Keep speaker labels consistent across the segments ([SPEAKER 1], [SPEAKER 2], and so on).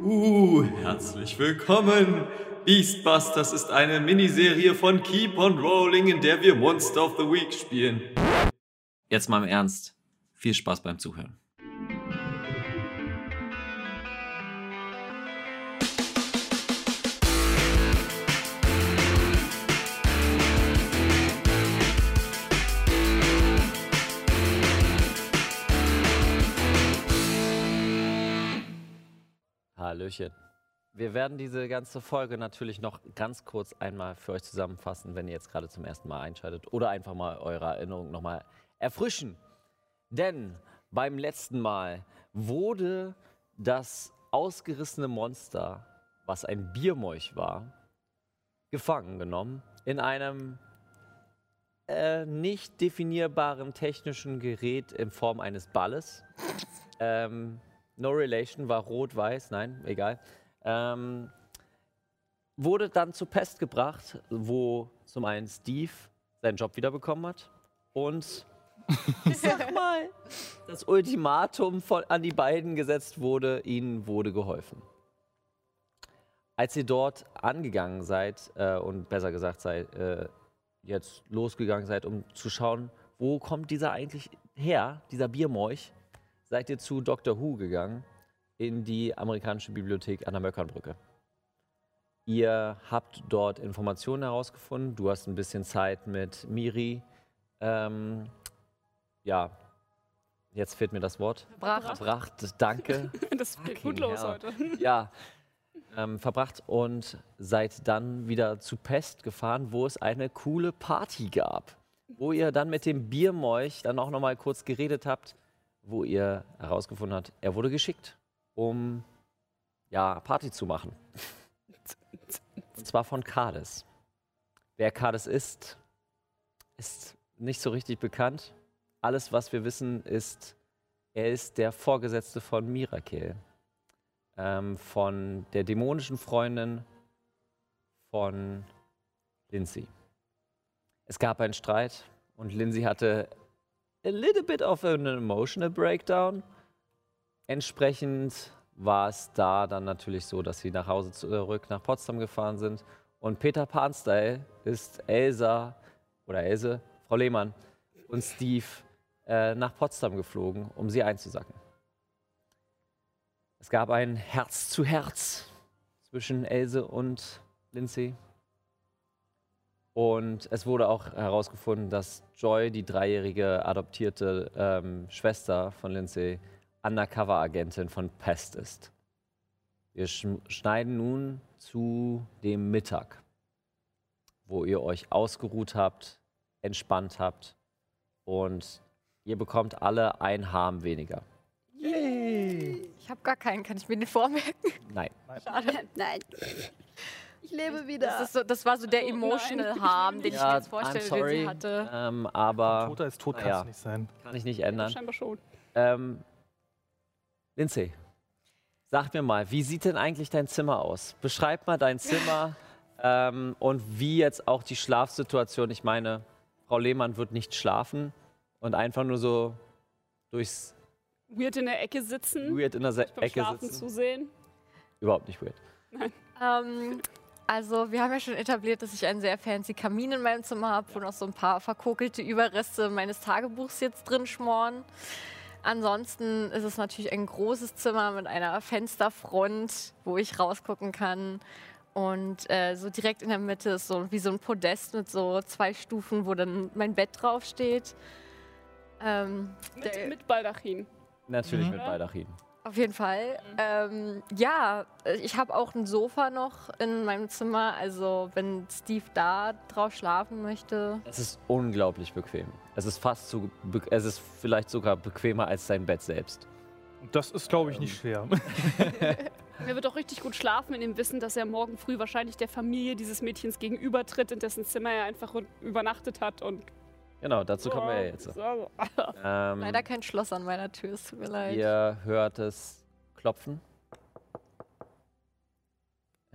[SPEAKER 1] Uh, herzlich willkommen! Beastbusters ist eine Miniserie von Keep on Rolling, in der wir Monster of the Week spielen. Jetzt mal im Ernst. Viel Spaß beim Zuhören.
[SPEAKER 2] Hallöchen. Wir werden diese ganze Folge natürlich noch ganz kurz einmal für euch zusammenfassen, wenn ihr jetzt gerade zum ersten Mal einschaltet oder einfach mal eure Erinnerung nochmal erfrischen. Denn beim letzten Mal wurde das ausgerissene Monster, was ein Biermolch war, gefangen genommen in einem äh, nicht definierbaren technischen Gerät in Form eines Balles. Ähm, no relation, war rot-weiß, nein, egal. Ähm, wurde dann zu Pest gebracht, wo zum einen Steve seinen Job wiederbekommen hat und ich sag mal, das Ultimatum von, an die beiden gesetzt wurde, ihnen wurde geholfen. Als ihr dort angegangen seid äh, und besser gesagt seid, äh, jetzt losgegangen seid, um zu schauen, wo kommt dieser eigentlich her, dieser Biermolch, seid ihr zu Doctor Who gegangen in die amerikanische Bibliothek an der Möckernbrücke. Ihr habt dort Informationen herausgefunden. Du hast ein bisschen Zeit mit Miri. Ähm, ja, jetzt fehlt mir das Wort.
[SPEAKER 3] Bracht.
[SPEAKER 2] Verbracht, danke.
[SPEAKER 4] Das geht gut los
[SPEAKER 2] hell.
[SPEAKER 4] heute.
[SPEAKER 2] ja, ähm, verbracht und seid dann wieder zu Pest gefahren, wo es eine coole Party gab. Wo ihr dann mit dem Biermolch dann auch nochmal kurz geredet habt, wo ihr herausgefunden habt, er wurde geschickt, um ja, Party zu machen. Und zwar von Kades. Wer Kades ist, ist nicht so richtig bekannt. Alles, was wir wissen, ist, er ist der Vorgesetzte von Mirakel ähm, von der dämonischen Freundin von Lindsay. Es gab einen Streit und Lindsay hatte a little bit of an emotional breakdown. Entsprechend war es da dann natürlich so, dass sie nach Hause zurück nach Potsdam gefahren sind. Und Peter Panstyle ist Elsa oder Else, Frau Lehmann und Steve äh, nach Potsdam geflogen, um sie einzusacken. Es gab ein Herz zu Herz zwischen Else und Lindsay. Und es wurde auch herausgefunden, dass Joy, die dreijährige adoptierte ähm, Schwester von Lindsay, Undercover-Agentin von Pest ist. Wir schm- schneiden nun zu dem Mittag, wo ihr euch ausgeruht habt, entspannt habt und ihr bekommt alle ein Harm weniger.
[SPEAKER 3] Ich habe gar keinen, kann ich mir den vormerken?
[SPEAKER 2] Nein.
[SPEAKER 5] Nein. Ich lebe
[SPEAKER 3] Das,
[SPEAKER 5] wieder.
[SPEAKER 3] ist so, das war so der emotional harm, den ich mir jetzt vorstelle, den sie hatte.
[SPEAKER 2] Ähm, aber
[SPEAKER 6] Toter ist tot, kann
[SPEAKER 2] Naja.
[SPEAKER 6] es nicht sein.
[SPEAKER 2] kann ich nicht ändern.
[SPEAKER 4] Scheinbar schon.
[SPEAKER 2] Ähm, Lindsay, sag mir mal, wie sieht denn eigentlich dein Zimmer aus? Beschreib mal dein Zimmer ähm, und wie jetzt auch die Schlafsituation. Ich meine, Frau Lehmann wird nicht schlafen und einfach nur so durchs
[SPEAKER 4] Weird in der Ecke
[SPEAKER 3] Hm?
[SPEAKER 4] sitzen,
[SPEAKER 2] Weird in der Se
[SPEAKER 4] beim
[SPEAKER 2] Ecke
[SPEAKER 4] Schlafen
[SPEAKER 2] sitzen.
[SPEAKER 4] zusehen.
[SPEAKER 2] Überhaupt nicht weird.
[SPEAKER 3] Ähm, also, wir haben ja schon etabliert, dass ich einen sehr fancy Kamin in meinem Zimmer habe, wo noch so ein paar verkokelte Überreste meines Tagebuchs jetzt drin schmoren. Ansonsten ist es natürlich ein großes Zimmer mit einer Fensterfront, wo ich rausgucken kann. Und äh, so direkt in der Mitte ist so wie so ein Podest mit so zwei Stufen, wo dann mein Bett draufsteht. Ähm,
[SPEAKER 4] Mit,
[SPEAKER 3] der-
[SPEAKER 4] mit Baldachin.
[SPEAKER 2] Natürlich
[SPEAKER 6] Mhm.
[SPEAKER 2] mit Baldachin.
[SPEAKER 3] auf jeden Fall. Ähm, ja, ich habe auch ein Sofa noch in meinem Zimmer. Also wenn Steve da drauf schlafen möchte.
[SPEAKER 2] Es ist unglaublich bequem. Es ist fast zu, be es ist vielleicht sogar bequemer als dein Bett selbst.
[SPEAKER 6] Und das ist, glaube ich, nicht schwer.
[SPEAKER 4] Er wird auch richtig gut schlafen in dem Wissen, dass er morgen früh wahrscheinlich der Familie dieses Mädchens gegenübertritt, in dessen Zimmer er einfach un- übernachtet hat. Und
[SPEAKER 2] Genau, dazu kommen wir ja
[SPEAKER 4] Oh,
[SPEAKER 2] jetzt.
[SPEAKER 4] so.
[SPEAKER 2] Ähm,
[SPEAKER 3] Leider kein Halt. Schloss an meiner Tür, es tut mir leid.
[SPEAKER 2] Ihr hört es klopfen.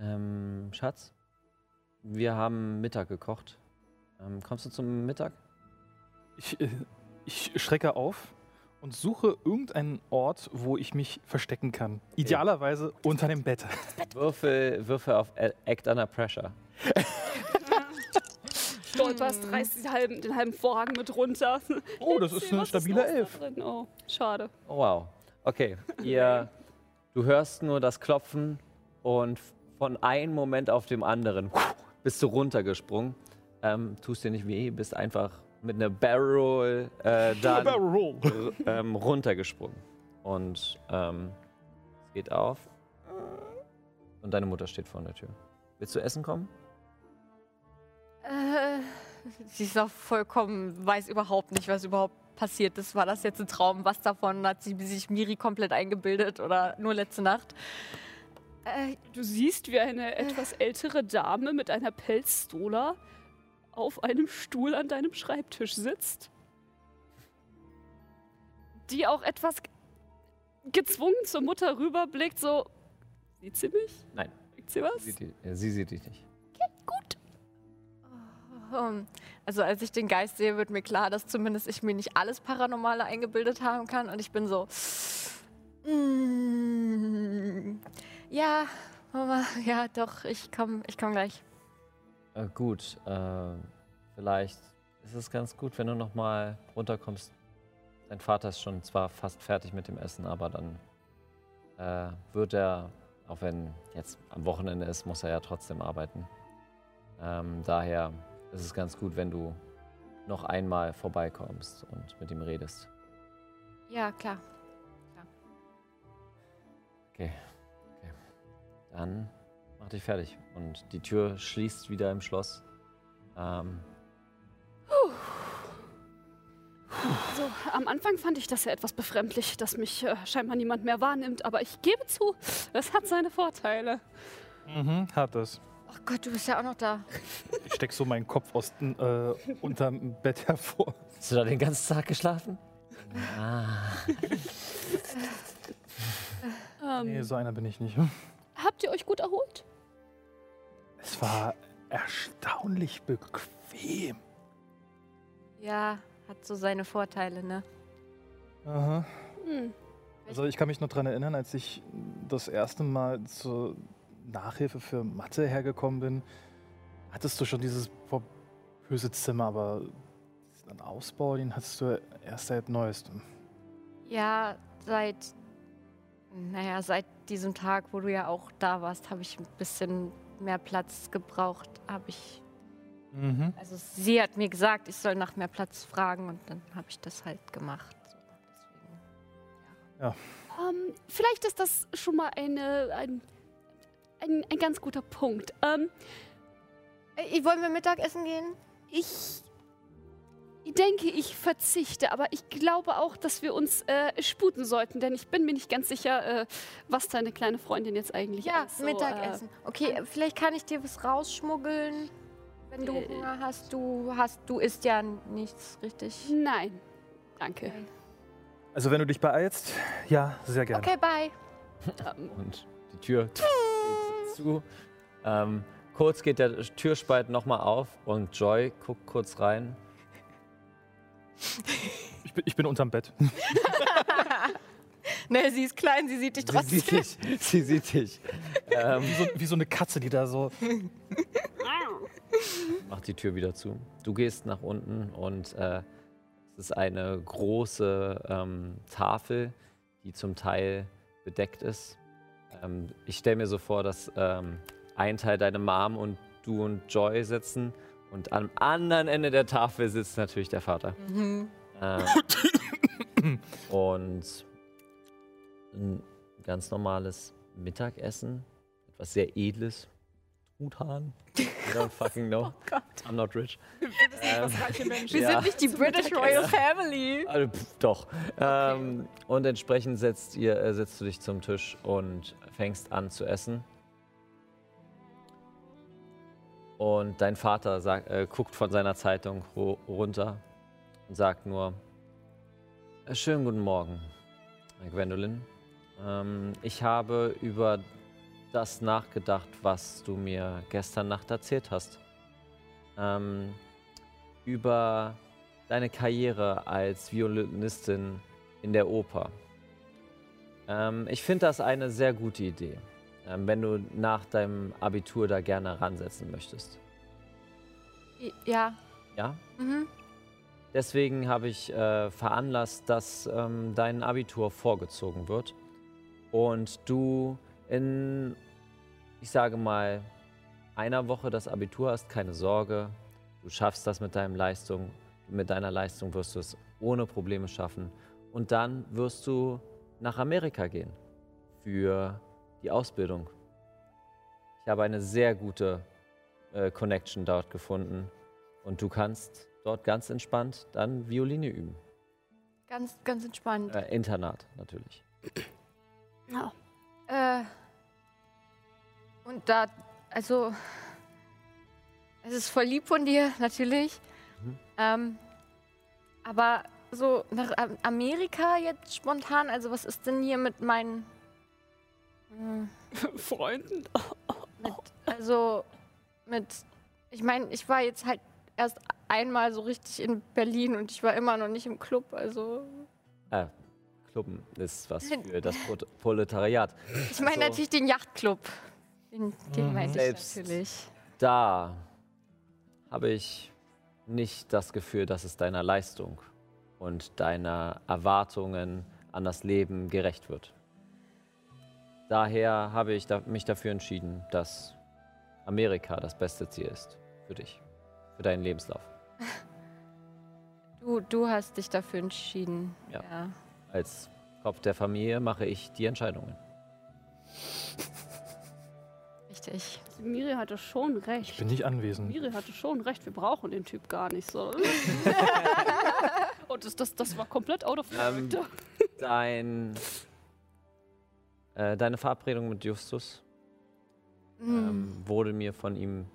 [SPEAKER 2] Ähm, Schatz, wir haben Mittag gekocht. Ähm, kommst du zum Mittag?
[SPEAKER 6] Ich, äh, ich schrecke auf und suche irgendeinen Ort, wo ich mich verstecken kann. Idealerweise unter dem Bett.
[SPEAKER 2] Würfel, Würfel auf A- Act Under Pressure.
[SPEAKER 5] Hm.
[SPEAKER 4] Stolperst, reißt den halben, den halben Vorhang mit runter.
[SPEAKER 6] Oh, das ist
[SPEAKER 4] Erzähl,
[SPEAKER 6] eine
[SPEAKER 4] was los
[SPEAKER 6] stabile
[SPEAKER 4] da
[SPEAKER 6] Elf.
[SPEAKER 4] drin? Oh, schade.
[SPEAKER 2] Oh, wow. Okay, ihr, du hörst nur das Klopfen und von einem Moment auf dem anderen bist du runtergesprungen. Ähm, tust dir nicht weh, bist einfach mit einer Barrel äh, dann
[SPEAKER 6] Roll.
[SPEAKER 2] r- ähm, runtergesprungen. Und ähm, es geht auf. Und deine Mutter steht vor der Tür. Willst du essen kommen?
[SPEAKER 3] Äh, sie ist auch vollkommen, weiß überhaupt nicht, was überhaupt passiert ist. War das jetzt ein Traum? Was davon hat sie sich Miri komplett eingebildet oder nur letzte Nacht? Äh,
[SPEAKER 4] Du siehst, wie eine etwas ältere Dame mit einer Pelzstola auf einem Stuhl an deinem Schreibtisch sitzt. Die auch etwas gezwungen zur Mutter rüberblickt, so. Sieht sie mich?
[SPEAKER 2] Nein.
[SPEAKER 4] Sieht sie was?
[SPEAKER 2] Sie, die, äh, sie sieht dich nicht.
[SPEAKER 3] ähm, also als ich den Geist sehe, wird mir klar, dass zumindest ich mir nicht alles Paranormale eingebildet haben kann. Und ich bin so. Mm, ja, Mama, ja, doch, ich komme ich komm gleich.
[SPEAKER 2] Äh, gut, äh, vielleicht ist es ganz gut, wenn du nochmal runterkommst. Dein Vater ist schon zwar fast fertig mit dem Essen, aber dann äh, wird er, auch wenn jetzt am Wochenende ist, muss er ja trotzdem arbeiten. Ähm, daher ist es ganz gut, wenn du noch einmal vorbeikommst und mit ihm redest.
[SPEAKER 3] Ja, klar.
[SPEAKER 2] Dann mach dich fertig. Und die Tür schließt wieder im Schloss. Ähm,
[SPEAKER 4] So, am Anfang fand ich das ja etwas befremdlich, dass mich äh, scheinbar niemand mehr wahrnimmt, aber ich gebe zu, das hat seine Vorteile.
[SPEAKER 6] Mhm, hat das.
[SPEAKER 3] Oh Gott, du bist ja auch noch da.
[SPEAKER 6] Ich steck so meinen Kopf aus, den, äh, unterm Bett hervor.
[SPEAKER 2] Hast du da den ganzen Tag geschlafen? Ah.
[SPEAKER 4] Ähm,
[SPEAKER 6] Nee, so einer bin ich nicht.
[SPEAKER 4] Habt ihr euch gut erholt?
[SPEAKER 6] Es war erstaunlich bequem.
[SPEAKER 3] Ja, hat so seine Vorteile, ne?
[SPEAKER 6] Aha.
[SPEAKER 4] Hm.
[SPEAKER 6] Also ich kann mich noch daran erinnern, als ich das erste Mal zur Nachhilfe für Mathe hergekommen bin, hattest du schon dieses böse Zimmer, aber diesen Ausbau, den hattest du erst seit neuestem.
[SPEAKER 3] Ja, seit. Naja, seit diesem Tag, wo du ja auch da warst, habe ich ein bisschen mehr Platz gebraucht. Habe ich.
[SPEAKER 6] Mhm.
[SPEAKER 3] Also, sie hat mir gesagt, ich soll nach mehr Platz fragen und dann habe ich das halt gemacht. Deswegen.
[SPEAKER 4] Ähm, vielleicht ist das schon mal eine, ein, ein, ein ganz guter Punkt. Ähm,
[SPEAKER 3] Äh, wollen wir Mittagessen gehen?
[SPEAKER 4] ich denke, ich verzichte, aber ich glaube auch, dass wir uns äh, sputen sollten, denn ich bin mir nicht ganz sicher, äh, was deine kleine Freundin jetzt eigentlich
[SPEAKER 3] Ja,
[SPEAKER 4] alles so,
[SPEAKER 3] Mittagessen. Okay, äh, vielleicht kann ich dir was rausschmuggeln. Wenn du
[SPEAKER 4] Äh,
[SPEAKER 3] Hunger hast, du hast, du isst ja nichts,
[SPEAKER 4] Äh,
[SPEAKER 3] richtig?
[SPEAKER 4] nein, danke.
[SPEAKER 6] Also wenn du dich beeilst, ja, sehr gerne.
[SPEAKER 3] Okay, bye.
[SPEAKER 4] Ähm,
[SPEAKER 2] Und die Tür geht zu. Ähm, kurz geht der Türspalt nochmal auf und Joy guckt kurz rein.
[SPEAKER 6] Ich, bin, ich bin unterm Bett.
[SPEAKER 3] Ne, sie ist klein, sie sieht dich
[SPEAKER 2] Sie
[SPEAKER 3] trotzdem.
[SPEAKER 2] sieht dich. Sie sieht dich.
[SPEAKER 6] Ähm, Wie so, wie so eine Katze, die da so...
[SPEAKER 2] Macht die Tür wieder zu. Du gehst nach unten und äh, es ist eine große ähm, Tafel, die zum Teil bedeckt ist. Ähm, ich stelle mir so vor, dass ähm, ein Teil deine Mom und du und Joy sitzen und am anderen Ende der Tafel sitzt natürlich der Vater. Ähm, und ein ganz normales Mittagessen, etwas sehr edles. Truthahn. I don't fucking know. I'm not rich.
[SPEAKER 3] Wir
[SPEAKER 2] Ja.
[SPEAKER 3] sind nicht die British Royal Family.
[SPEAKER 2] Also, pff, doch. Ähm, und entsprechend setzt, ihr, äh, setzt du dich zum Tisch und fängst an zu essen. Und dein Vater sagt, äh, guckt von seiner Zeitung ru- runter und sagt nur, "Äh, schönen guten Morgen, Gwendolyn. Ähm, ich habe über das nachgedacht, was du mir gestern Nacht erzählt hast. Ähm, über deine Karriere als Violinistin in der Oper. Ähm, ich finde das eine sehr gute Idee, ähm, wenn du nach deinem Abitur da gerne ransetzen möchtest.
[SPEAKER 3] I- Ja.
[SPEAKER 2] Ja?
[SPEAKER 3] Mhm.
[SPEAKER 2] Deswegen habe ich äh, veranlasst, dass ähm, dein Abitur vorgezogen wird und du in, ich sage mal, einer Woche das Abitur hast, keine Sorge, du schaffst das mit deinem Leistung, mit deiner Leistung wirst du es ohne Probleme schaffen und dann wirst du nach Amerika gehen für die Ausbildung. Ich habe eine sehr gute äh, Connection dort gefunden und du kannst dort ganz entspannt dann Violine üben.
[SPEAKER 3] Ganz, ganz entspannt.
[SPEAKER 2] Äh, Internat natürlich.
[SPEAKER 5] Ja.
[SPEAKER 3] Äh, und da, also, es ist voll lieb von dir, natürlich.
[SPEAKER 2] Mhm.
[SPEAKER 3] Ähm, aber so nach Am- Amerika jetzt spontan, also was ist denn hier mit meinen, hm,
[SPEAKER 4] Freunden.
[SPEAKER 3] mit, also mit, ich meine, ich war jetzt halt erst einmal so richtig in Berlin und ich war immer noch nicht im Club, also
[SPEAKER 2] Äh, Clubben ist was für das Pro Proletariat.
[SPEAKER 3] ich meine
[SPEAKER 2] Also- Mhm.
[SPEAKER 3] natürlich den Yachtclub, den, den meinte ich
[SPEAKER 2] Selbst.
[SPEAKER 3] natürlich.
[SPEAKER 2] Da habe ich nicht das Gefühl, dass es deiner Leistung und deiner Erwartungen an das Leben gerecht wird. Daher habe ich da mich dafür entschieden, dass Amerika das beste Ziel ist für dich, für deinen Lebenslauf.
[SPEAKER 3] Du, du hast dich dafür entschieden.
[SPEAKER 2] Ja.
[SPEAKER 3] ja.
[SPEAKER 2] Als Kopf der Familie mache ich die Entscheidungen.
[SPEAKER 3] Richtig.
[SPEAKER 4] Also Miri hatte schon recht.
[SPEAKER 6] Ich bin nicht anwesend.
[SPEAKER 4] Miri hatte schon recht, wir brauchen den Typ gar nicht so. Und das, das, das war komplett out of
[SPEAKER 2] Ähm,
[SPEAKER 4] character.
[SPEAKER 2] Dein, äh, deine Verabredung mit Justus
[SPEAKER 3] Mhm. Mm.
[SPEAKER 2] ähm, wurde mir von ihm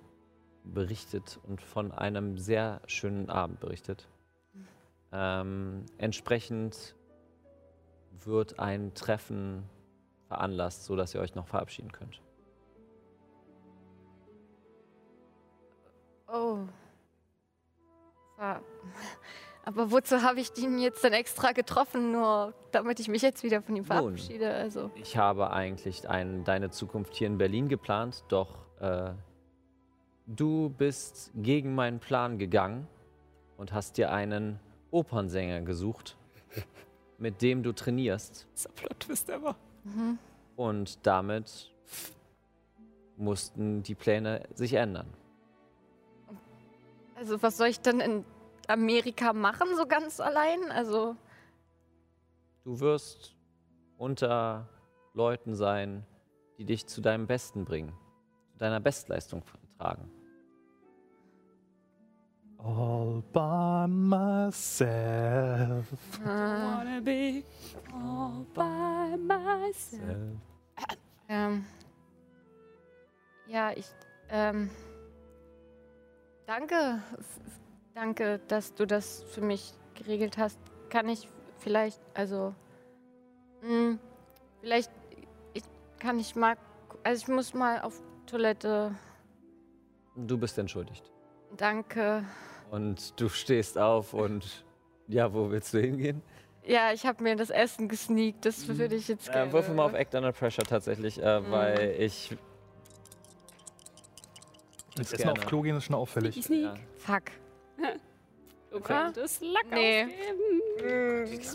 [SPEAKER 2] berichtet und von einem sehr schönen Abend berichtet. Ähm, entsprechend wird ein Treffen veranlasst, sodass ihr euch noch verabschieden könnt.
[SPEAKER 3] Oh. Ver- Aber wozu habe ich den jetzt denn extra getroffen? Nur damit ich mich jetzt wieder von ihm verabschiede. Also,
[SPEAKER 2] Ich habe eigentlich ein, deine Zukunft hier in Berlin geplant, doch äh, du bist gegen meinen Plan gegangen und hast dir einen Opernsänger gesucht, mit dem du trainierst.
[SPEAKER 4] Dieser Plot-Twist ever.
[SPEAKER 2] Und damit mussten die Pläne sich ändern.
[SPEAKER 3] also was soll ich denn in Amerika machen, so ganz allein? Also,
[SPEAKER 2] Du wirst unter Leuten sein, die dich zu deinem Besten bringen, zu deiner Bestleistung tragen.
[SPEAKER 6] All by myself.
[SPEAKER 3] äh,
[SPEAKER 4] Wanna be all by myself.
[SPEAKER 3] ähm, ja, ich, ähm, danke, f- f- danke, dass du das für mich geregelt hast. Kann ich vielleicht, also, mh, vielleicht ich, kann ich mal, gu- also ich muss mal auf Toilette.
[SPEAKER 2] Du bist entschuldigt.
[SPEAKER 3] Danke.
[SPEAKER 2] Und du stehst auf und ja, wo willst du hingehen?
[SPEAKER 3] Ja, ich habe mir das Essen gesneakt, das würde ich jetzt
[SPEAKER 2] Äh, würfel mal auf Act Under Pressure tatsächlich, äh, weil ich.
[SPEAKER 6] Jetzt Essen
[SPEAKER 2] gerne.
[SPEAKER 6] auf Klo gehen ist schon
[SPEAKER 4] Die
[SPEAKER 6] auffällig.
[SPEAKER 4] Sneak.
[SPEAKER 2] Ja.
[SPEAKER 3] Fuck.
[SPEAKER 4] Du könntest Lack
[SPEAKER 3] Nee.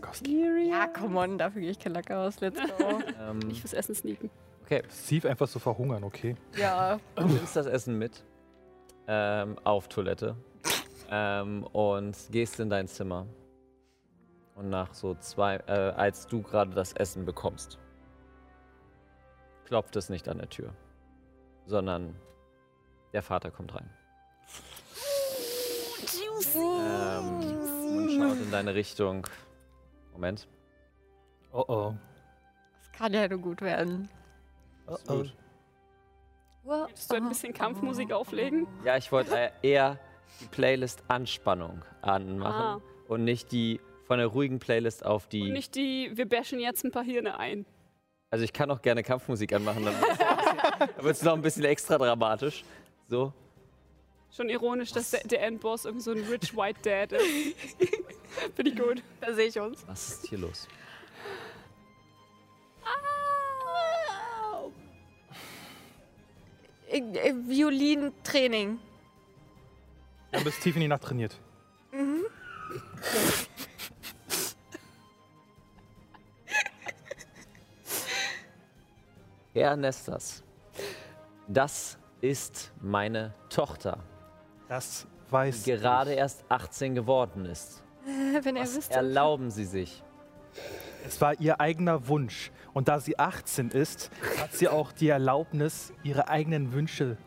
[SPEAKER 4] ausgeben.
[SPEAKER 3] Ja, come on, dafür gehe ich kein Lacker aus. Let's go.
[SPEAKER 2] Ähm,
[SPEAKER 4] Ich fürs Essen sneaken.
[SPEAKER 2] okay,
[SPEAKER 6] Steve einfach so verhungern, okay?
[SPEAKER 3] ja.
[SPEAKER 2] du nimmst das Essen mit ähm, auf Toilette ähm, und gehst in dein Zimmer. Und nach so zwei, äh, als du gerade das Essen bekommst, klopft es nicht an der Tür, sondern der Vater kommt rein.
[SPEAKER 3] Oh,
[SPEAKER 2] Ähm, und schaut in deine Richtung. Moment.
[SPEAKER 6] Oh oh.
[SPEAKER 3] Das kann ja nur gut werden.
[SPEAKER 6] oh, oh.
[SPEAKER 2] Absolut.
[SPEAKER 4] Möchtest du ein bisschen Kampfmusik auflegen?
[SPEAKER 2] Ja, ich wollte äh, eher die Playlist Anspannung anmachen
[SPEAKER 4] Ah.
[SPEAKER 2] und nicht die von der ruhigen Playlist auf die.
[SPEAKER 4] Und nicht die, wir bashen jetzt ein paar Hirne ein.
[SPEAKER 2] also ich kann auch gerne Kampfmusik anmachen, dann wird's noch ein bisschen- dann wird es noch ein bisschen extra dramatisch. So.
[SPEAKER 4] Schon ironisch, dass der, der Endboss irgendwie so ein rich white dad ist. Finde ich gut.
[SPEAKER 5] Da sehe ich uns.
[SPEAKER 2] Was ist hier los?
[SPEAKER 3] Äh, äh, Violintraining.
[SPEAKER 6] Wir haben bis tief in die Nacht trainiert.
[SPEAKER 2] Herr Nestas, das ist meine Tochter,
[SPEAKER 6] Das
[SPEAKER 2] die
[SPEAKER 6] weiß
[SPEAKER 2] gerade erst 18 geworden ist.
[SPEAKER 3] Äh, Wenn er
[SPEAKER 2] Was
[SPEAKER 3] wüsste.
[SPEAKER 2] erlauben Sie sich?
[SPEAKER 6] Es war ihr eigener Wunsch. Und da sie 18 ist, hat sie auch die Erlaubnis, ihre eigenen Wünsche.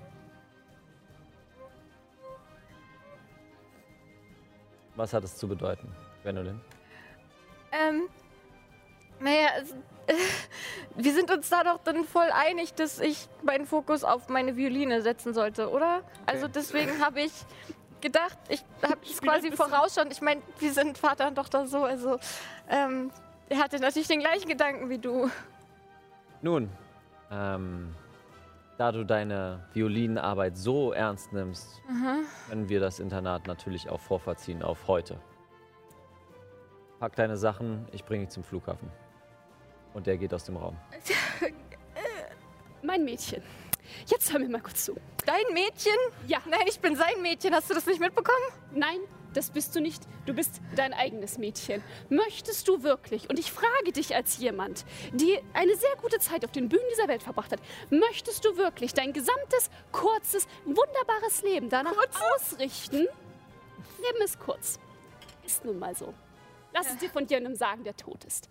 [SPEAKER 2] Was hat es zu bedeuten, Gwendolyn?
[SPEAKER 3] Ähm, naja, es, äh, wir sind uns da doch dann voll einig, dass ich meinen Fokus auf meine Violine setzen sollte, oder? Also deswegen habe ich gedacht, ich habe es quasi vorausschauend. Ich meine, wir sind Vater und Tochter so, also ähm, er hatte natürlich den gleichen Gedanken wie du.
[SPEAKER 2] Nun, ähm, da du deine Violinenarbeit so ernst nimmst, können wir das Internat natürlich auch vorverziehen auf heute. Pack deine Sachen, ich bringe dich zum Flughafen. Und der geht aus dem Raum.
[SPEAKER 4] Mein Mädchen. Jetzt hör mir mal kurz zu.
[SPEAKER 3] Dein Mädchen?
[SPEAKER 4] Ja.
[SPEAKER 3] Nein, ich bin sein Mädchen. Hast du das nicht mitbekommen?
[SPEAKER 4] Nein, das bist du nicht. Du bist dein eigenes Mädchen. Möchtest du wirklich, und ich frage dich als jemand, die eine sehr gute Zeit auf den Bühnen dieser Welt verbracht hat, möchtest du wirklich dein gesamtes, kurzes, wunderbares Leben danach ausrichten? Leben ist kurz. Ist nun mal so. Lass es dir von jemandem sagen, der tot ist.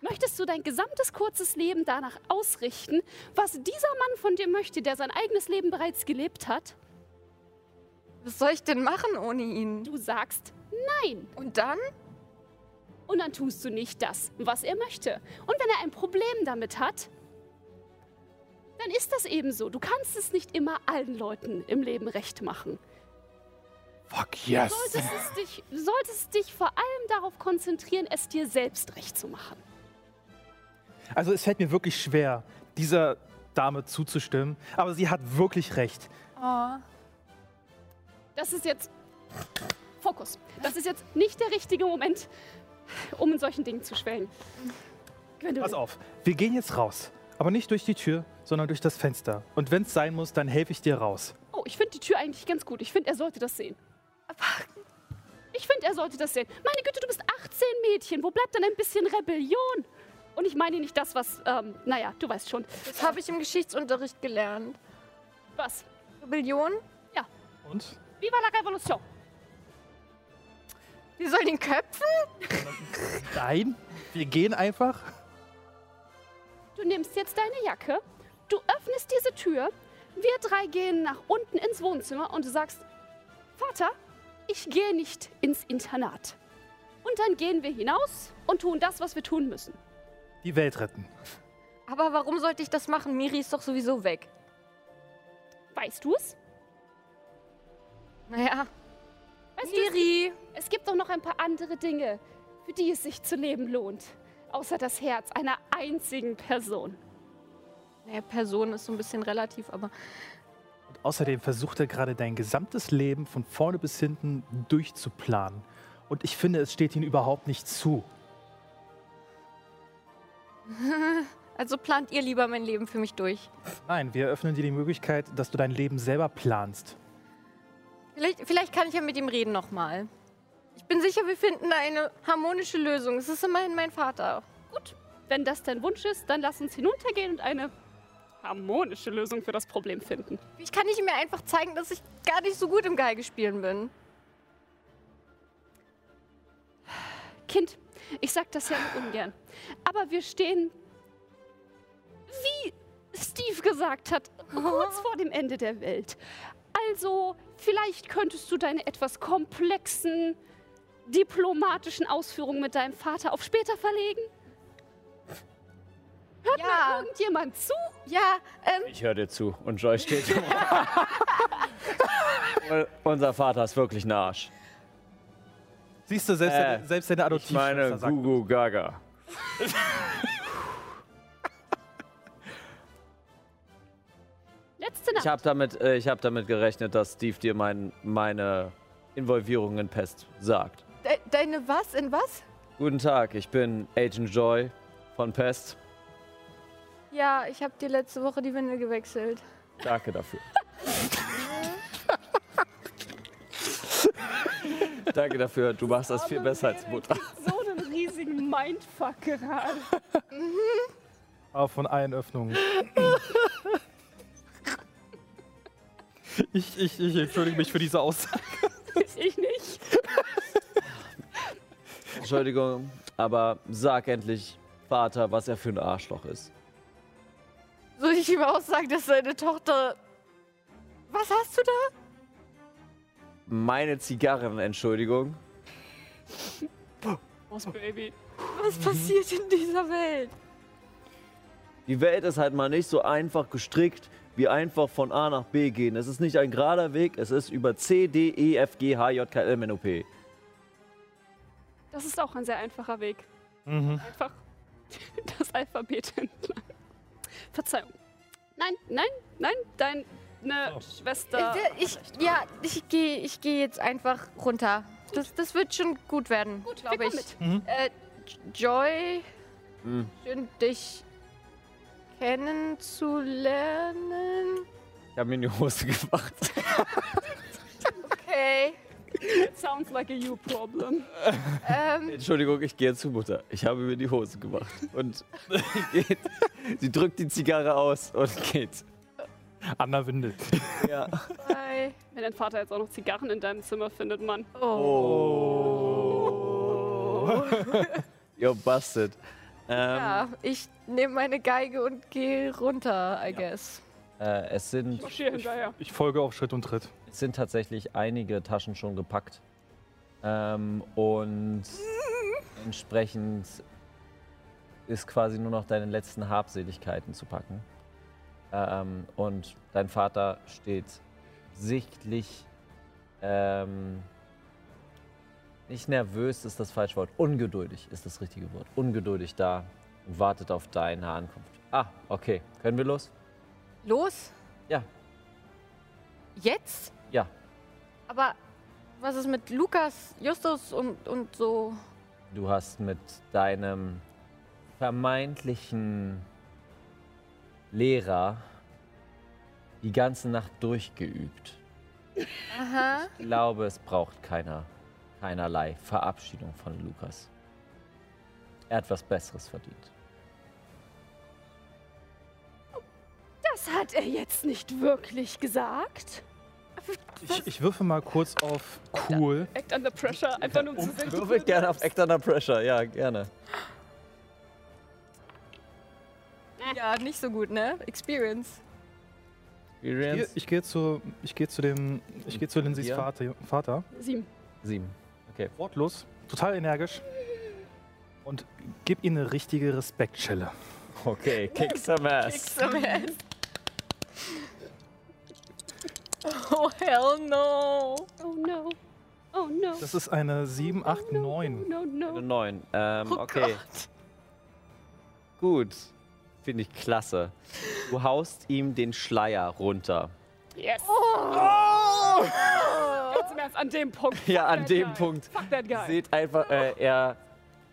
[SPEAKER 4] Möchtest du dein gesamtes kurzes Leben danach ausrichten, was dieser Mann von dir möchte, der sein eigenes Leben bereits gelebt hat?
[SPEAKER 3] Was soll ich denn machen ohne ihn?
[SPEAKER 4] Du sagst nein.
[SPEAKER 3] Und dann?
[SPEAKER 4] und dann tust du nicht das, was er möchte. Und wenn er ein Problem damit hat, dann ist das eben so. Du kannst es nicht immer allen Leuten im Leben recht machen.
[SPEAKER 7] Fuck yes.
[SPEAKER 4] Solltest es dich, solltest dich vor allem darauf konzentrieren, es dir selbst recht zu machen.
[SPEAKER 6] Also es fällt mir wirklich schwer, dieser Dame zuzustimmen. Aber sie hat wirklich recht.
[SPEAKER 3] Oh.
[SPEAKER 4] Das ist jetzt Fokus. Das ist jetzt nicht der richtige Moment, um in solchen Dingen zu schwellen. Gwendolyn,
[SPEAKER 6] Pass auf, wir gehen jetzt raus. Aber nicht durch die Tür, sondern durch das Fenster. Und wenn es sein muss, dann helfe ich dir raus.
[SPEAKER 4] Oh, ich finde die Tür eigentlich ganz gut. Ich finde, er sollte das sehen. Ich finde, er sollte das sehen. Meine Güte, du bist 18 Mädchen. Wo bleibt denn ein bisschen Rebellion? Und ich meine nicht das, was, ähm, naja, du weißt schon.
[SPEAKER 3] Das habe ich im Geschichtsunterricht gelernt.
[SPEAKER 4] Was?
[SPEAKER 3] Rebellion?
[SPEAKER 6] Und?
[SPEAKER 4] Viva la Revolution.
[SPEAKER 3] Wir sollen ihn köpfen?
[SPEAKER 6] Nein, wir gehen einfach.
[SPEAKER 4] Du nimmst jetzt deine Jacke, du öffnest diese Tür, wir drei gehen nach unten ins Wohnzimmer und du sagst, Vater, ich gehe nicht ins Internat. Und dann gehen wir hinaus und tun das, was wir tun müssen.
[SPEAKER 6] Die Welt retten.
[SPEAKER 3] Aber warum sollte ich das machen? Miri ist doch sowieso weg.
[SPEAKER 4] Weißt du es?
[SPEAKER 3] Naja,
[SPEAKER 4] Weißt du es?
[SPEAKER 3] Miri.
[SPEAKER 4] Es gibt doch noch ein paar andere Dinge, für die es sich zu leben lohnt. Außer das Herz einer einzigen Person.
[SPEAKER 3] Naja, Person ist so ein bisschen relativ, aber
[SPEAKER 6] Außerdem versucht er gerade dein gesamtes Leben von vorne bis hinten durchzuplanen. Und ich finde, es steht ihm überhaupt nicht zu.
[SPEAKER 3] also plant ihr lieber mein Leben für mich durch.
[SPEAKER 6] Nein, wir eröffnen dir die Möglichkeit, dass du dein Leben selber planst.
[SPEAKER 3] Vielleicht, vielleicht kann ich ja mit ihm reden nochmal. Ich bin sicher, wir finden da eine harmonische Lösung. Es ist immerhin mein Vater.
[SPEAKER 4] Gut, wenn das dein Wunsch ist, dann lass uns hinuntergehen und eine harmonische Lösung für das Problem finden.
[SPEAKER 3] Ich kann nicht mir einfach zeigen, dass ich gar nicht so gut im Geigespielen bin.
[SPEAKER 4] Kind, ich sag das ja nur ungern. Aber wir stehen, wie Steve gesagt hat, kurz vor dem Ende der Welt. Also, vielleicht könntest du deine etwas komplexen diplomatischen Ausführungen mit deinem Vater auf später verlegen.
[SPEAKER 3] Ja,
[SPEAKER 4] Irgendjemand zu?
[SPEAKER 3] ja, ähm,
[SPEAKER 2] Ich höre dir zu und Joy steht. Unser Vater ist wirklich ein Arsch.
[SPEAKER 6] Siehst du, selbst,
[SPEAKER 2] Äh,
[SPEAKER 6] deine, selbst deine Adoptivschwester sagt,
[SPEAKER 2] Gugu Gaga.
[SPEAKER 4] Letzte
[SPEAKER 2] Ich
[SPEAKER 4] Nacht.
[SPEAKER 2] habe damit, äh, ich hab damit gerechnet, dass Steve dir mein, meine Involvierung in Pest sagt.
[SPEAKER 3] De deine was? In was?
[SPEAKER 2] Guten Tag, ich bin Agent Joy von Pest.
[SPEAKER 3] Ja, ich habe dir letzte Woche die Windel gewechselt.
[SPEAKER 2] Danke dafür. Danke dafür, du machst das viel besser als Mutter.
[SPEAKER 4] So einen riesigen Mindfuck gerade.
[SPEAKER 6] Aber "Ah, von allen Öffnungen. ich, ich, ich entschuldige mich für diese Aussage.
[SPEAKER 4] Ich nicht.
[SPEAKER 2] Entschuldigung, aber sag endlich Vater, was er für ein Arschloch ist.
[SPEAKER 3] Soll ich ihm auch sagen, dass seine Tochter. Was hast du da?
[SPEAKER 2] Meine Zigarren, Entschuldigung.
[SPEAKER 4] Groß Baby.
[SPEAKER 3] Was passiert in dieser Welt?
[SPEAKER 2] Die Welt ist halt mal nicht so einfach gestrickt, wie einfach von A nach B gehen. Es ist nicht ein gerader Weg, es ist über C, D, E, F, G, H, J, K, L, M, N, O, P.
[SPEAKER 4] Das ist auch ein sehr einfacher Weg.
[SPEAKER 6] Mhm.
[SPEAKER 4] Einfach das Alphabet entlang. Verzeihung. Nein, nein, nein, deine
[SPEAKER 3] Äh,
[SPEAKER 4] Schwester.
[SPEAKER 3] Ich, ja, ich gehe ich geh jetzt einfach runter. Das, das wird schon gut werden.
[SPEAKER 4] Gut,
[SPEAKER 3] glaub
[SPEAKER 4] wir
[SPEAKER 3] ich.
[SPEAKER 4] kommen mit.
[SPEAKER 3] Äh, Joy,
[SPEAKER 2] Mhm.
[SPEAKER 3] schön dich kennenzulernen.
[SPEAKER 2] Ich habe mir in die Hose gemacht.
[SPEAKER 3] Okay.
[SPEAKER 4] It sounds like a you problem.
[SPEAKER 3] Ähm,
[SPEAKER 2] Entschuldigung, ich gehe zu Mutter. Ich habe mir die Hose gemacht. Und geht. sie drückt die Zigarre aus und geht.
[SPEAKER 6] An der Windel.
[SPEAKER 2] Ja.
[SPEAKER 3] bye.
[SPEAKER 4] Wenn dein Vater jetzt auch noch Zigarren in deinem Zimmer findet, Mann.
[SPEAKER 3] Oh.
[SPEAKER 2] Oh. You're busted. Ähm,
[SPEAKER 3] Ja, ich nehme meine Geige und gehe runter, I guess.
[SPEAKER 2] äh, es, sind,
[SPEAKER 4] Marschier hinterher.
[SPEAKER 6] Ich folge auf Schritt und Tritt.
[SPEAKER 2] es sind tatsächlich einige Taschen schon gepackt. Ähm, und entsprechend ist quasi nur noch deine letzten Habseligkeiten zu packen. Ähm, und dein Vater steht sichtlich ähm, nicht nervös ist das falsche Wort. Ungeduldig ist das richtige Wort. Ungeduldig da und wartet auf deine Ankunft. Ah, okay. Können wir los?
[SPEAKER 3] Los?
[SPEAKER 2] Ja.
[SPEAKER 3] Jetzt?
[SPEAKER 2] Ja.
[SPEAKER 3] Aber was ist mit Lukas, Justus und, und so?
[SPEAKER 2] Du hast mit deinem vermeintlichen Lehrer die ganze Nacht durchgeübt.
[SPEAKER 3] Aha.
[SPEAKER 2] Ich glaube, es braucht keiner, keinerlei Verabschiedung von Lukas. Er hat was Besseres verdient.
[SPEAKER 4] Das hat er jetzt nicht wirklich gesagt.
[SPEAKER 6] Ich, ich würfe mal kurz auf cool.
[SPEAKER 4] Act under pressure, einfach nur um zu sehen. wie
[SPEAKER 2] Würfel
[SPEAKER 4] cool
[SPEAKER 2] gerne
[SPEAKER 4] du
[SPEAKER 2] auf
[SPEAKER 4] bist.
[SPEAKER 2] Act Under Pressure, ja, gerne.
[SPEAKER 3] Ja, nicht so gut, ne? Experience.
[SPEAKER 6] Hier,
[SPEAKER 2] Experience
[SPEAKER 6] ich gehe zu, ich gehe zu dem, ich gehe zu Lindsays
[SPEAKER 2] Ja.
[SPEAKER 6] Vater, Vater.
[SPEAKER 4] Sieben.
[SPEAKER 2] 7. Okay.
[SPEAKER 6] Wortlos, total energisch und gib ihm eine richtige Respektschelle.
[SPEAKER 2] Okay, kick some ass.
[SPEAKER 3] Oh, hell no.
[SPEAKER 4] Oh no. Oh no.
[SPEAKER 6] Das ist eine 7, 8,
[SPEAKER 4] Oh
[SPEAKER 6] 9.
[SPEAKER 4] no, no.
[SPEAKER 2] Eine 9.
[SPEAKER 3] Oh
[SPEAKER 2] Ähm, okay. Gut. Finde ich klasse. Du haust ihm den Schleier runter.
[SPEAKER 4] Yes.
[SPEAKER 2] Oh.
[SPEAKER 4] Ganz Oh. im Ernst, an dem Punkt.
[SPEAKER 2] Ja, an
[SPEAKER 4] Fuck that
[SPEAKER 2] dem
[SPEAKER 4] guy.
[SPEAKER 2] Punkt.
[SPEAKER 4] Fuck that guy.
[SPEAKER 2] Seht einfach, äh, er.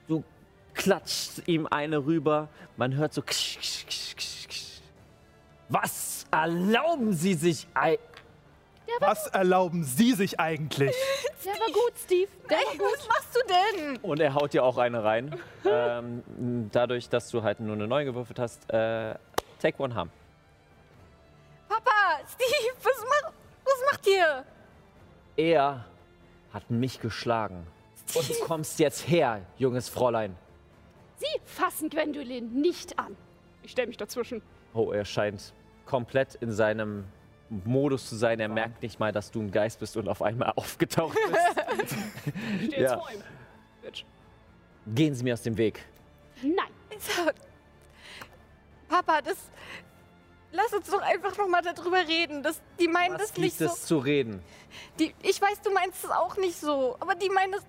[SPEAKER 2] Du klatscht ihm eine rüber. Man hört so. Ksch, ksch, ksch, ksch, ksch. Was erlauben Sie sich? Ei
[SPEAKER 6] Was erlauben Sie sich eigentlich?
[SPEAKER 4] Der war gut, Steve. Der war gut.
[SPEAKER 3] Was machst du denn?
[SPEAKER 2] Und er haut dir auch eine rein. ähm, dadurch, dass du halt nur eine 9 gewürfelt hast. Äh, take one harm.
[SPEAKER 3] Papa, Steve, was, mach, was macht ihr?
[SPEAKER 2] Er hat mich geschlagen. Und du kommst jetzt her, junges Fräulein.
[SPEAKER 4] Sie fassen Gwendolyn nicht an. Ich stelle mich dazwischen.
[SPEAKER 2] Oh, er scheint komplett in seinem Modus zu sein. Er merkt nicht mal, dass du ein Geist bist und auf einmal aufgetaucht bist.
[SPEAKER 4] Ich stehe
[SPEAKER 2] Ja.
[SPEAKER 4] jetzt vor ihm. Bitch.
[SPEAKER 2] Gehen Sie mir aus dem Weg.
[SPEAKER 4] Nein.
[SPEAKER 3] Papa, das. Lass uns doch einfach nochmal darüber reden. Das, die meinen
[SPEAKER 2] Was
[SPEAKER 3] das nicht
[SPEAKER 2] gibt
[SPEAKER 3] so.
[SPEAKER 2] es zu reden?
[SPEAKER 3] Die, ich weiß, du meinst es auch nicht so, aber die meinen das.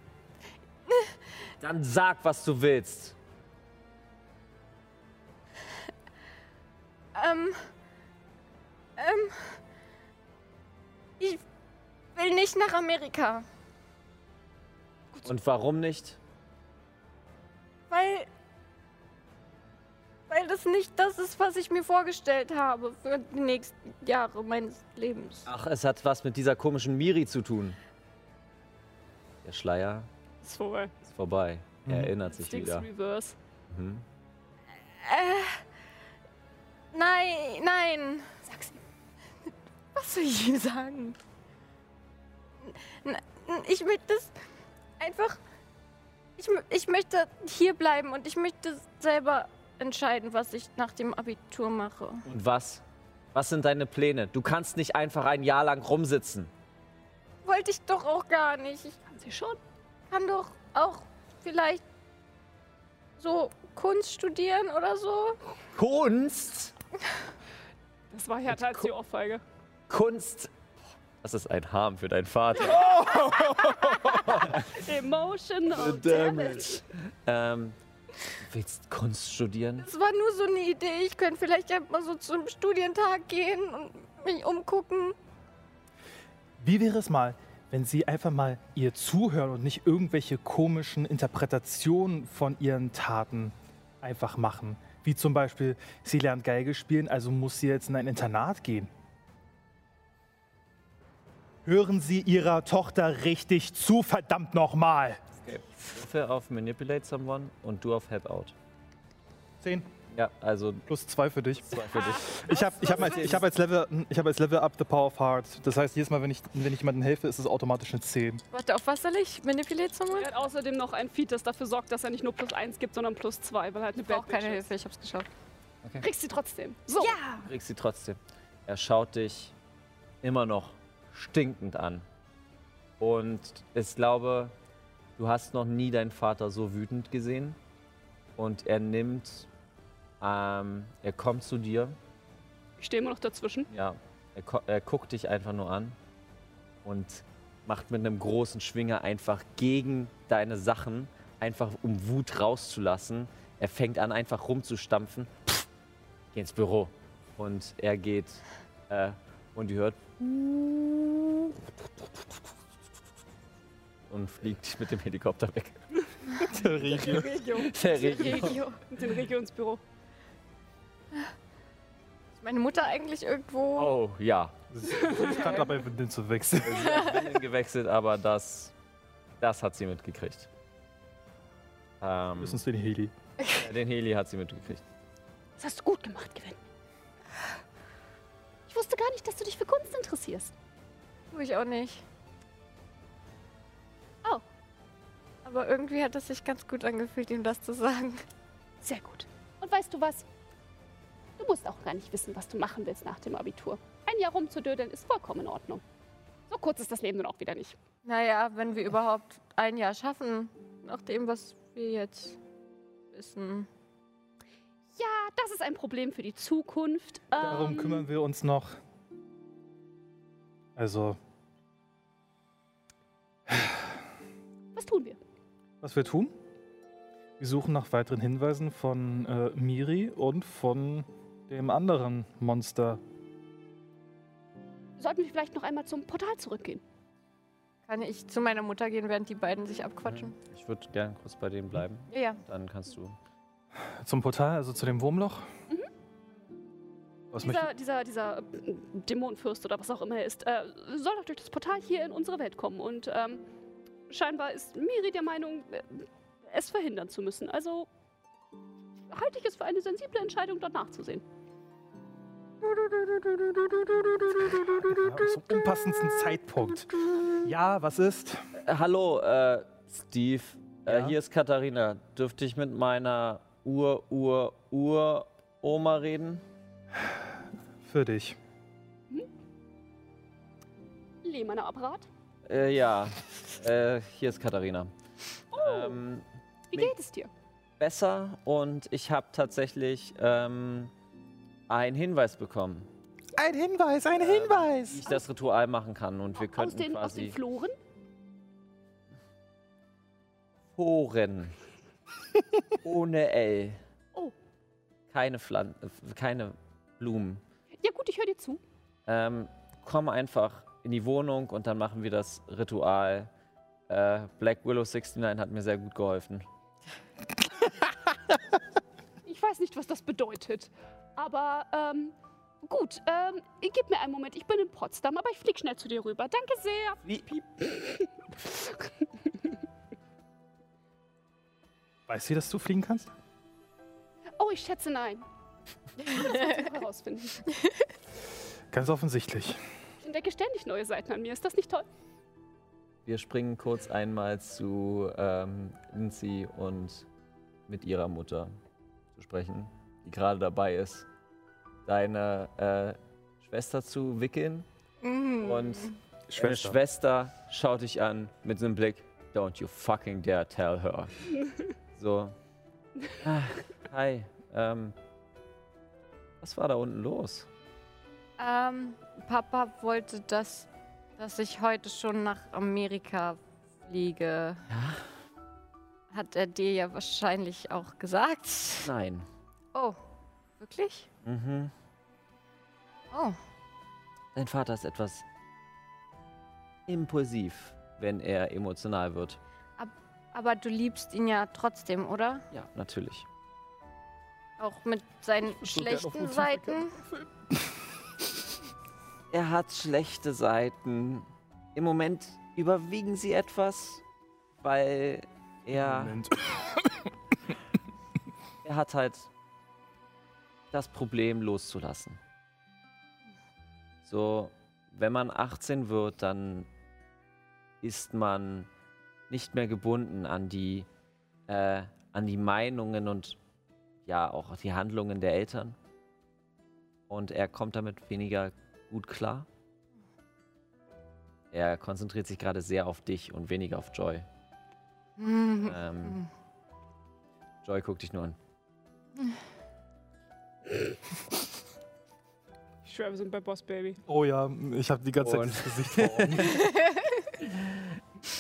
[SPEAKER 2] Dann sag, was du willst.
[SPEAKER 3] Ähm. Ähm. Ich will nicht nach Amerika.
[SPEAKER 4] gemacht.
[SPEAKER 2] Und warum nicht?
[SPEAKER 5] Weil. Weil das nicht das ist, was ich mir vorgestellt habe für die nächsten Jahre meines Lebens.
[SPEAKER 2] Ach, es hat was mit dieser komischen Miri zu tun. Der Schleier
[SPEAKER 4] ist vorbei.
[SPEAKER 2] ist vorbei. Er
[SPEAKER 4] Mhm.
[SPEAKER 2] erinnert sich
[SPEAKER 4] Dings
[SPEAKER 2] wieder.
[SPEAKER 4] Reverse.
[SPEAKER 2] Mhm.
[SPEAKER 5] Nein, nein.
[SPEAKER 4] Sag's ihm.
[SPEAKER 5] Was soll ich ihm sagen? N- n- Ich möchte das einfach. Ich, mö- ich möchte hier bleiben und ich möchte selber entscheiden, was ich nach dem Abitur mache.
[SPEAKER 2] Und was? Was sind deine Pläne? Du kannst nicht einfach ein Jahr lang rumsitzen.
[SPEAKER 5] Wollte ich doch auch gar nicht. Ich
[SPEAKER 4] Kann sie schon.
[SPEAKER 5] kann doch auch vielleicht so Kunst studieren oder so.
[SPEAKER 2] Kunst?
[SPEAKER 4] Das war härter als die Ohrfeige.
[SPEAKER 2] Kunst? Das ist ein Harm für deinen Vater.
[SPEAKER 4] Oh, Emotional
[SPEAKER 2] Äh,
[SPEAKER 4] damage.
[SPEAKER 2] Damage. Ähm, du willst Kunst studieren?
[SPEAKER 5] Es war nur so eine Idee. Ich könnte vielleicht einfach mal so zum Studientag gehen und mich umgucken.
[SPEAKER 6] Wie wäre es mal, wenn Sie einfach mal ihr zuhören und nicht irgendwelche komischen Interpretationen von ihren Taten einfach machen? Wie zum Beispiel, sie lernt Geige spielen, also muss sie jetzt in ein Internat gehen. Hören Sie Ihrer Tochter richtig zu, verdammt nochmal!
[SPEAKER 2] Würfel auf Manipulate Someone und du auf Help Out.
[SPEAKER 6] Zehn
[SPEAKER 2] Ja, also
[SPEAKER 6] plus zwei für dich.
[SPEAKER 2] zwei für dich.
[SPEAKER 6] Ich habe ich hab als, ich hab als, Level, ich hab als Level Up the Power of Heart. Das heißt, jedes Mal, wenn ich, wenn ich jemandem helfe, ist es automatisch eine 10.
[SPEAKER 3] Warte, auf was soll ich? Manipulate someone?
[SPEAKER 4] Er hat außerdem noch ein Feed, das dafür sorgt, dass er nicht nur plus eins gibt, sondern plus zwei, weil er halt eine
[SPEAKER 3] Ich brauche
[SPEAKER 4] Bad
[SPEAKER 3] keine
[SPEAKER 4] Bitch ist.
[SPEAKER 3] Hilfe, ich hab's geschafft.
[SPEAKER 4] Kriegst sie trotzdem. So.
[SPEAKER 5] Ja!
[SPEAKER 2] Du kriegst sie trotzdem. Er schaut dich immer noch stinkend an. Und ich glaube, du hast noch nie deinen Vater so wütend gesehen. Und er nimmt, ähm, er kommt zu dir
[SPEAKER 4] Ich stehe immer noch dazwischen.
[SPEAKER 2] Ja, er, ko- er guckt dich einfach nur an und macht mit einem großen Schwinger einfach gegen deine Sachen, einfach um Wut rauszulassen. Er fängt an, einfach rumzustampfen. Pff, geh ins Büro. Und er geht äh, und ihr hört. Und fliegt mit dem Helikopter weg.
[SPEAKER 4] Regio.
[SPEAKER 2] Der Regio.
[SPEAKER 4] Regio. Mit dem Regio ins Büro.
[SPEAKER 3] Ist meine Mutter eigentlich irgendwo?
[SPEAKER 2] Oh, ja.
[SPEAKER 6] Ich kann dabei den zu wechseln.
[SPEAKER 2] Windeln gewechselt, aber das, das hat sie mitgekriegt. Ähm,
[SPEAKER 6] Müssen uns den Heli.
[SPEAKER 2] den Heli hat sie mitgekriegt.
[SPEAKER 4] Das hast du gut gemacht, Gwen. Ich wusste gar nicht, dass du dich für Kunst interessierst.
[SPEAKER 3] Tu ich auch nicht.
[SPEAKER 4] Oh.
[SPEAKER 3] Aber irgendwie hat es sich ganz gut angefühlt, ihm das zu sagen.
[SPEAKER 4] Sehr gut. Und weißt du was? Du musst auch gar nicht wissen, was du machen willst nach dem Abitur. Ein Jahr rumzudödeln ist vollkommen in Ordnung. So kurz ist das Leben dann auch wieder nicht.
[SPEAKER 3] Naja, wenn wir überhaupt ein Jahr schaffen, nach dem, was wir jetzt wissen.
[SPEAKER 4] Ja, Ah, das ist ein Problem für die Zukunft.
[SPEAKER 6] Darum
[SPEAKER 4] Ähm,
[SPEAKER 6] kümmern wir uns noch. Also,
[SPEAKER 4] Was tun wir?
[SPEAKER 6] was wir tun? Wir suchen nach weiteren Hinweisen von äh, Miri und von dem anderen Monster.
[SPEAKER 4] Sollten wir vielleicht noch einmal zum Portal zurückgehen?
[SPEAKER 3] Kann ich zu meiner Mutter gehen, während die beiden sich abquatschen?
[SPEAKER 2] Ich würde gern kurz bei dem bleiben.
[SPEAKER 3] Ja.
[SPEAKER 2] Dann kannst du.
[SPEAKER 6] Zum Portal, also zu dem Wurmloch? Was möchte
[SPEAKER 4] Dieser, dieser, dieser äh, Dämonenfürst oder was auch immer er ist, äh, soll doch durch das Portal hier in unsere Welt kommen. Und ähm, scheinbar ist Miri der Meinung, äh, es verhindern zu müssen. Also halte ich es für eine sensible Entscheidung, dort nachzusehen.
[SPEAKER 6] Zum unpassendsten Zeitpunkt. Ja, was ist?
[SPEAKER 2] Äh, hallo, äh, Steve. Äh,
[SPEAKER 6] Ja?
[SPEAKER 2] hier ist Katharina. Dürfte ich mit meiner Ur-Ur-Ur-Oma reden?
[SPEAKER 6] Für dich.
[SPEAKER 4] Lehmanner Apparat.
[SPEAKER 2] Äh, ja. Äh, hier ist Katharina. Ähm,
[SPEAKER 4] Wie
[SPEAKER 2] Nee.
[SPEAKER 4] geht es dir?
[SPEAKER 2] besser und ich habe tatsächlich ähm, einen Hinweis bekommen,
[SPEAKER 6] Ein Hinweis, ein Hinweis!
[SPEAKER 2] wie ich das Ritual machen kann und wir
[SPEAKER 4] Aus
[SPEAKER 2] könnten
[SPEAKER 4] den, aus den
[SPEAKER 2] quasi
[SPEAKER 4] Floren?
[SPEAKER 2] Foren ohne L.
[SPEAKER 4] Oh.
[SPEAKER 2] Keine Pflan äh, keine Blumen.
[SPEAKER 4] Ja gut, ich höre dir zu.
[SPEAKER 2] Ähm, komm einfach in die Wohnung und dann machen wir das Ritual. Äh, Black Willow 69 hat mir sehr gut geholfen.
[SPEAKER 4] Ich weiß nicht, was das bedeutet. Aber ähm, gut, ähm, gib mir einen Moment. Ich bin in Potsdam, aber ich flieg schnell zu dir rüber. Danke sehr.
[SPEAKER 6] Weiß sie, dass du fliegen kannst?
[SPEAKER 4] Oh, ich schätze nein. Das wird sie herausfinden.
[SPEAKER 6] Ganz offensichtlich.
[SPEAKER 2] Äh,
[SPEAKER 4] Ich entdecke ständig neue Seiten an mir. Ist das nicht toll?
[SPEAKER 2] Wir springen kurz einmal zu ähm, Lindsay und mit ihrer Mutter zu sprechen, die gerade dabei ist, deine äh, Schwester zu wickeln. Und deine Schwester schaut dich an mit so einem Blick, don't you fucking dare tell her. so, ah, hi, ähm, was war da unten los?
[SPEAKER 3] Ähm, Papa wollte, dass, dass ich heute schon nach Amerika fliege. Hat er dir ja wahrscheinlich auch gesagt.
[SPEAKER 2] Nein.
[SPEAKER 3] Oh, wirklich?
[SPEAKER 2] Mhm.
[SPEAKER 3] Oh,
[SPEAKER 2] Dein Vater ist etwas impulsiv, wenn er emotional wird.
[SPEAKER 3] aber du liebst ihn ja trotzdem, oder?
[SPEAKER 2] Ja, natürlich.
[SPEAKER 3] Auch mit seinen
[SPEAKER 6] so gern auf
[SPEAKER 3] schlechten
[SPEAKER 6] Motive
[SPEAKER 3] Seiten.
[SPEAKER 2] Er hat schlechte Seiten. Im Moment überwiegen sie etwas, weil er,
[SPEAKER 7] Moment.
[SPEAKER 2] er hat halt das Problem loszulassen. So, wenn man 18 wird, dann ist man nicht mehr gebunden an die, äh, an die Meinungen und ja auch die Handlungen der Eltern. Und er kommt damit weniger gut klar. Er konzentriert sich gerade sehr auf dich und weniger auf Joy. ähm, Joy guckt dich nur an.
[SPEAKER 4] Ich schwöre, wir sind bei Boss Baby.
[SPEAKER 6] Oh ja, ich habe die ganze Zeit
[SPEAKER 2] Und-
[SPEAKER 6] das Gesicht vor Augen.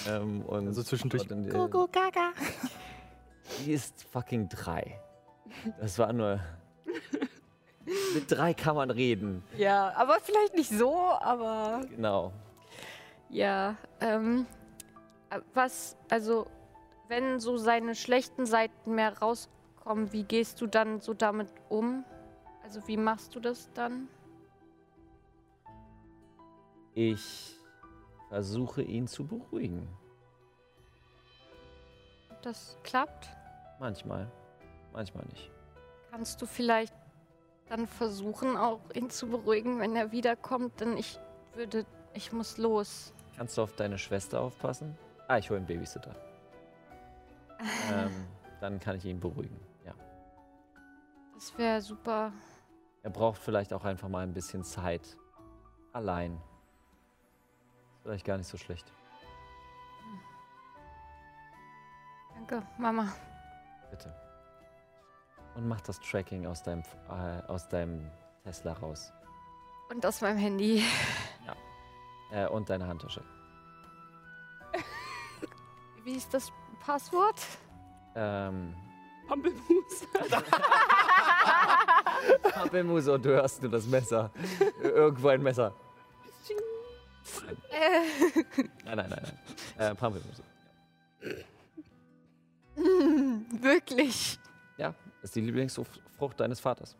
[SPEAKER 2] Ähm, und
[SPEAKER 6] Also zwischendurch.
[SPEAKER 2] Und, äh, Die ist fucking drei. Das war nur. Mit drei kann man reden.
[SPEAKER 3] Ja, aber vielleicht nicht so, aber.
[SPEAKER 2] Genau.
[SPEAKER 3] Ja, ähm, äh, was, also, wenn so seine schlechten Seiten mehr rauskommen, wie gehst du dann so damit um? Also, wie machst du das dann?
[SPEAKER 2] Ich versuche ihn zu beruhigen.
[SPEAKER 3] Das klappt?
[SPEAKER 2] Manchmal. Manchmal nicht.
[SPEAKER 3] Kannst du vielleicht dann versuchen, auch ihn zu beruhigen, wenn er wiederkommt? Denn ich würde, ich muss los.
[SPEAKER 2] Kannst du auf deine Schwester aufpassen? Ah, ich hole einen Babysitter. ähm, dann kann ich ihn beruhigen. Ja.
[SPEAKER 3] Das wäre super.
[SPEAKER 2] Er braucht vielleicht auch einfach mal ein bisschen Zeit. Allein. Ist vielleicht gar nicht so schlecht.
[SPEAKER 3] Danke, Mama.
[SPEAKER 2] Bitte. Und mach das Tracking aus deinem, F- äh, aus deinem Tesla raus.
[SPEAKER 3] Und aus meinem Handy.
[SPEAKER 2] Äh, und deine Handtasche.
[SPEAKER 3] Wie ist das Passwort?
[SPEAKER 2] Ähm,
[SPEAKER 4] Pumpelmus.
[SPEAKER 2] Pappelmuse und du hörst nur das Messer. Irgendwo ein Messer.
[SPEAKER 3] Äh,
[SPEAKER 2] Nein, nein, nein. nein. Äh, Pampelmuse.
[SPEAKER 3] Wirklich.
[SPEAKER 2] Ja, ist die Lieblingsfrucht deines Vaters.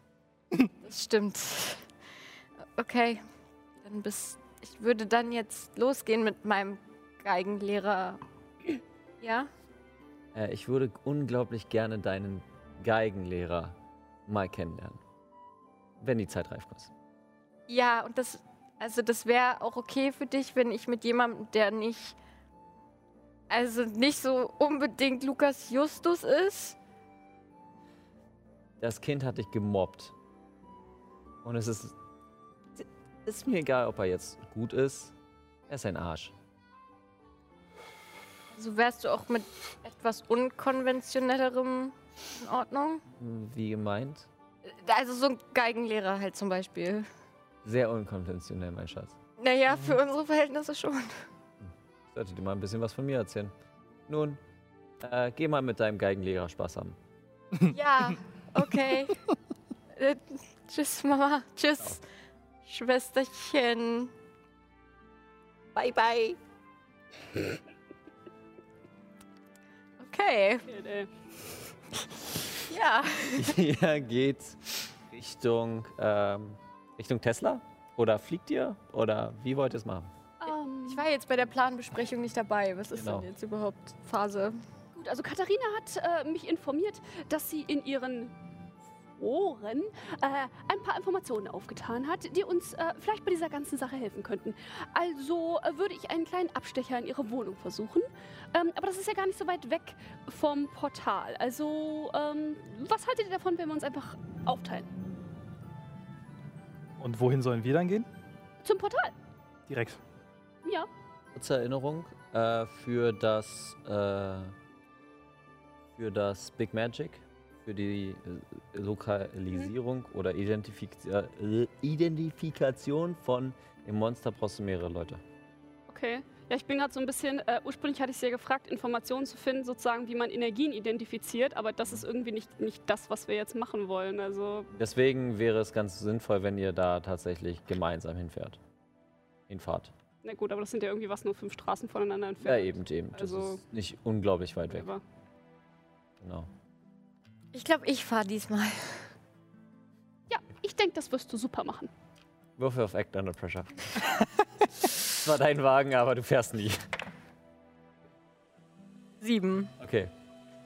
[SPEAKER 3] Das stimmt. Okay. Dann bis. Ich würde dann jetzt losgehen mit meinem Geigenlehrer. Ja?
[SPEAKER 2] Äh, ich würde unglaublich gerne deinen Geigenlehrer mal kennenlernen. Wenn die Zeit reif ist.
[SPEAKER 3] Ja, und das. Also, das wäre auch okay für dich, wenn ich mit jemandem, der nicht. Also, nicht so unbedingt Lukas Justus ist.
[SPEAKER 2] Das Kind hat dich gemobbt. Und es ist. Ist mir egal, ob er jetzt gut ist. Er ist ein Arsch.
[SPEAKER 3] Also, wärst du auch mit etwas unkonventionellerem in Ordnung?
[SPEAKER 2] Wie gemeint?
[SPEAKER 3] Also, so ein Geigenlehrer halt zum Beispiel. Mhm.
[SPEAKER 2] Sehr unkonventionell, mein Schatz.
[SPEAKER 3] Naja, für unsere Verhältnisse schon.
[SPEAKER 2] Ich sollte dir mal ein bisschen was von mir erzählen. Nun, äh, geh mal mit deinem Geigenlehrer Spaß haben.
[SPEAKER 3] Ja, okay. äh, tschüss, Mama. Tschüss, Schwesterchen. Bye, bye. Okay, ja.
[SPEAKER 2] Ihr geht Richtung, ähm, Richtung Tesla? Oder fliegt ihr? Oder wie wollt ihr es machen?
[SPEAKER 4] Ähm,
[SPEAKER 3] Ich war jetzt bei der Planbesprechung nicht dabei. Was ist
[SPEAKER 2] Genau.
[SPEAKER 3] denn jetzt überhaupt Phase?
[SPEAKER 4] Gut, also Katharina hat äh, mich informiert, dass sie in ihren Ohren äh, ein paar Informationen aufgetan hat, die uns äh, vielleicht bei dieser ganzen Sache helfen könnten. Also äh, würde ich einen kleinen Abstecher in ihre Wohnung versuchen. Ähm, aber das ist ja gar nicht so weit weg vom Portal. Also, ähm, was haltet ihr davon, wenn wir uns einfach aufteilen?
[SPEAKER 6] Und wohin sollen wir dann gehen?
[SPEAKER 4] Zum Portal?
[SPEAKER 6] Direkt.
[SPEAKER 4] Ja.
[SPEAKER 2] Kurze Erinnerung äh, für das äh, für das Big Magic, für die äh, Lokalisierung oder Identifiz äh, Identifikation von dem Monster brauchst du mehrere Leute.
[SPEAKER 4] Okay. Ja, ich bin gerade so ein bisschen, äh, ursprünglich hatte ich sie ja gefragt, Informationen zu finden, sozusagen, wie man Energien identifiziert, aber das ist irgendwie nicht, nicht das, was wir jetzt machen wollen. Also,
[SPEAKER 2] Deswegen wäre es ganz sinnvoll, wenn ihr da tatsächlich gemeinsam hinfährt. Hinfahrt.
[SPEAKER 4] na gut, aber das sind ja irgendwie was nur fünf Straßen voneinander
[SPEAKER 2] Ja,
[SPEAKER 4] entfernt.
[SPEAKER 2] eben, eben. Das
[SPEAKER 4] Also-
[SPEAKER 2] ist nicht unglaublich weit weg.
[SPEAKER 4] Aber
[SPEAKER 2] Genau.
[SPEAKER 3] Ich glaube, ich fahre diesmal.
[SPEAKER 4] ja, ich denke, das wirst du super machen.
[SPEAKER 2] Würfel auf Act Under Pressure. das war dein Wagen, aber du fährst nie.
[SPEAKER 3] Sieben.
[SPEAKER 2] Okay.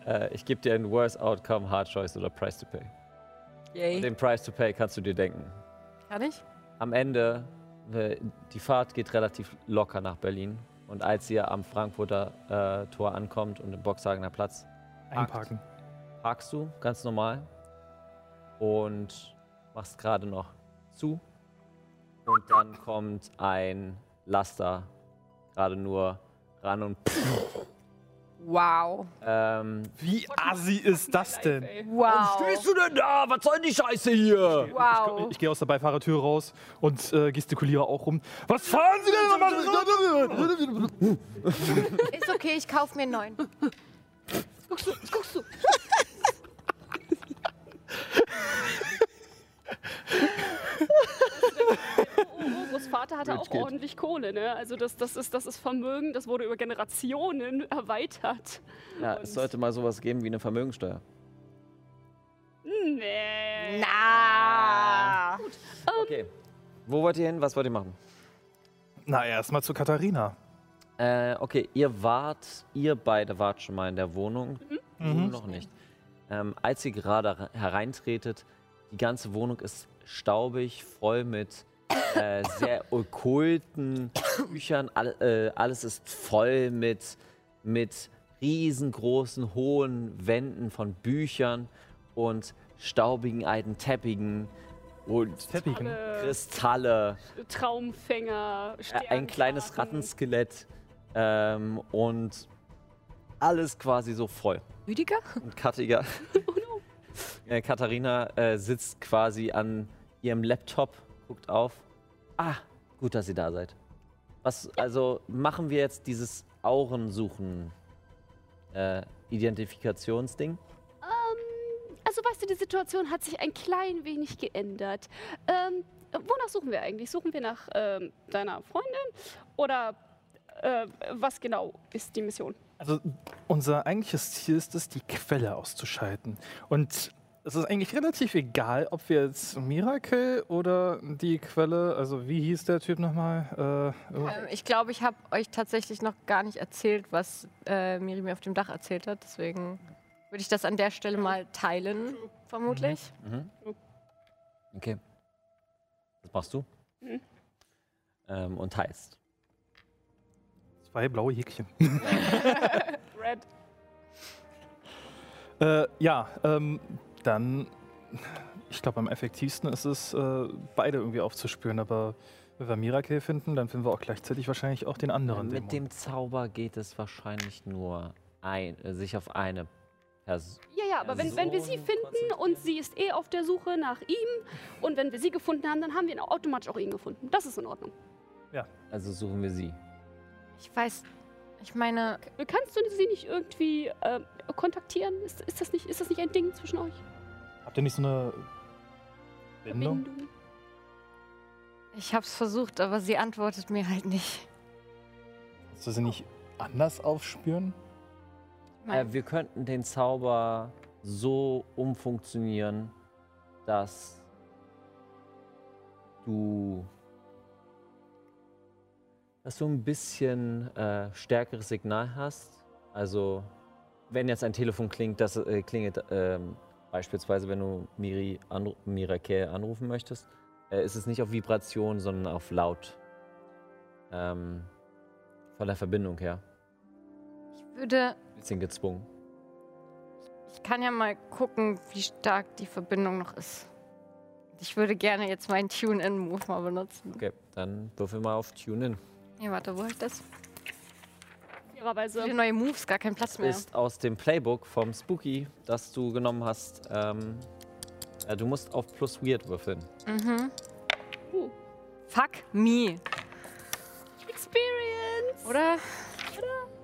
[SPEAKER 2] Äh, ich gebe dir ein Worst Outcome, Hard Choice oder Price to Pay.
[SPEAKER 3] Yay.
[SPEAKER 2] Den Price to Pay kannst du dir denken.
[SPEAKER 3] Kann ich?
[SPEAKER 2] Am Ende, äh, die Fahrt geht relativ locker nach Berlin. Und als ihr am Frankfurter äh, Tor ankommt und im Boxhagener Platz,
[SPEAKER 6] Einparken.
[SPEAKER 2] parkst du ganz normal und machst gerade noch zu. Und dann kommt ein Laster gerade nur ran und
[SPEAKER 3] Wow.
[SPEAKER 2] ähm,
[SPEAKER 6] Wie assi ist das denn?
[SPEAKER 4] Ey.
[SPEAKER 3] Wow.
[SPEAKER 2] du denn da? Was soll die Scheiße hier?
[SPEAKER 3] Wow.
[SPEAKER 6] Ich gehe aus der Beifahrertür raus und äh, gestikuliere auch rum. Was fahren Sie denn? da?
[SPEAKER 3] Ist okay, ich kaufe mir einen neuen.
[SPEAKER 4] Guckst du, jetzt guckst du. Mein Großvater hatte auch ordentlich Kohle, ne? Also das, das, ist, das ist Vermögen, das wurde über Generationen erweitert.
[SPEAKER 2] Ja, es sollte mal sowas geben wie eine Vermögensteuer.
[SPEAKER 4] Nee.
[SPEAKER 3] Na.
[SPEAKER 2] Okay. Wo wollt ihr hin? Was wollt ihr machen?
[SPEAKER 6] Na, erstmal zu Katharina.
[SPEAKER 2] Äh, okay, ihr wart, ihr beide wart schon mal in der Wohnung. Du Noch nicht. Ähm, als ihr gerade re- hereintretet, die ganze Wohnung ist staubig, voll mit äh, sehr okkulten Büchern. All, äh, alles ist voll mit, mit riesengroßen, hohen Wänden von Büchern und staubigen alten Teppichen und
[SPEAKER 6] Teppichen.
[SPEAKER 4] Alle
[SPEAKER 2] Kristalle.
[SPEAKER 4] Traumfänger,
[SPEAKER 2] Äh, ein kleines
[SPEAKER 4] Sternkarten.
[SPEAKER 2] Rattenskelett ähm, und alles quasi so voll.
[SPEAKER 3] Rüdiger?
[SPEAKER 2] Und Katiga, äh, Katharina äh, sitzt quasi an ihrem Laptop, guckt auf. Ah, gut, dass ihr da seid. Was, also machen wir jetzt dieses Aurensuchen äh, Identifikationsding?
[SPEAKER 4] Ähm, also weißt du, die Situation hat sich ein klein wenig geändert. Ähm, wonach suchen wir eigentlich? Suchen wir nach ähm, deiner Freundin? Oder äh, was genau ist die Mission?
[SPEAKER 6] Also unser eigentliches Ziel ist es, die Quelle auszuschalten. Und es ist eigentlich relativ egal, ob wir jetzt Miracle oder die Quelle, also wie hieß der Typ nochmal? Äh, oh.
[SPEAKER 3] Ähm, ich glaube, ich habe euch tatsächlich noch gar nicht erzählt, was äh, Miri mir auf dem Dach erzählt hat. Deswegen würde ich das an der Stelle mal teilen, vermutlich.
[SPEAKER 2] Mhm. Okay. Das machst du? Ähm, und teilst.
[SPEAKER 6] Zwei blaue Häkchen.
[SPEAKER 4] Red.
[SPEAKER 6] Äh, ja, ähm, dann, ich glaube, am effektivsten ist es, äh, beide irgendwie aufzuspüren. Aber wenn wir Miracle finden, dann finden wir auch gleichzeitig wahrscheinlich auch den anderen.
[SPEAKER 2] Ähm, Mit
[SPEAKER 6] Dämon.
[SPEAKER 2] dem Zauber geht es wahrscheinlich nur ein, äh, sich auf eine Person.
[SPEAKER 4] Ja, ja, aber wenn, wenn wir sie
[SPEAKER 2] Person
[SPEAKER 4] finden und sie ist eh auf der Suche nach ihm und wenn wir sie gefunden haben, dann haben wir ihn automatisch auch ihn gefunden. Das ist in Ordnung.
[SPEAKER 2] Also suchen wir sie.
[SPEAKER 3] Ich weiß, ich meine,
[SPEAKER 4] Kannst du sie nicht irgendwie äh, kontaktieren? Ist, ist, das nicht, ist das nicht ein Ding zwischen euch?
[SPEAKER 6] Habt ihr nicht so eine Bindung?
[SPEAKER 4] Verbindung?
[SPEAKER 3] ich habe es versucht, aber sie antwortet mir halt nicht.
[SPEAKER 6] Kannst du sie nicht anders aufspüren?
[SPEAKER 3] Ich
[SPEAKER 2] Äh, wir könnten den Zauber so umfunktionieren, dass du dass du ein bisschen äh, stärkeres Signal hast. Also wenn jetzt ein Telefon klingt, das äh, klingelt ähm, beispielsweise, wenn du Miri anru Mirakel anrufen möchtest, äh, ist es nicht auf Vibration, sondern auf laut. Ähm, von der Verbindung her.
[SPEAKER 3] Ich würde.
[SPEAKER 2] Bisschen gezwungen.
[SPEAKER 3] Ich kann ja mal gucken, wie stark die Verbindung noch ist. Ich würde gerne jetzt meinen Tune-In-Move mal benutzen.
[SPEAKER 2] Okay, dann würfel mal auf Tune in.
[SPEAKER 3] Nee, warte, wo habe ich das?
[SPEAKER 4] Fairerweise.
[SPEAKER 3] Viele neue Moves, gar kein Platz mehr.
[SPEAKER 2] Ist aus dem Playbook vom Spooky, das du genommen hast. Ähm, äh, du musst auf plus weird würfeln.
[SPEAKER 3] Fuck me.
[SPEAKER 4] Experience!
[SPEAKER 3] Oder?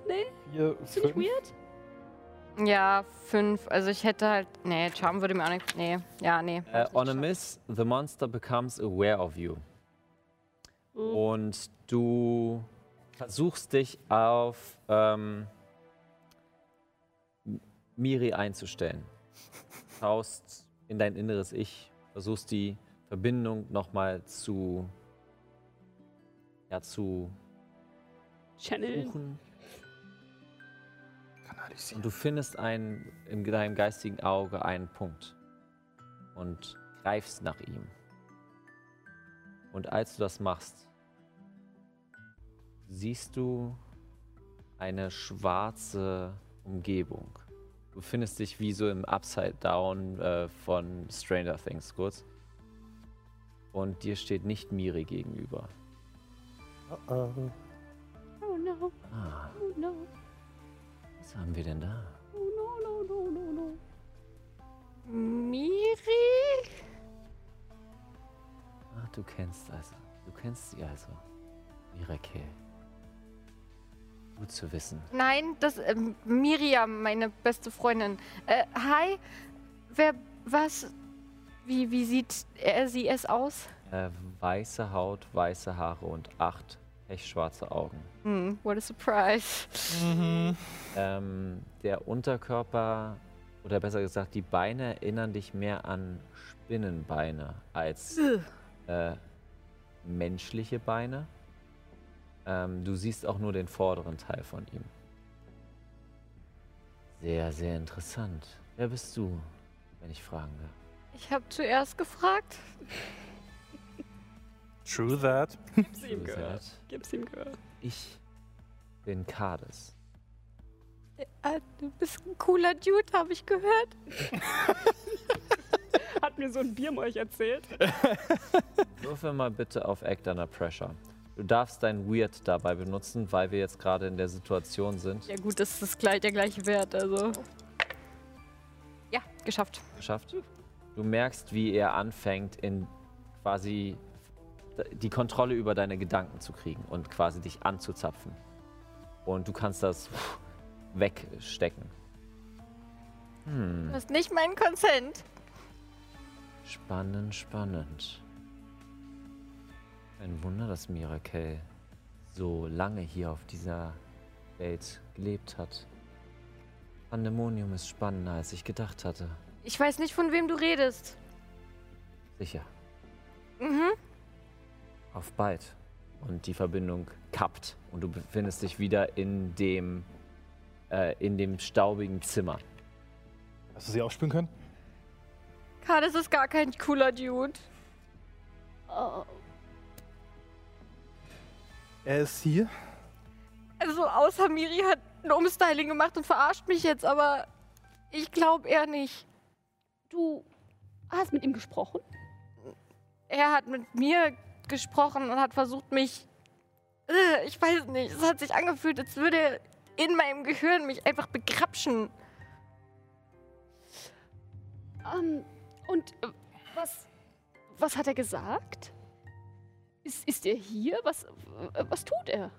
[SPEAKER 4] Nee,
[SPEAKER 6] Vier,
[SPEAKER 4] ist nicht
[SPEAKER 6] fünf.
[SPEAKER 4] weird?
[SPEAKER 3] Ja, fünf. Also ich hätte halt. Nee, Charm würde mir auch nicht. Nee, ja, nee.
[SPEAKER 2] Äh, on a miss, the monster becomes aware of you.
[SPEAKER 4] Oh.
[SPEAKER 2] Und du versuchst dich auf ähm, M- Miri einzustellen. Schaust in dein inneres Ich, versuchst die Verbindung nochmal zu, ja, zu
[SPEAKER 4] Channel.
[SPEAKER 2] suchen. Und du findest einen, in deinem geistigen Auge einen Punkt und greifst nach ihm. Und als du das machst, siehst du eine schwarze Umgebung. Du befindest dich wie so im Upside Down äh, von Stranger Things kurz. Und dir steht nicht Miri gegenüber.
[SPEAKER 4] Oh no,
[SPEAKER 2] Ah,
[SPEAKER 4] oh no,
[SPEAKER 2] was haben wir denn da?
[SPEAKER 4] oh no, no, no, no, no.
[SPEAKER 3] Miri?
[SPEAKER 2] Ach, du kennst also. Du kennst sie also. Mirakel. Gut zu wissen.
[SPEAKER 3] Nein, das. Äh, Miriam, meine beste Freundin. Äh, hi. Wer. Was? Wie, wie sieht er sie es aus?
[SPEAKER 2] Äh, weiße Haut, weiße Haare und acht pechschwarze Augen.
[SPEAKER 3] Hm, what a surprise.
[SPEAKER 2] Ähm, der Unterkörper, oder besser gesagt, die Beine erinnern dich mehr an Spinnenbeine als äh, menschliche Beine. Ähm, du siehst auch nur den vorderen Teil von ihm. Sehr, sehr interessant. Wer bist du, wenn ich fragen darf?
[SPEAKER 3] Ich habe zuerst gefragt.
[SPEAKER 8] True that.
[SPEAKER 4] Gib's ihm gehört.
[SPEAKER 2] Suzette,
[SPEAKER 4] Gib's ihm gehört.
[SPEAKER 2] Ich bin Kades.
[SPEAKER 3] Äh, du bist ein cooler Dude, habe ich gehört.
[SPEAKER 4] Hat mir so ein Biermolch erzählt.
[SPEAKER 2] Würfel mal bitte auf Act Under Pressure. Du darfst dein Weird dabei benutzen, weil wir jetzt gerade in der Situation sind.
[SPEAKER 3] Ja gut, das ist das gleich, der gleiche Wert, also. Ja, geschafft.
[SPEAKER 2] Geschafft. Du merkst, wie er anfängt, in quasi die Kontrolle über deine Gedanken zu kriegen und quasi dich anzuzapfen. Und du kannst das wegstecken.
[SPEAKER 3] Du hast nicht meinen Consent.
[SPEAKER 2] Spannend, spannend. Ein Wunder, dass Mirakel so lange hier auf dieser Welt gelebt hat. Pandemonium ist spannender, als ich gedacht hatte.
[SPEAKER 3] Ich weiß nicht, von wem du redest.
[SPEAKER 2] Sicher. Mhm. Auf bald. Und die Verbindung kappt und du befindest dich wieder in dem, äh, in dem staubigen Zimmer.
[SPEAKER 6] Hast du sie aufspüren können?
[SPEAKER 3] Kades ist gar kein cooler Dude.
[SPEAKER 4] Oh.
[SPEAKER 6] Er ist hier.
[SPEAKER 3] Also außer Miri hat ein Umstyling gemacht und verarscht mich jetzt, aber ich glaube er nicht.
[SPEAKER 4] Du hast mit ihm gesprochen?
[SPEAKER 3] Er hat mit mir gesprochen und hat versucht mich... Äh, Ich weiß nicht, es hat sich angefühlt, als würde er in meinem Gehirn mich einfach begrapschen.
[SPEAKER 4] Ähm, und äh, was, was hat er gesagt? Ist, ist er hier? Was, äh, was tut er?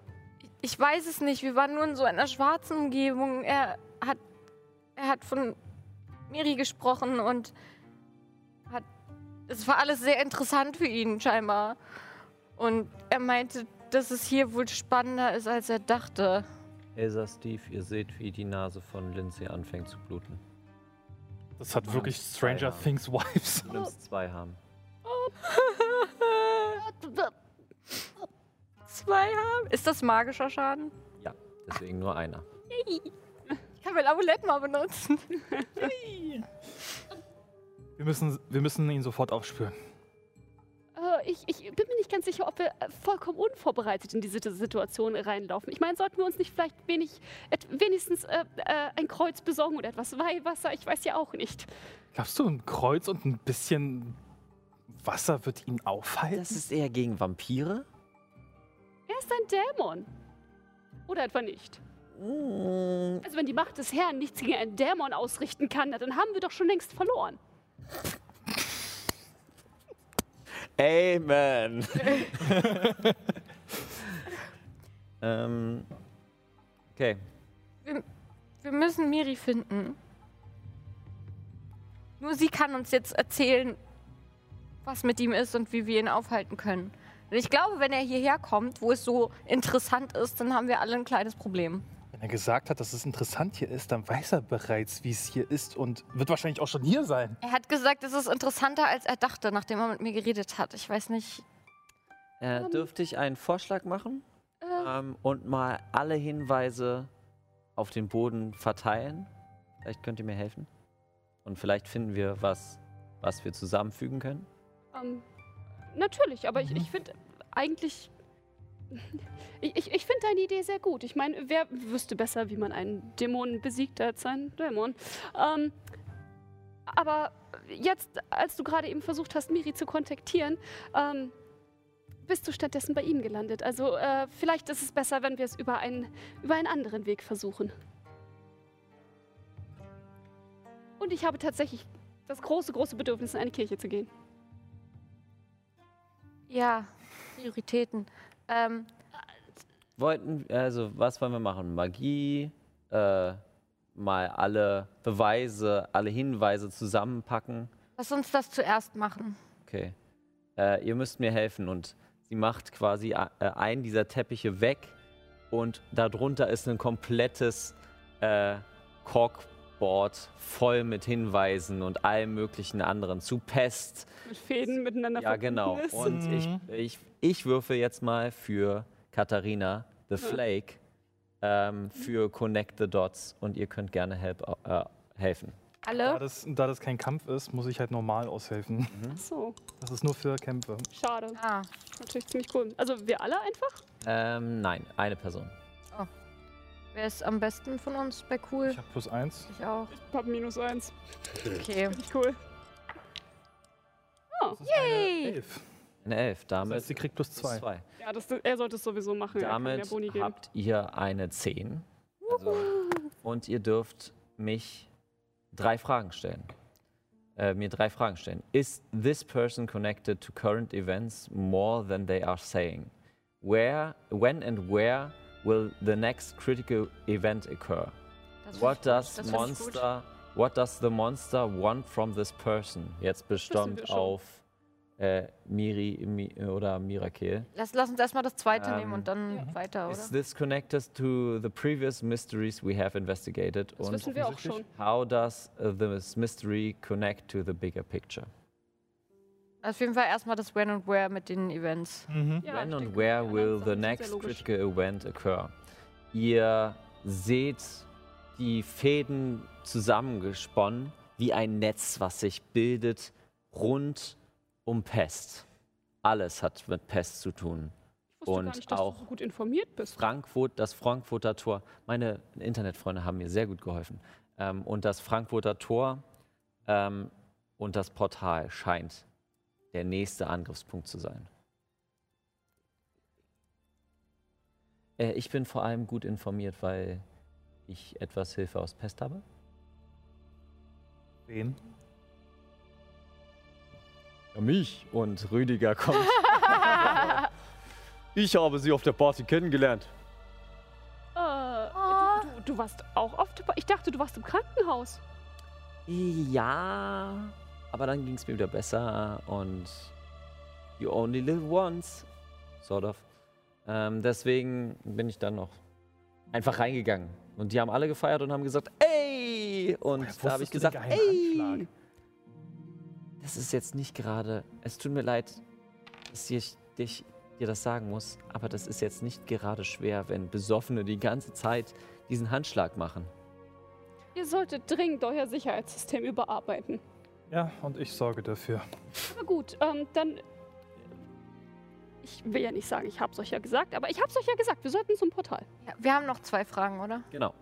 [SPEAKER 3] Ich weiß es nicht. Wir waren nur in so einer schwarzen Umgebung. Er hat, er hat von Miri gesprochen und hat. Es war alles sehr interessant für ihn, scheinbar. Und er meinte, dass es hier wohl spannender ist, als er dachte.
[SPEAKER 2] Elsa, Steve, ihr seht, wie die Nase von Lindsay anfängt zu bluten.
[SPEAKER 6] Das hat wirklich Stranger
[SPEAKER 2] Alter.
[SPEAKER 6] Things Vibes.
[SPEAKER 2] Du nimmst zwei Harm.
[SPEAKER 3] Zwei haben. Ist das magischer Schaden?
[SPEAKER 2] Ja, deswegen nur einer.
[SPEAKER 3] Ich kann mein Amulett mal benutzen.
[SPEAKER 6] Wir müssen, wir müssen ihn sofort aufspüren.
[SPEAKER 4] Äh, ich, ich bin mir nicht ganz sicher, ob wir äh, vollkommen unvorbereitet in diese T- Situation reinlaufen. Ich meine, sollten wir uns nicht vielleicht wenig, et, wenigstens äh, äh, ein Kreuz besorgen oder etwas Weihwasser? Ich weiß ja auch nicht.
[SPEAKER 6] Glaubst du, ein Kreuz und ein bisschen Wasser wird ihn aufhalten?
[SPEAKER 2] Das ist eher gegen Vampire?
[SPEAKER 4] Er ist ein Dämon. Oder etwa nicht. Also wenn die Macht des Herrn nichts gegen einen Dämon ausrichten kann, na, dann haben wir doch schon längst verloren.
[SPEAKER 2] Amen. ähm, okay.
[SPEAKER 5] Wir müssen Miri finden.
[SPEAKER 3] Nur sie kann uns jetzt erzählen, was mit ihm ist und wie wir ihn aufhalten können. Denn ich glaube, wenn er hierher kommt, wo es so interessant ist, dann haben wir alle ein kleines Problem.
[SPEAKER 6] Wenn er gesagt hat, dass es interessant hier ist, dann weiß er bereits, wie es hier ist und wird wahrscheinlich auch schon hier sein.
[SPEAKER 3] Er hat gesagt, es ist interessanter, als er dachte, nachdem er mit mir geredet hat. Ich weiß nicht.
[SPEAKER 2] Äh, dürfte ich einen Vorschlag machen
[SPEAKER 4] Äh,
[SPEAKER 2] ähm, und mal alle Hinweise auf den Boden verteilen? Vielleicht könnt ihr mir helfen. Und vielleicht finden wir was, was wir zusammenfügen können.
[SPEAKER 4] ähm, natürlich, aber ich, ich finde eigentlich... Ich, ich, ich finde deine Idee sehr gut. Ich meine, wer wüsste besser, wie man einen Dämonen besiegt als einen Dämon? Ähm, aber jetzt, als du gerade eben versucht hast, Miri zu kontaktieren, ähm, bist du stattdessen bei ihm gelandet. Also äh, vielleicht ist es besser, wenn wir es über einen, über einen anderen Weg versuchen. Und ich habe tatsächlich das große, große Bedürfnis, in eine Kirche zu gehen.
[SPEAKER 3] Ja, Prioritäten. Ähm,
[SPEAKER 2] Wollten, also was wollen wir machen? Magie, äh, mal alle Beweise, alle Hinweise zusammenpacken.
[SPEAKER 3] lass uns das zuerst machen.
[SPEAKER 2] Okay. Äh, ihr müsst mir helfen und sie macht quasi a- äh, einen dieser Teppiche weg und darunter ist ein komplettes äh, Corkboard voll mit Hinweisen und allem möglichen anderen zu Pest.
[SPEAKER 4] Mit Fäden miteinander
[SPEAKER 2] Ja, genau.
[SPEAKER 4] verbunden ist.
[SPEAKER 2] Und ich, ich, ich würfe jetzt mal für Katharina The Flake ähm, für Connect the Dots und ihr könnt gerne help, äh, helfen.
[SPEAKER 6] Da das, da das kein Kampf ist, muss ich halt normal aushelfen.
[SPEAKER 4] Ach so,
[SPEAKER 6] Das ist nur für Kämpfe.
[SPEAKER 4] schade.
[SPEAKER 3] Ah,
[SPEAKER 4] Natürlich ziemlich cool. Also wir alle einfach?
[SPEAKER 2] Ähm, nein, eine Person.
[SPEAKER 3] wer ist am besten von uns bei cool?
[SPEAKER 6] Ich habe plus eins.
[SPEAKER 3] Ich auch.
[SPEAKER 4] Papa minus eins.
[SPEAKER 3] Okay.
[SPEAKER 4] Nicht cool.
[SPEAKER 6] Das ist eine Elf.
[SPEAKER 2] Eine Elf.
[SPEAKER 6] Das
[SPEAKER 2] Damit
[SPEAKER 6] heißt, sie kriegt plus
[SPEAKER 2] plus
[SPEAKER 6] zwei.
[SPEAKER 2] zwei.
[SPEAKER 4] Ja, das, er sollte es sowieso machen. er kann
[SPEAKER 2] Damit
[SPEAKER 4] ja Boni geben.
[SPEAKER 2] habt ihr eine 10. Also, und ihr dürft mich drei Fragen stellen. Äh, mir drei Fragen stellen. Is this person connected to current events more than they are saying? Where, when and where will the next critical event occur?
[SPEAKER 3] Das find
[SPEAKER 2] What
[SPEAKER 3] ich-
[SPEAKER 2] does
[SPEAKER 3] das find ich gut.
[SPEAKER 2] monster, what does the monster want from this person? Jetzt
[SPEAKER 4] wir
[SPEAKER 2] bestimmt
[SPEAKER 4] schon.
[SPEAKER 2] auf äh, Miri Mi, oder Mirakel.
[SPEAKER 3] Lass, lass uns erstmal das zweite
[SPEAKER 2] Ähm,
[SPEAKER 3] nehmen und dann weiter, oder? Also
[SPEAKER 2] Is this connected to the previous mysteries we have investigated?
[SPEAKER 4] Das
[SPEAKER 2] Und
[SPEAKER 4] wissen wir auch schon.
[SPEAKER 2] how does uh, this mystery connect to the bigger picture?
[SPEAKER 3] Also auf jeden Fall erstmal das When und Where mit den Events.
[SPEAKER 6] Mhm.
[SPEAKER 4] Ja,
[SPEAKER 2] When
[SPEAKER 4] ich
[SPEAKER 2] and
[SPEAKER 4] denke,
[SPEAKER 2] where
[SPEAKER 4] die anderen
[SPEAKER 2] will
[SPEAKER 4] Sachen
[SPEAKER 2] the
[SPEAKER 4] sind sehr
[SPEAKER 2] next
[SPEAKER 4] logisch.
[SPEAKER 2] critical event occur? Ihr seht die Fäden zusammengesponnen wie ein Netz, was sich bildet rund um Pest. Alles hat mit Pest zu tun.
[SPEAKER 4] Ich wusste
[SPEAKER 2] und
[SPEAKER 4] gar nicht, dass
[SPEAKER 2] auch-
[SPEAKER 4] du so gut informiert bist.
[SPEAKER 2] Frankfurt, das Frankfurter Tor. Meine Internetfreunde haben mir sehr gut geholfen. Ähm, und das Frankfurter Tor ähm, und das Portal scheint der nächste Angriffspunkt zu sein. Äh, ich bin vor allem gut informiert, weil ich etwas Hilfe aus Pest habe.
[SPEAKER 6] Wen?
[SPEAKER 7] Äh,
[SPEAKER 2] Ja, mich und Rüdiger kommt. ich habe sie auf der Party kennengelernt.
[SPEAKER 4] Äh, du, du, du warst auch auf der Ba- Ich dachte, du warst im Krankenhaus.
[SPEAKER 2] Ja, aber dann ging es mir wieder besser und you only live once, sort of. Ähm, deswegen bin ich dann noch einfach reingegangen. Und die haben alle gefeiert und haben gesagt, ey! Und
[SPEAKER 6] Woher
[SPEAKER 2] da habe ich
[SPEAKER 6] wusstest du den
[SPEAKER 2] gesagt,
[SPEAKER 6] geheimen
[SPEAKER 2] ey!
[SPEAKER 6] Handschlag?
[SPEAKER 2] Das ist jetzt nicht gerade. Es tut mir leid, dass ich dich, dir das sagen muss, aber das ist jetzt nicht gerade schwer, wenn Besoffene die ganze Zeit diesen Handschlag machen.
[SPEAKER 4] Ihr solltet dringend euer Sicherheitssystem überarbeiten.
[SPEAKER 6] Ja, und ich sorge dafür.
[SPEAKER 4] Aber gut, ähm, dann. Ich will ja nicht sagen, ich hab's euch ja gesagt, aber ich hab's euch ja gesagt, wir sollten zum Portal.
[SPEAKER 3] Ja, wir haben noch zwei Fragen, oder?
[SPEAKER 2] Genau.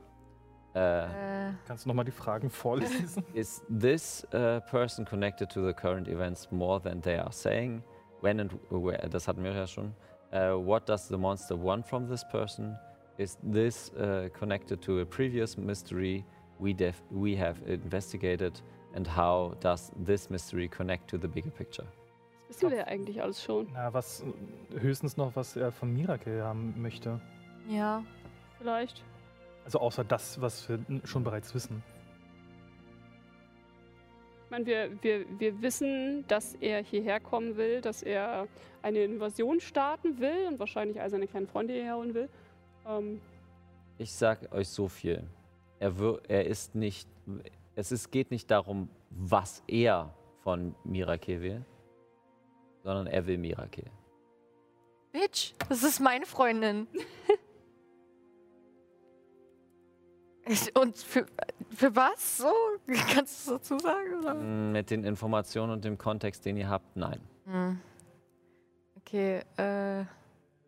[SPEAKER 2] Äh,
[SPEAKER 3] Äh,
[SPEAKER 6] Kannst du nochmal die Fragen vorlesen?
[SPEAKER 2] Is this uh, person connected to the current events more than they are saying? When and where, das hatten wir ja schon. Uh, what does the monster want from this person? Is this uh, connected to a previous mystery we, def we have investigated? And how does this mystery connect to the bigger picture?
[SPEAKER 4] Das wissen wir ja eigentlich alles schon.
[SPEAKER 6] Na, was äh, höchstens noch, was er von Miracle haben möchte.
[SPEAKER 3] ja.
[SPEAKER 4] Vielleicht.
[SPEAKER 6] Also außer das, was wir schon bereits wissen.
[SPEAKER 4] Ich meine, wir, wir, wir wissen, dass er hierher kommen will, dass er eine Invasion starten will und wahrscheinlich all seine kleinen Freunde hierher holen will. Ähm,
[SPEAKER 2] Ich sag euch so viel. Er, wir- er ist nicht. Es ist, geht nicht darum, was er von Mirakel will, sondern er will Mirakel.
[SPEAKER 3] Bitch, das ist meine Freundin. Ich- Und für, für was? So? Kannst du es dazu sagen? Oder?
[SPEAKER 2] Mm, Mit den Informationen und dem Kontext, den ihr habt, nein.
[SPEAKER 3] Hm. Okay, äh.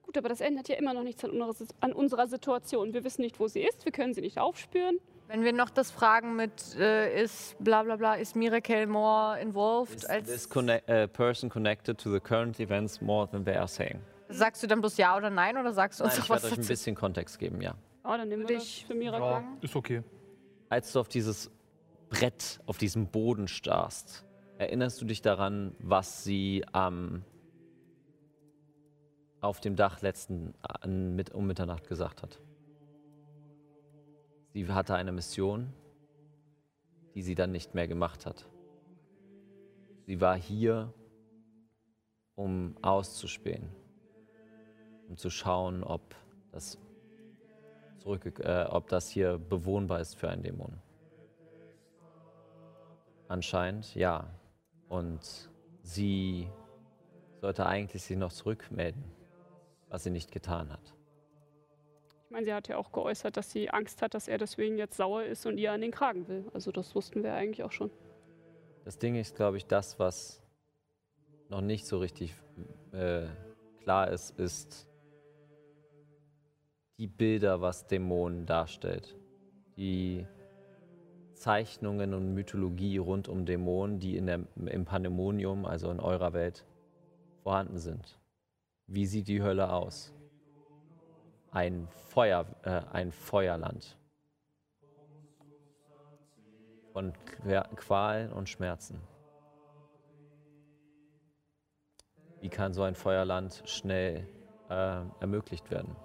[SPEAKER 4] gut, aber das ändert ja immer noch nichts an unserer, Sit- an unserer Situation. Wir wissen nicht, wo sie ist, wir können sie nicht aufspüren.
[SPEAKER 3] Wenn wir noch das fragen mit, äh, ist bla bla bla, ist Miracle more involved
[SPEAKER 2] Is
[SPEAKER 3] als.
[SPEAKER 2] this conne- äh, person connected to the current events more than they are saying?
[SPEAKER 3] Sagst du dann bloß ja oder nein oder sagst du
[SPEAKER 2] Nein,
[SPEAKER 3] uns
[SPEAKER 2] ich
[SPEAKER 3] noch Also was
[SPEAKER 2] werde euch ein
[SPEAKER 3] dazu?
[SPEAKER 2] bisschen Kontext geben, ja.
[SPEAKER 4] Ah, dann nehmen wir
[SPEAKER 3] Würde
[SPEAKER 4] das
[SPEAKER 3] ich-
[SPEAKER 4] für Miracle.
[SPEAKER 6] Ja, ist okay.
[SPEAKER 2] Als du auf dieses Brett, auf diesem Boden starrst, erinnerst du dich daran, was sie am auf dem Dach letzten an, mit, um Mitternacht gesagt hat. Sie hatte eine Mission, die sie dann nicht mehr gemacht hat. Sie war hier, um auszuspähen, um zu schauen, ob das zurück, äh, ob das hier bewohnbar ist für einen Dämon. Anscheinend ja. Und sie sollte eigentlich sich noch zurückmelden, was sie nicht getan hat.
[SPEAKER 4] Ich meine, sie hat ja auch geäußert, dass sie Angst hat, dass er deswegen jetzt sauer ist und ihr an den Kragen will. Also das wussten wir eigentlich auch schon.
[SPEAKER 2] Das Ding ist, glaube ich, das, was noch nicht so richtig äh, klar ist, ist die Bilder, was Dämonen darstellt. Die Zeichnungen und Mythologie rund um Dämonen, die in der, im Pandemonium, also in eurer Welt, vorhanden sind. Wie sieht die Hölle aus? Ein, Feuer, äh, ein Feuerland von Qua- Qualen und Schmerzen. Wie kann so ein Feuerland schnell äh, ermöglicht werden?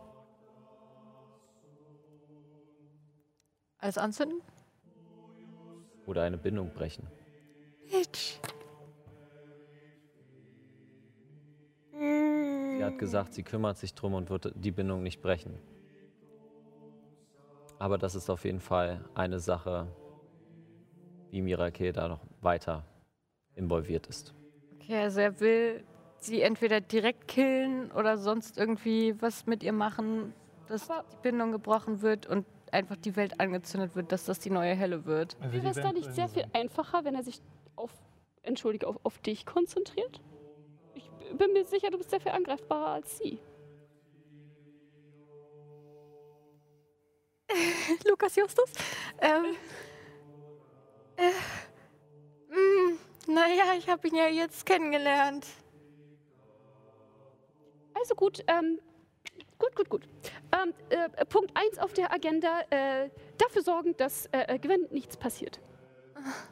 [SPEAKER 3] Alles anzünden?
[SPEAKER 2] Oder eine Bindung brechen?
[SPEAKER 3] Bitch. Hm.
[SPEAKER 2] Sie hat gesagt, sie kümmert sich drum und wird die Bindung nicht brechen. Aber das ist auf jeden Fall eine Sache, wie Mirakel da noch weiter involviert ist.
[SPEAKER 3] Okay, also er will sie entweder direkt killen oder sonst irgendwie was mit ihr machen, dass
[SPEAKER 4] Aber-
[SPEAKER 3] die Bindung gebrochen wird und einfach die Welt angezündet wird, dass das die neue Hölle wird.
[SPEAKER 6] Er will die
[SPEAKER 4] Wäre es da
[SPEAKER 6] Welt
[SPEAKER 4] nicht sehr viel
[SPEAKER 6] verändern.
[SPEAKER 4] einfacher, wenn er sich auf, entschuldige, auf, auf dich konzentriert? Ich b- bin mir sicher, du bist sehr viel angreifbarer als sie.
[SPEAKER 3] Lukas Justus. Ähm, äh, naja, ich habe ihn ja jetzt kennengelernt.
[SPEAKER 4] Also gut, ähm, gut, gut, gut. Ähm, äh, Punkt 1 auf der Agenda, äh, dafür sorgen, dass äh, äh, Gwen nichts passiert.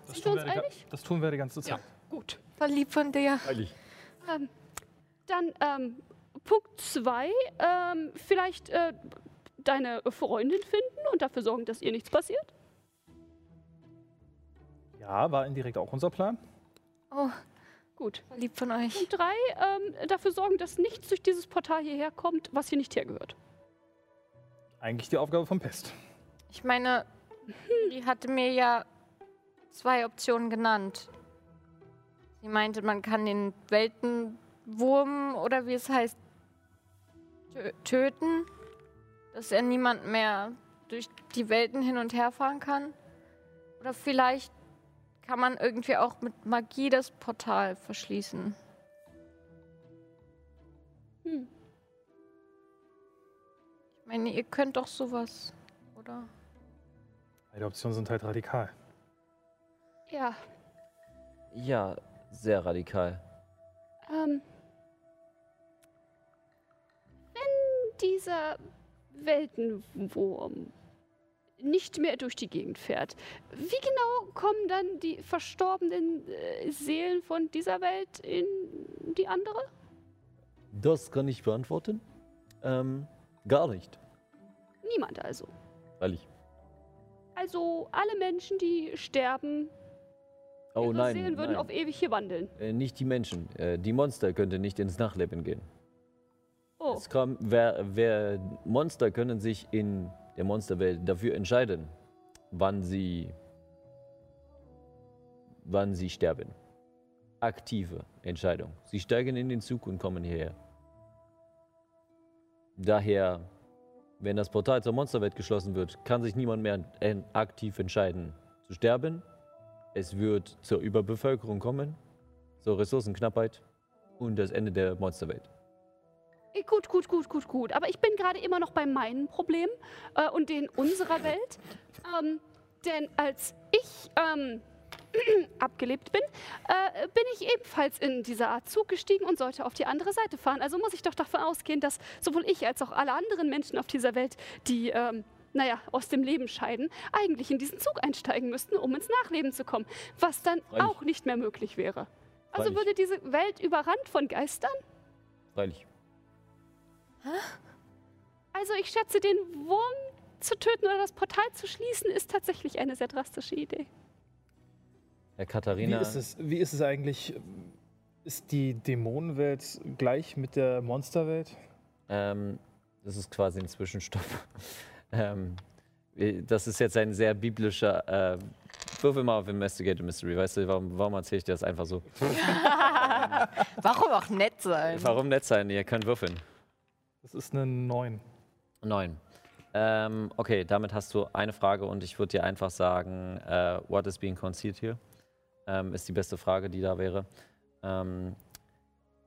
[SPEAKER 6] Das
[SPEAKER 4] Sind
[SPEAKER 6] tun
[SPEAKER 4] wir uns
[SPEAKER 6] die ga-
[SPEAKER 4] einig?
[SPEAKER 6] Das tun wir die ganze Zeit.
[SPEAKER 4] Gut.
[SPEAKER 3] Verliebt von dir.
[SPEAKER 4] Ähm, dann ähm, Punkt 2, ähm, vielleicht äh, deine Freundin finden und dafür sorgen, dass ihr nichts passiert.
[SPEAKER 6] Ja, war indirekt auch unser Plan.
[SPEAKER 3] Oh,
[SPEAKER 4] Gut.
[SPEAKER 3] verliebt von euch.
[SPEAKER 4] Punkt 3, ähm, dafür sorgen, dass nichts durch dieses Portal hierher kommt, was hier nicht hergehört.
[SPEAKER 6] Eigentlich die Aufgabe von Pest.
[SPEAKER 5] Ich meine, die hatte mir ja zwei Optionen genannt. Sie meinte, man kann den Weltenwurm oder wie es heißt, tö- töten, dass er niemand mehr durch die Welten hin und her fahren kann. Oder vielleicht kann man irgendwie auch mit Magie das Portal verschließen.
[SPEAKER 4] Hm.
[SPEAKER 5] Ich meine, ihr könnt doch sowas, oder?
[SPEAKER 6] Beide Optionen sind halt radikal.
[SPEAKER 4] Ja,
[SPEAKER 2] Ja, sehr radikal.
[SPEAKER 4] ähm. Wenn dieser Weltenwurm nicht mehr durch die Gegend fährt, wie genau kommen dann die verstorbenen äh, Seelen von dieser Welt in die andere?
[SPEAKER 2] Das kann ich beantworten. Ähm, gar nicht,
[SPEAKER 4] Niemand also.
[SPEAKER 2] weil ich.
[SPEAKER 4] Also alle Menschen, die sterben,
[SPEAKER 2] Oh
[SPEAKER 4] ihre
[SPEAKER 2] nein,
[SPEAKER 4] Seelen würden
[SPEAKER 2] nein.
[SPEAKER 4] auf ewig hier wandeln.
[SPEAKER 2] Äh, nicht die Menschen. Äh, die Monster könnte nicht ins Nachleben gehen.
[SPEAKER 4] Oh,
[SPEAKER 2] Es kam, wer, wer Monster können sich in der Monsterwelt dafür entscheiden, wann sie, wann sie sterben. Aktive Entscheidung. Sie steigen in den Zug und kommen hierher. Daher, wenn das Portal zur Monsterwelt geschlossen wird, kann sich niemand mehr en- aktiv entscheiden zu sterben. Es wird zur Überbevölkerung kommen, zur Ressourcenknappheit und das Ende der Monsterwelt.
[SPEAKER 4] eh, gut, gut, gut, gut, gut. Aber ich bin gerade immer noch bei meinen Problemen äh, und den unserer Welt. Ähm, denn als ich ähm, abgelebt bin, äh, bin ich ebenfalls in diese Art Zug gestiegen und sollte auf die andere Seite fahren. Also muss ich doch davon ausgehen, dass sowohl ich als auch alle anderen Menschen auf dieser Welt, die, ähm, naja, aus dem Leben scheiden, eigentlich in diesen Zug einsteigen müssten, um ins Nachleben zu kommen, was dann
[SPEAKER 2] Freilich.
[SPEAKER 4] auch nicht mehr möglich wäre. Also
[SPEAKER 2] Freilich.
[SPEAKER 4] würde diese Welt überrannt von Geistern?
[SPEAKER 2] Freilich.
[SPEAKER 4] Also ich schätze, den Wurm zu töten oder das Portal zu schließen, ist tatsächlich eine sehr drastische Idee.
[SPEAKER 2] Herr
[SPEAKER 6] Wie
[SPEAKER 2] Äh, Katharina,
[SPEAKER 6] ist, es, wie ist es eigentlich? ähm, Ist die Dämonenwelt gleich mit der Monsterwelt?
[SPEAKER 2] ähm, das ist quasi ein Zwischenstopp. ähm, äh, das ist jetzt ein sehr biblischer. Äh, würfel mal auf Investigative Mystery. Weißt du, warum, warum erzähle ich dir das einfach so?
[SPEAKER 3] Warum auch nett
[SPEAKER 6] Ähm.
[SPEAKER 3] sein?
[SPEAKER 2] Warum nett sein? Ihr könnt würfeln.
[SPEAKER 6] Das ist eine 9.
[SPEAKER 2] Neun. Ähm, okay, damit hast du eine Frage und ich würde dir einfach sagen, äh, what is being concealed here? Ähm, ist die beste Frage, die da wäre. Ähm,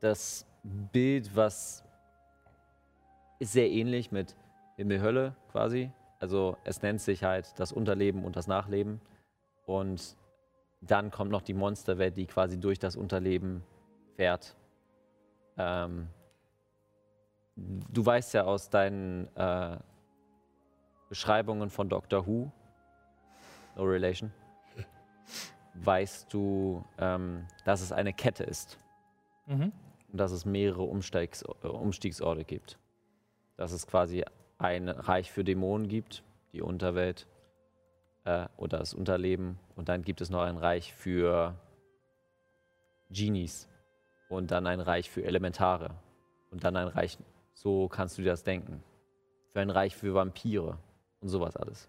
[SPEAKER 2] das Bild, was ist sehr ähnlich mit Himmel, Hölle quasi. Also es nennt sich halt das Unterleben und das Nachleben. Und dann kommt noch die Monsterwelt, die quasi durch das Unterleben fährt. Ähm, du weißt ja aus deinen äh, Beschreibungen von Doctor Who, no relation, weißt du, ähm, dass es eine Kette ist
[SPEAKER 6] Mhm.
[SPEAKER 2] und dass es mehrere Umsteigs äh, Umstiegsorte gibt. Dass es quasi ein Reich für Dämonen gibt, die Unterwelt äh, oder das Unterleben. Und dann gibt es noch ein Reich für Genies. Und dann ein Reich für Elementare. Und dann ein Reich, so kannst du dir das denken. Für ein Reich für Vampire und sowas alles.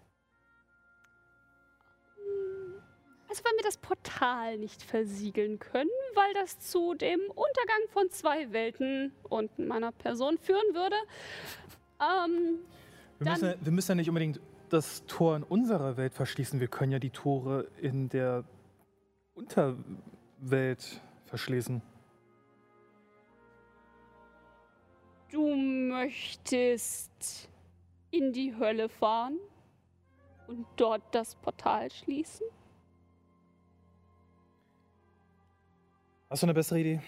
[SPEAKER 4] Also wenn wir das Portal nicht versiegeln können, weil das zu dem Untergang von zwei Welten und meiner Person führen würde. Ähm,
[SPEAKER 6] Wir,
[SPEAKER 4] Dann-
[SPEAKER 6] müssen, ja- wir müssen ja nicht unbedingt das Tor in unserer Welt verschließen. Wir können ja die Tore in der Unterwelt verschließen.
[SPEAKER 4] du möchtest in die Hölle fahren und dort das Portal schließen?
[SPEAKER 6] Hast du eine bessere Idee?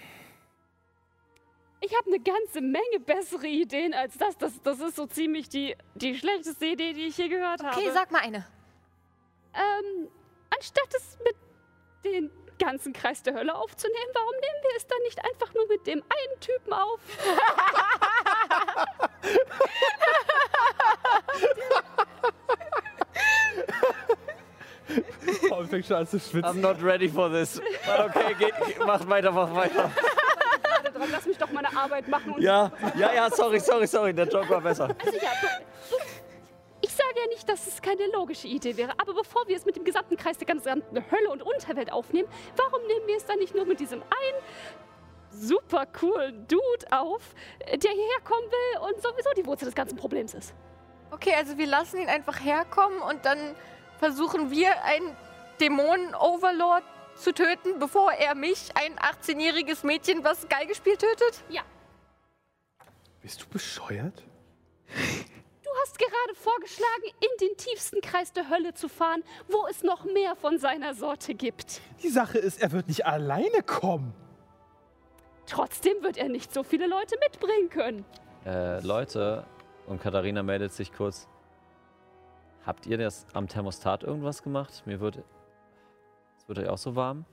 [SPEAKER 4] Ich habe eine ganze Menge bessere Ideen als das. Das, das ist so ziemlich die, die schlechteste Idee, die ich je gehört habe.
[SPEAKER 3] Okay, sag mal eine.
[SPEAKER 4] Ähm, anstatt es mit den ganzen Kreis der Hölle aufzunehmen, warum nehmen wir es dann nicht einfach nur mit dem einen Typen auf?
[SPEAKER 6] Paul fängt schon an zu schwitzen.
[SPEAKER 2] I'm not ready for this. Okay, mach weiter, mach weiter.
[SPEAKER 4] Warte dran, lass mich doch meine Arbeit machen. Und
[SPEAKER 2] Ja, ja, ja, sorry, sorry, sorry, der Joke war besser.
[SPEAKER 4] Also ja, du, du, es keine logische Idee wäre. Aber bevor wir es mit dem gesamten Kreis der gesamten Hölle und Unterwelt aufnehmen, warum nehmen wir es dann nicht nur mit diesem einen super coolen Dude auf, der hierher kommen will und sowieso die Wurzel des ganzen Problems ist?
[SPEAKER 3] Okay, also wir lassen ihn einfach herkommen und dann versuchen wir, einen Dämonen-Overlord zu töten, bevor er mich, ein 18-jähriges Mädchen, was Geigespiel tötet?
[SPEAKER 4] Ja,
[SPEAKER 9] Bist du bescheuert?
[SPEAKER 4] du hast gerade vorgeschlagen, in den tiefsten Kreis der Hölle zu fahren, wo es noch mehr von seiner Sorte gibt.
[SPEAKER 6] Die Sache ist, er wird nicht alleine kommen.
[SPEAKER 4] Trotzdem wird er nicht so viele Leute mitbringen können.
[SPEAKER 2] Äh, Leute, und Katharina meldet sich kurz. Habt ihr das am Thermostat irgendwas gemacht? Mir wird. Es wird euch auch so warm.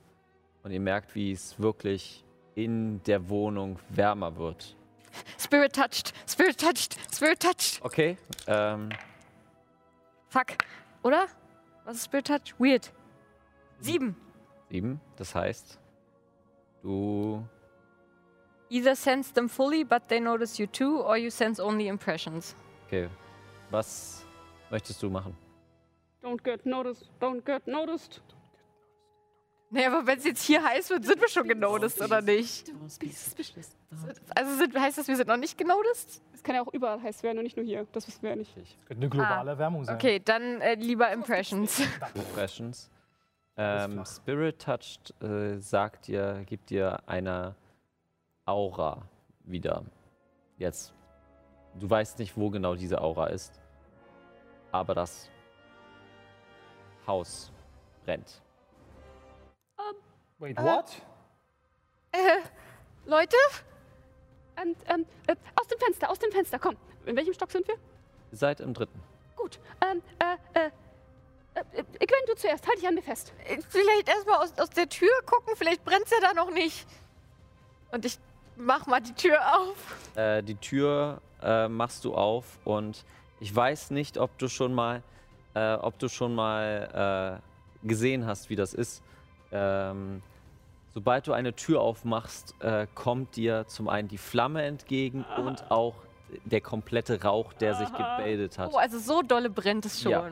[SPEAKER 2] Und ihr merkt, wie es wirklich in der Wohnung wärmer wird.
[SPEAKER 3] Spirit touched, Spirit touched, Spirit touched.
[SPEAKER 2] Okay. Ähm,
[SPEAKER 3] Fuck, oder? Was ist Spirit touched? Weird. Sieben.
[SPEAKER 2] sieben. Das heißt, du.
[SPEAKER 3] Either sense them fully, but they notice you too, or you sense only impressions.
[SPEAKER 2] Okay. Was möchtest du machen?
[SPEAKER 4] Don't get noticed, don't get noticed.
[SPEAKER 3] Naja, aber wenn es jetzt hier heiß wird, sind wir schon genodest, oder nicht? Also sind, heißt das, wir sind noch nicht genodest?
[SPEAKER 4] Es kann ja auch überall heiß werden und nicht nur hier. Das wissen wir ja nicht.
[SPEAKER 6] Könnte eine globale Erwärmung sein.
[SPEAKER 3] Okay, dann äh, lieber Impressions.
[SPEAKER 2] Impressions.
[SPEAKER 6] Alles
[SPEAKER 2] Ähm,
[SPEAKER 6] flach.
[SPEAKER 2] Spirit Touched äh, sagt dir, gibt dir eine Aura wieder. Jetzt. Du weißt nicht, wo genau diese Aura ist. Aber das Haus brennt.
[SPEAKER 6] Wait, what?
[SPEAKER 3] Leute?
[SPEAKER 4] Und, ähm, äh, aus dem Fenster, aus dem Fenster, komm. In welchem Stock sind wir?
[SPEAKER 2] Ihr seid im dritten.
[SPEAKER 4] Gut. Ähm, äh, äh, äh, äh, Gwen, du zuerst. Halt dich an mir fest.
[SPEAKER 3] Äh, Vielleicht erstmal aus, aus der Tür gucken, vielleicht brennt es ja da noch nicht. Und ich mach mal die Tür auf.
[SPEAKER 2] Äh, die Tür äh, machst du auf und ich weiß nicht, ob du schon mal, äh, ob du schon mal äh, gesehen hast, wie das ist. Ähm, sobald du eine Tür aufmachst, äh, kommt dir zum einen die Flamme entgegen und auch der komplette Rauch, der sich gebildet hat.
[SPEAKER 3] Oh, also so dolle brennt es schon.
[SPEAKER 2] Ja.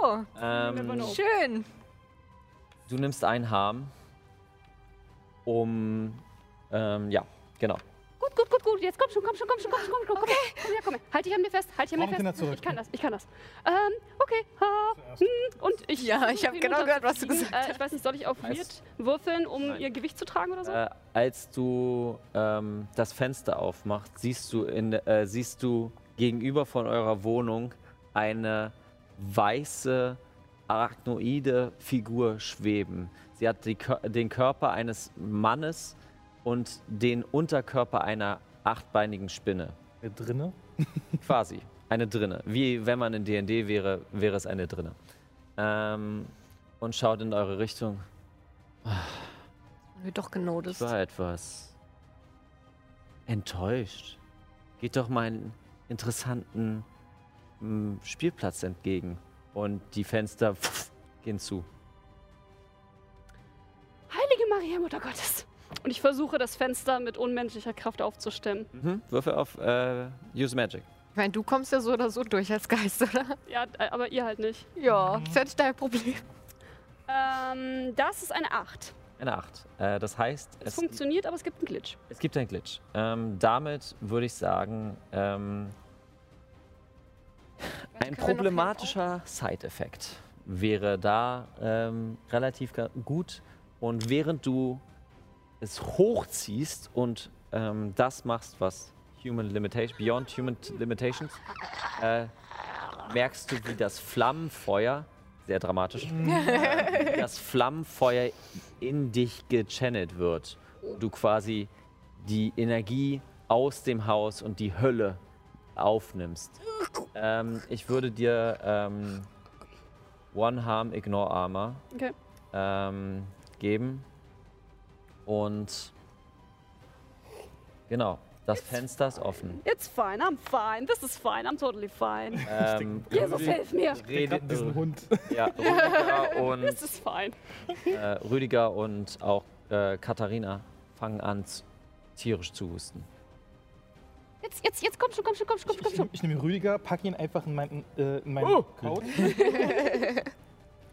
[SPEAKER 3] Oh,
[SPEAKER 2] Ähm,
[SPEAKER 3] schön.
[SPEAKER 2] du nimmst einen Harm, um ähm, ja, genau.
[SPEAKER 4] Gut, gut, gut, gut. Jetzt komm schon, komm schon, komm schon, komm schon, komm schon. Komm, her, komm her, komm her. Halt dich an mir fest, halt dich an mir
[SPEAKER 6] Frauen und
[SPEAKER 4] fest.
[SPEAKER 6] Kinder zurück.
[SPEAKER 4] Ich kann das, ich kann das. Ähm, okay. Ha,
[SPEAKER 6] Zuerst.
[SPEAKER 4] hm, und ich.
[SPEAKER 3] Ja,
[SPEAKER 4] versuche,
[SPEAKER 3] ich hab
[SPEAKER 4] ihn
[SPEAKER 3] genau gehört, was du
[SPEAKER 4] runterzuziehen.
[SPEAKER 3] gesagt
[SPEAKER 4] äh, Ich weiß nicht, soll ich auf Weird würfeln, um ihr Gewicht zu tragen oder so?
[SPEAKER 2] Äh, als du ähm, das Fenster aufmachst, siehst du, in, äh, siehst du gegenüber von eurer Wohnung eine weiße arachnoide Figur schweben. Sie hat die, Kör- den Körper eines Mannes und den Unterkörper einer achtbeinigen Spinne.
[SPEAKER 6] Hier drinne?
[SPEAKER 2] Quasi. Eine Drinne. Wie wenn man in D&D wäre, wäre es eine Drinne. Ähm, und schaut in eure Richtung.
[SPEAKER 3] Wir doch genau genodest.
[SPEAKER 2] Ich war etwas enttäuscht. Geht doch meinen interessanten mm, Spielplatz entgegen. Und die Fenster gehen zu.
[SPEAKER 4] Heilige Maria, Mutter Gottes. Und ich versuche, das Fenster mit unmenschlicher Kraft aufzustemmen.
[SPEAKER 2] Mhm. Würfel auf äh, Use Magic.
[SPEAKER 3] Ich meine, du kommst ja so oder so durch als Geist, oder?
[SPEAKER 4] Ja, äh, aber ihr halt nicht.
[SPEAKER 3] Ja, das ist ja nicht dein Problem.
[SPEAKER 4] Ähm, das ist eine 8.
[SPEAKER 2] Eine 8. Äh, das heißt,
[SPEAKER 4] Es
[SPEAKER 2] es,
[SPEAKER 4] funktioniert, aber es gibt einen Glitch.
[SPEAKER 2] es gibt einen Glitch. Ähm, damit würde ich sagen, ähm, ein
[SPEAKER 3] können wir noch
[SPEAKER 2] problematischer Side-Effekt wäre da ähm, relativ ga- gut. Und während du es hochziehst und ähm, das machst, was Human Limitation, Beyond Human T- Limitations, äh, merkst du, wie das Flammenfeuer, sehr dramatisch, äh, wie das Flammenfeuer in dich gechannelt wird. Du quasi die Energie aus dem Haus und die Hölle aufnimmst. Ähm, ich würde dir ähm, One Harm Ignore Armor
[SPEAKER 4] Okay.
[SPEAKER 2] ähm, geben. Und genau, das Fenster ist offen.
[SPEAKER 4] It's fine, I'm fine, this is fine, I'm totally fine.
[SPEAKER 2] Ähm,
[SPEAKER 4] Jesus, hilf mir!
[SPEAKER 6] Ich
[SPEAKER 2] Rede,
[SPEAKER 6] hab diesen Hund.
[SPEAKER 2] ja, Rüdiger und
[SPEAKER 4] This is fine.
[SPEAKER 2] äh, Rüdiger und auch äh, Katharina fangen an, z- tierisch zu husten.
[SPEAKER 4] jetzt, jetzt, jetzt, komm schon, komm schon, komm schon, komm schon, komm
[SPEAKER 6] Ich,
[SPEAKER 4] schon.
[SPEAKER 6] ich nehme Rüdiger, packe ihn einfach in meinen äh, in meinen
[SPEAKER 7] Oh.
[SPEAKER 6] Kraut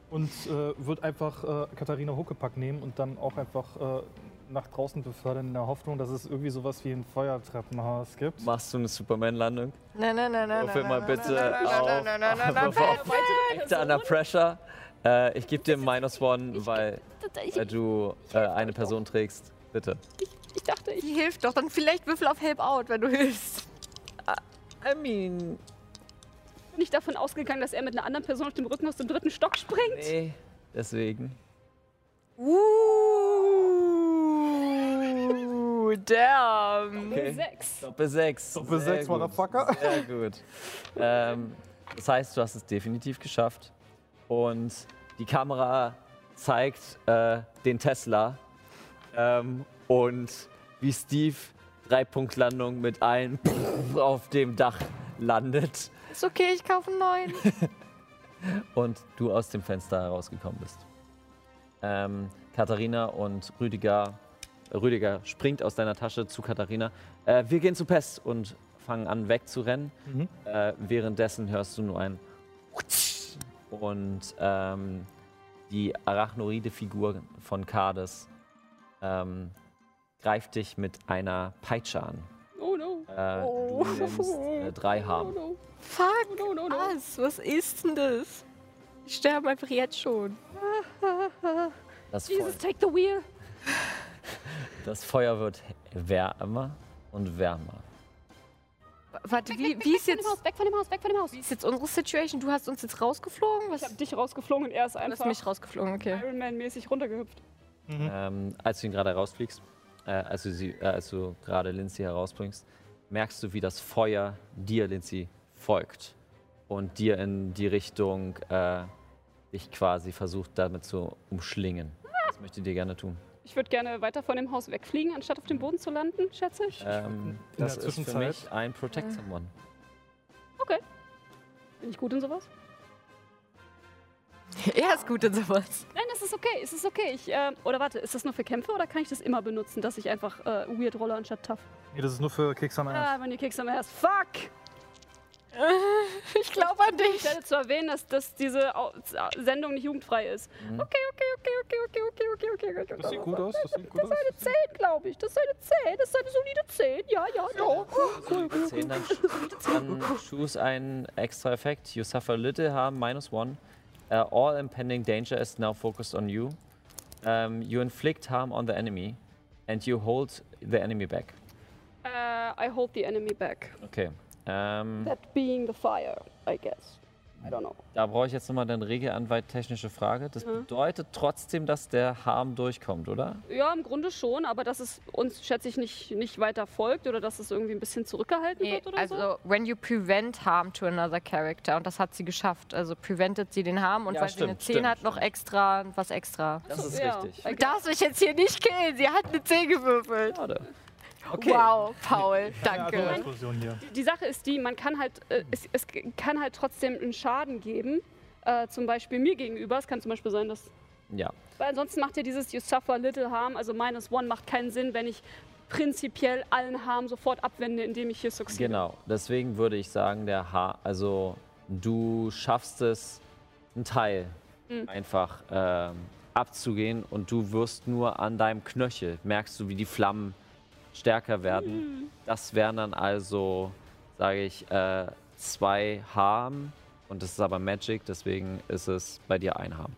[SPEAKER 6] und äh, wird einfach äh, Katharina Huckepack nehmen und dann auch einfach äh, nach draußen befördern in der Hoffnung, dass es irgendwie sowas wie ein Feuertreppenhaus gibt.
[SPEAKER 2] Machst du eine Superman-Landung?
[SPEAKER 3] Nein, nein, nein, nein.
[SPEAKER 2] Würfel mal bitte auf.
[SPEAKER 3] bitte.
[SPEAKER 2] auf- Acte under pressure. Äh, ich gebe dir minus one, weil
[SPEAKER 4] Ich,
[SPEAKER 2] äh, du äh, eine Person trägst. Bitte.
[SPEAKER 4] ich dachte, ich.
[SPEAKER 3] Die hilft doch. Dann vielleicht würfel auf Help Out, wenn du hilfst.
[SPEAKER 2] I mean.
[SPEAKER 4] bin nicht davon ausgegangen, dass er mit einer anderen Person auf dem Rücken aus dem dritten Stock springt.
[SPEAKER 2] Nee, deswegen.
[SPEAKER 3] Uh, damn.
[SPEAKER 2] Okay.
[SPEAKER 4] Sechs.
[SPEAKER 2] Doppel 6.
[SPEAKER 6] Doppel sechs, Motherfucker.
[SPEAKER 2] Sehr gut. ähm, das heißt, du hast es definitiv geschafft. Und die Kamera zeigt äh, den Tesla. Ähm, und wie Steve Dreipunktlandung mit allen auf dem Dach landet
[SPEAKER 3] Ist okay, ich kaufe einen neuen.
[SPEAKER 2] und du aus dem Fenster herausgekommen bist. Ähm, Katharina und Rüdiger, äh, Rüdiger springt aus deiner Tasche zu Katharina. Äh, wir gehen zu Pest und fangen an wegzurennen. Äh, währenddessen hörst du nur ein und ähm, die arachnoide Figur von Kades ähm, greift dich mit einer Peitsche an.
[SPEAKER 4] Oh no.
[SPEAKER 2] Äh, Du nimmst äh, drei
[SPEAKER 4] Oh
[SPEAKER 2] Harm.
[SPEAKER 4] no.
[SPEAKER 3] Fuck.
[SPEAKER 4] Oh no, no, no.
[SPEAKER 3] Was? Was ist denn das? Ich sterbe einfach jetzt schon.
[SPEAKER 2] Das Feuer,
[SPEAKER 4] Jesus, take the wheel.
[SPEAKER 2] das Feuer wird wärmer und wärmer.
[SPEAKER 3] Warte, wie, wie ist
[SPEAKER 4] Weg von
[SPEAKER 3] jetzt.
[SPEAKER 4] dem Haus, weg von dem Haus, weg von dem Haus.
[SPEAKER 3] Wie ist jetzt unsere Situation? Du hast uns jetzt rausgeflogen? Was?
[SPEAKER 4] Ich hab dich rausgeflogen und er ist
[SPEAKER 3] Du hast
[SPEAKER 4] einfach
[SPEAKER 3] mich rausgeflogen, okay.
[SPEAKER 4] Iron Man-mäßig runtergehüpft.
[SPEAKER 6] Mhm.
[SPEAKER 2] Ähm, als du ihn gerade rausfliegst, äh, als du, sie, äh, als du gerade Lindsay herausbringst, merkst du, wie das Feuer dir, Lindsay, folgt und dir in die Richtung äh, dich quasi versucht, damit zu umschlingen.
[SPEAKER 4] Ah!
[SPEAKER 2] Das möchte ich dir gerne tun.
[SPEAKER 4] Ich würde gerne weiter von dem Haus wegfliegen, anstatt auf dem Boden zu landen, schätze ich.
[SPEAKER 2] Ähm,
[SPEAKER 6] der
[SPEAKER 2] das ist für
[SPEAKER 6] Zwischenzeit-
[SPEAKER 2] mich ein Protect Someone.
[SPEAKER 4] Bin ich gut in sowas?
[SPEAKER 3] Er ist gut in sowas.
[SPEAKER 4] Nein, es ist okay, es ist okay. Ich, äh, oder warte, ist das nur für Kämpfe oder kann ich das immer benutzen, dass ich einfach äh, weird rolle anstatt tough?
[SPEAKER 6] Nee, das ist nur für Kicks am Ass.
[SPEAKER 4] Ah, wenn ihr Kicks am Ass. Fuck!
[SPEAKER 3] Ich glaube an dich.
[SPEAKER 4] Ich werde zu erwähnen, dass, dass diese Au- Sendung nicht jugendfrei ist. Okay, okay, okay, okay, okay, okay, okay, okay, okay.
[SPEAKER 6] Mhm. Das sieht gut aus, das sieht gut
[SPEAKER 4] Das
[SPEAKER 6] aus.
[SPEAKER 4] ist eine 10, glaube ich. Das ist eine 10. Das ist eine solide 10. Ja, ja, ja. Cool, cool, cool.
[SPEAKER 2] Zehn, dann, dann choose einen extra Effekt. You suffer little harm, minus one. Uh, all impending danger is now focused on you. Um, you inflict harm on the enemy and you hold the enemy back.
[SPEAKER 4] Äh, I hold the enemy back.
[SPEAKER 2] Okay. Ähm,
[SPEAKER 4] That being the fire, I guess. I don't know.
[SPEAKER 2] da brauche ich jetzt nochmal deine regelanwalt technische Frage. Das bedeutet trotzdem, dass der Harm durchkommt, oder?
[SPEAKER 4] Ja, im Grunde schon, aber dass es uns, schätze ich, nicht, nicht weiter folgt oder dass es irgendwie ein bisschen zurückgehalten
[SPEAKER 3] Nee,
[SPEAKER 4] wird oder
[SPEAKER 3] also,
[SPEAKER 4] so.
[SPEAKER 3] when you prevent harm to another character. Und das hat sie geschafft. Also, prevented sie den Harm und
[SPEAKER 2] Ja,
[SPEAKER 3] weil sie eine
[SPEAKER 2] stimmt,
[SPEAKER 3] 10
[SPEAKER 2] stimmt,
[SPEAKER 3] hat, noch
[SPEAKER 2] stimmt.
[SPEAKER 3] extra was extra.
[SPEAKER 2] Das ist
[SPEAKER 4] ja.
[SPEAKER 2] richtig.
[SPEAKER 4] I guess.
[SPEAKER 3] Darfst mich jetzt hier nicht killen. Sie hat eine 10 gewürfelt.
[SPEAKER 2] Schade. Okay.
[SPEAKER 3] Wow, Paul,
[SPEAKER 6] Ja, also
[SPEAKER 3] danke.
[SPEAKER 6] Explosion hier.
[SPEAKER 4] Die Sache ist die, man kann halt, äh, es, es kann halt trotzdem einen Schaden geben. Äh, zum Beispiel mir gegenüber. Es kann zum Beispiel sein, dass
[SPEAKER 2] Ja.
[SPEAKER 4] Weil ansonsten macht ja dieses You suffer little harm, also minus one, macht keinen Sinn, wenn ich prinzipiell allen Harm sofort abwende, indem ich hier succeede.
[SPEAKER 2] Genau, deswegen würde ich sagen, der H, also du schaffst es, einen Teil einfach ähm, abzugehen und du wirst nur an deinem Knöchel, merkst du, wie die Flammen stärker werden. Das wären dann also, sage ich, äh, zwei Harm und das ist aber Magic, deswegen ist es bei dir ein Harm.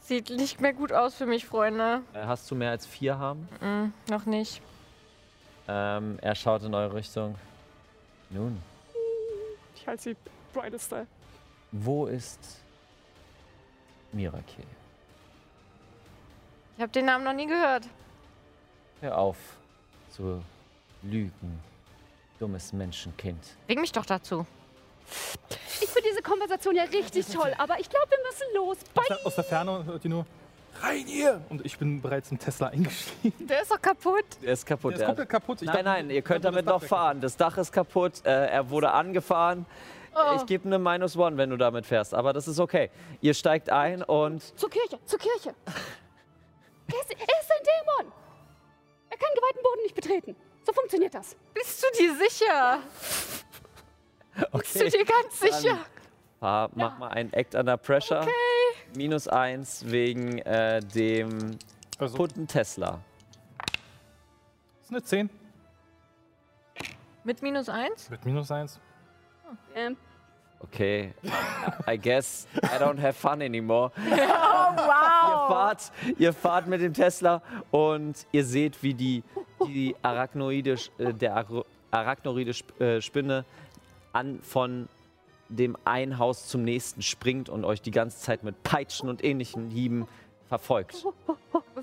[SPEAKER 3] Sieht nicht mehr gut aus für mich, Freunde.
[SPEAKER 2] Äh, hast du mehr als vier Harm?
[SPEAKER 3] Noch nicht.
[SPEAKER 2] Ähm, er schaut in eure Richtung. Nun,
[SPEAKER 4] Ich halte sie brightest Style.
[SPEAKER 2] wo ist Mirakel?
[SPEAKER 3] Ich habe den Namen noch nie gehört.
[SPEAKER 2] Hör auf zu lügen, dummes Menschenkind.
[SPEAKER 3] Bring mich doch dazu.
[SPEAKER 4] Ich finde diese Konversation ja richtig toll, aber ich glaube, wir müssen los. Bye.
[SPEAKER 6] Aus der, aus der Ferne hört ihr nur
[SPEAKER 7] Rein hier!
[SPEAKER 6] und ich bin bereits im Tesla eingestiegen.
[SPEAKER 3] Der ist doch kaputt.
[SPEAKER 2] Er ist kaputt.
[SPEAKER 6] Der ist komplett kaputt. Ich
[SPEAKER 2] nein, nein, ihr könnt
[SPEAKER 6] dachte, das
[SPEAKER 2] damit noch
[SPEAKER 6] Dach weg.
[SPEAKER 2] fahren. Das Dach ist kaputt, äh, er wurde angefahren.
[SPEAKER 4] Oh.
[SPEAKER 2] Ich gebe eine Minus One, wenn du damit fährst, aber das ist okay. Ihr steigt ein und
[SPEAKER 4] Zur Kirche, zur Kirche. er, ist, er ist ein Dämon. Er kann geweihten Boden nicht betreten. So funktioniert das.
[SPEAKER 5] Bist du dir sicher? Bist du dir ganz sicher?
[SPEAKER 2] Fahr, mach mal einen Act under Pressure. Minus eins wegen äh, dem
[SPEAKER 6] Also,
[SPEAKER 2] Putten Tesla.
[SPEAKER 6] ist eine 10.
[SPEAKER 3] Mit minus eins?
[SPEAKER 6] Mit minus 1.
[SPEAKER 4] Ähm,
[SPEAKER 2] Okay, I guess I don't have fun anymore. Ihr fahrt, ihr fahrt mit dem Tesla und ihr seht, wie die, die Arachnoide, äh, der Ar Arachnoride Sp- äh, Spinne an, von dem einen Haus zum nächsten springt und euch die ganze Zeit mit Peitschen und ähnlichen Hieben verfolgt.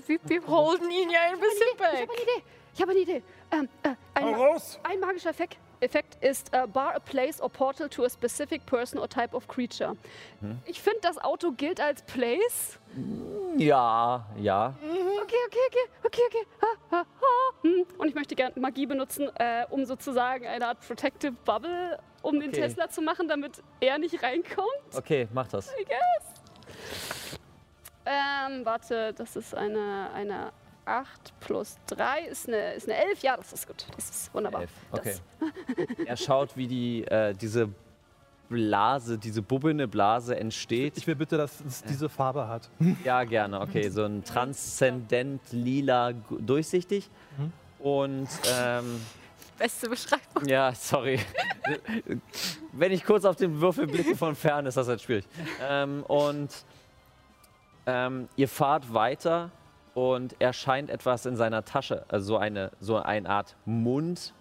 [SPEAKER 3] Wir, wir holden ihn ja ein bisschen
[SPEAKER 4] ich
[SPEAKER 3] back.
[SPEAKER 4] habe eine Idee. Ich habe eine Idee. Ähm, äh, ein,
[SPEAKER 6] raus!
[SPEAKER 4] ein magischer Effekt, Effekt ist äh, bar a place or portal to a specific person or type of creature. Ich finde, das Auto gilt als place.
[SPEAKER 2] Ja, ja.
[SPEAKER 4] Okay, okay, okay, okay, okay. Ha, ha, ha. Hm. Und ich möchte gerne Magie benutzen, äh, um sozusagen eine Art Protective Bubble um den
[SPEAKER 2] Okay.
[SPEAKER 4] Tesla zu machen, damit er nicht reinkommt.
[SPEAKER 2] Okay, mach das.
[SPEAKER 4] I guess. Ähm, warte, das ist eine, eine 8 plus 3 ist eine, ist eine 11. Ja, das ist gut. Das ist wunderbar.
[SPEAKER 2] Elf. Okay. Er schaut, wie die, äh, diese Blase, diese bubbelnde Blase entsteht.
[SPEAKER 6] Ich will bitte, dass es diese Farbe hat.
[SPEAKER 2] Ja, gerne. Okay, so ein transzendent lila gu- durchsichtig. Und ähm,
[SPEAKER 3] Beste Beschreibung.
[SPEAKER 2] ja, sorry. Wenn ich kurz auf den Würfel blicke von fern, ist das halt schwierig. Ähm, und ähm, ihr fahrt weiter und er scheint etwas in seiner Tasche, also so eine, so eine Art Mund,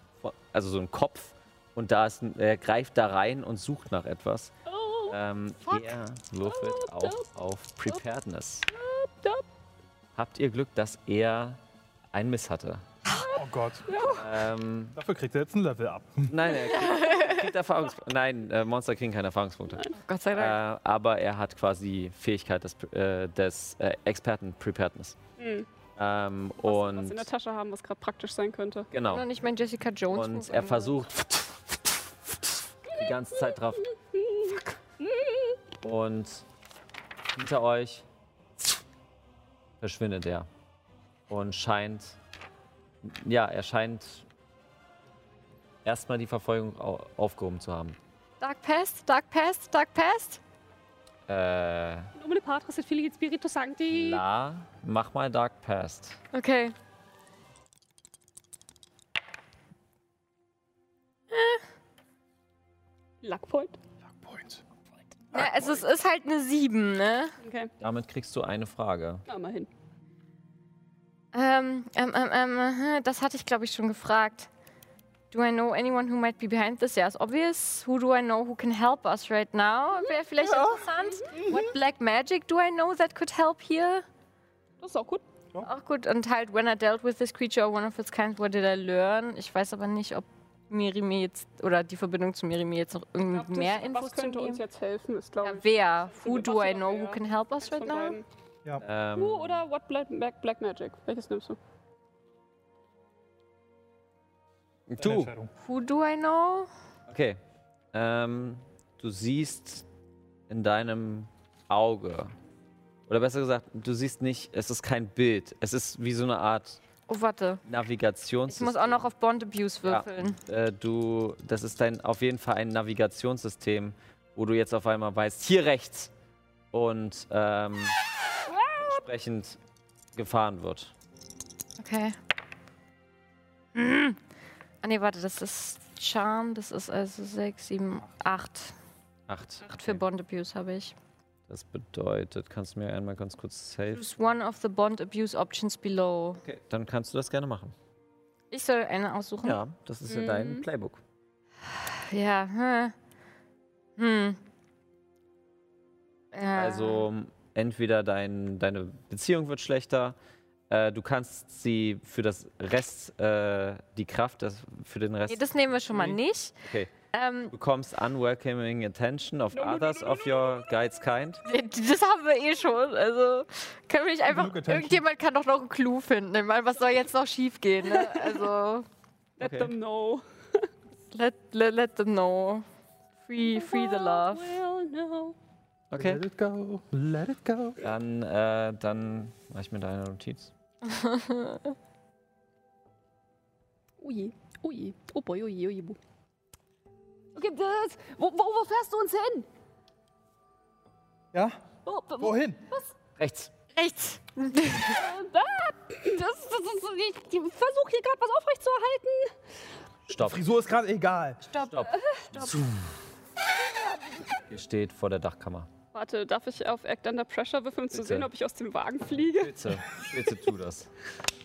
[SPEAKER 2] also so ein Kopf. Und da ist, ein- er greift da rein und sucht nach etwas.
[SPEAKER 4] Oh,
[SPEAKER 2] Ähm,
[SPEAKER 4] Fuck.
[SPEAKER 2] er würfelt
[SPEAKER 4] Oh,
[SPEAKER 2] auch auf Preparedness.
[SPEAKER 4] da-
[SPEAKER 2] Habt ihr Glück, dass er einen Miss hatte?
[SPEAKER 6] Oh Gott.
[SPEAKER 2] Ähm,
[SPEAKER 6] Dafür kriegt er jetzt ein Level ab.
[SPEAKER 2] nein, er kriegt, kriegt Erfahrungspunkte. Nein, äh, Monster kriegen keine Erfahrungspunkte.
[SPEAKER 3] Gott sei
[SPEAKER 2] Äh,
[SPEAKER 3] Dank.
[SPEAKER 2] aber er hat quasi die Fähigkeit des, äh, des äh, Experten Preparedness.
[SPEAKER 4] Mhm.
[SPEAKER 2] Ähm,
[SPEAKER 4] was, was in
[SPEAKER 2] und
[SPEAKER 4] der Tasche haben, was gerade praktisch sein könnte.
[SPEAKER 2] genau.
[SPEAKER 3] Noch nicht mein Jessica Jones.
[SPEAKER 2] Und
[SPEAKER 3] Move
[SPEAKER 2] er
[SPEAKER 3] angewandt.
[SPEAKER 2] versucht die ganze Zeit drauf. Und hinter euch verschwindet er. Und scheint. Ja, er scheint erstmal die Verfolgung au- aufgehoben zu haben.
[SPEAKER 3] Dark Pest, Dark Pest, Dark Pest.
[SPEAKER 2] Äh,
[SPEAKER 4] Nomine Patris et Filii Spiritus Sancti.
[SPEAKER 2] La, mach mal Dark Past.
[SPEAKER 3] Okay.
[SPEAKER 4] Luckpoint.
[SPEAKER 7] Point.
[SPEAKER 3] Na, also es ist halt eine 7, ne?
[SPEAKER 4] Okay,
[SPEAKER 2] Damit kriegst du eine Frage.
[SPEAKER 4] na mal hin.
[SPEAKER 3] Ähm, ähm, ähm, ähm, aha, das hatte ich, glaube ich, schon gefragt. Do I know anyone who might be behind this? Ja, ist obvious. Who do I know who can help us right now? Wäre vielleicht interessant. What black magic do I know that could help here?
[SPEAKER 4] Das ist auch gut.
[SPEAKER 3] Auch gut. Und halt, when I dealt with this creature or one of its kind, what did I learn? Ich weiß aber nicht, ob Miri mir jetzt, oder die Verbindung zu Miri mir jetzt noch irgendwie
[SPEAKER 4] Praktisch,
[SPEAKER 3] mehr Infos
[SPEAKER 4] was könnte
[SPEAKER 3] zu geben.
[SPEAKER 4] uns jetzt helfen, ist
[SPEAKER 3] Ja,
[SPEAKER 4] glaube ich.
[SPEAKER 3] wer? Who do
[SPEAKER 4] Was
[SPEAKER 3] I
[SPEAKER 4] oder
[SPEAKER 3] know who
[SPEAKER 4] wer?
[SPEAKER 3] can help
[SPEAKER 4] eins
[SPEAKER 3] us right
[SPEAKER 4] von
[SPEAKER 3] now?
[SPEAKER 4] beiden.
[SPEAKER 2] Ähm,
[SPEAKER 4] Who oder What Black, Black, Black Magic? Welches nimmst du?
[SPEAKER 6] Eine
[SPEAKER 2] du.
[SPEAKER 6] Entscheidung.
[SPEAKER 3] Who do I know?
[SPEAKER 2] Okay. Ähm, du siehst in deinem Auge, oder besser gesagt, du siehst nicht, es ist kein Bild. Es ist wie so eine Art
[SPEAKER 3] Oh, warte. Ich
[SPEAKER 2] Navigationssystem.
[SPEAKER 3] muss auch noch auf Bond Abuse würfeln.
[SPEAKER 2] äh, du, das ist dein, auf jeden Fall ein Navigationssystem, wo du jetzt auf einmal weißt, hier rechts. Und ähm, entsprechend gefahren wird.
[SPEAKER 3] Okay. Ah ne, warte, das ist Charm. Das ist also 6, 7, 8.
[SPEAKER 2] Acht.
[SPEAKER 3] 8 für Bond Abuse habe ich.
[SPEAKER 2] Das bedeutet, kannst du mir einmal ganz kurz safe.
[SPEAKER 3] Choose one of the Bond Abuse options below.
[SPEAKER 2] Okay. Dann kannst du das gerne machen.
[SPEAKER 3] Ich soll eine aussuchen?
[SPEAKER 2] Ja, das ist ja dein Playbook.
[SPEAKER 3] Ja. Hm. hm. Äh,
[SPEAKER 2] Also m, entweder dein, deine Beziehung wird schlechter, äh, du kannst sie für das Rest, äh, die Kraft das, für den Rest,
[SPEAKER 3] Nee, das nehmen wir schon mal nicht.
[SPEAKER 2] okay.
[SPEAKER 3] Ähm,
[SPEAKER 2] Du bekommst unwelcoming attention of others of your guide's kind.
[SPEAKER 3] das haben wir eh schon. Also können wir nicht einfach.
[SPEAKER 6] Genug Attention.
[SPEAKER 3] Irgendjemand kann doch noch einen Clou finden. Ich meine, was soll jetzt noch schief gehen? Ne? Also.
[SPEAKER 4] Let
[SPEAKER 2] Okay.
[SPEAKER 4] them know.
[SPEAKER 3] Let, let, let them know. Free, free the love.
[SPEAKER 4] Will know.
[SPEAKER 2] Okay,
[SPEAKER 6] Let it go, let it go.
[SPEAKER 2] dann, äh, dann mach ich mir deine Notiz.
[SPEAKER 4] Ui, ui, oh boy, ui, ui, bu. Okay, das, wo, wo, wo fährst du uns hin?
[SPEAKER 6] Ja?
[SPEAKER 4] Wo, wo, wo?
[SPEAKER 6] Wohin?
[SPEAKER 2] Rechts.
[SPEAKER 3] Rechts.
[SPEAKER 4] Das, das ist, ich versuche hier gerade was aufrechtzuerhalten.
[SPEAKER 2] Stopp.
[SPEAKER 6] Frisur ist gerade egal.
[SPEAKER 2] Stopp. Zoom. Ihr steht vor der Dachkammer.
[SPEAKER 4] Warte, darf ich auf Act Under Pressure würfeln, um zu
[SPEAKER 2] Bitte.
[SPEAKER 4] sehen, ob ich aus dem Wagen fliege?
[SPEAKER 2] Bitte, bitte tu das.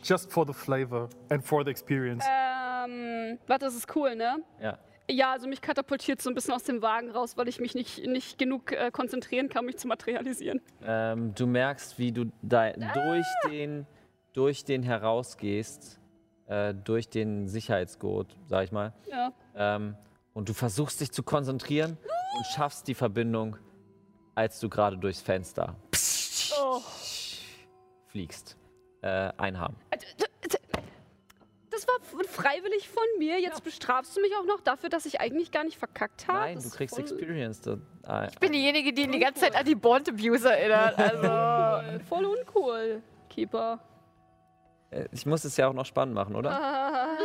[SPEAKER 6] Just for the flavor and for the experience.
[SPEAKER 4] Ähm, warte, das ist cool, ne?
[SPEAKER 2] Ja.
[SPEAKER 4] Ja, also mich katapultiert so ein bisschen aus dem Wagen raus, weil ich mich nicht, nicht genug äh, konzentrieren kann, mich zu materialisieren.
[SPEAKER 2] Ähm, du merkst, wie du da durch, den, durch den herausgehst, äh, durch den Sicherheitsgurt, sag ich mal.
[SPEAKER 4] Ja.
[SPEAKER 2] Ähm, und du versuchst dich zu konzentrieren und schaffst die Verbindung, als du gerade durchs Fenster
[SPEAKER 4] Oh.
[SPEAKER 2] fliegst. Äh, einhaben.
[SPEAKER 4] Das war f- freiwillig von mir. Jetzt bestrafst du mich auch noch dafür, dass ich eigentlich gar nicht verkackt habe.
[SPEAKER 2] Nein,
[SPEAKER 4] Ah, Das
[SPEAKER 2] du
[SPEAKER 4] ist
[SPEAKER 2] kriegst
[SPEAKER 4] voll
[SPEAKER 2] Experience. Da, äh,
[SPEAKER 3] Ich bin diejenige, die ihn die ganze Zeit an die Bond Abuse erinnert. Also.
[SPEAKER 4] Uncool. äh, Voll uncool, Keeper.
[SPEAKER 2] äh, ich muss es ja auch noch spannend machen, oder?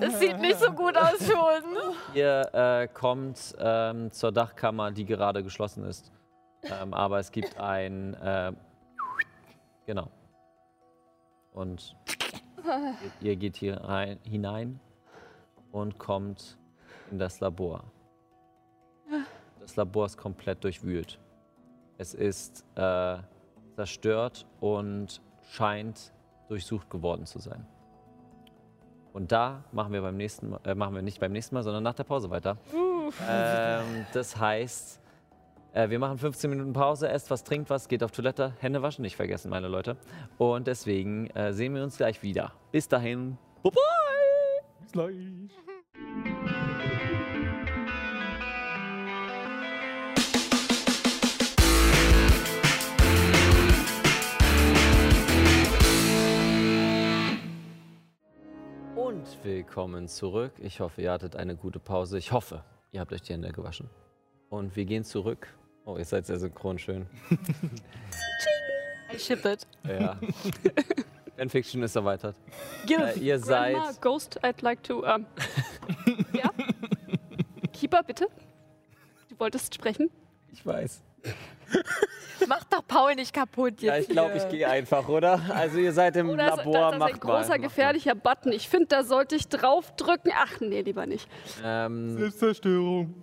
[SPEAKER 3] Es sieht nicht so gut aus für uns.
[SPEAKER 2] Ihr äh, kommt ähm, zur Dachkammer, die gerade geschlossen ist. Ähm, aber es gibt ein. Äh, genau. Und ihr, ihr geht hier rein, hinein und kommt in das Labor. Das Labor ist komplett durchwühlt. Es ist äh, zerstört und scheint durchsucht geworden zu sein. Und da machen wir beim nächsten Mal, äh, machen wir nicht beim nächsten Mal, sondern nach der Pause weiter. Ähm, das heißt, äh, wir machen 15 Minuten Pause, esst was, trinkt was, geht auf Toilette, Hände waschen nicht vergessen, meine Leute. Und deswegen äh, sehen wir uns gleich wieder. Bis dahin, bye bye! Und willkommen zurück. Ich hoffe, ihr hattet eine gute Pause. Ich hoffe, ihr habt euch die Hände gewaschen. Und wir gehen zurück. Oh, ihr seid sehr synchron schön.
[SPEAKER 3] I ship it.
[SPEAKER 2] Ja. Fanfiction ist erweitert. Äh, ihr seid.
[SPEAKER 4] Grandma, Ghost, I'd like to. ähm, ja? Keeper, bitte? Du wolltest sprechen?
[SPEAKER 2] Ich weiß.
[SPEAKER 3] Mach doch Paul nicht kaputt
[SPEAKER 2] Ja,
[SPEAKER 3] jetzt.
[SPEAKER 2] ich glaube, ich gehe einfach, oder? Also ihr seid im
[SPEAKER 4] Oder ist
[SPEAKER 2] Labor,
[SPEAKER 4] Oh, das, das ist
[SPEAKER 2] macht
[SPEAKER 4] ein großer,
[SPEAKER 2] mal.
[SPEAKER 4] gefährlicher Button? Ich finde, da sollte ich draufdrücken. Ach, nee, lieber nicht.
[SPEAKER 2] Macht mal. Ähm,
[SPEAKER 6] Selbstzerstörung.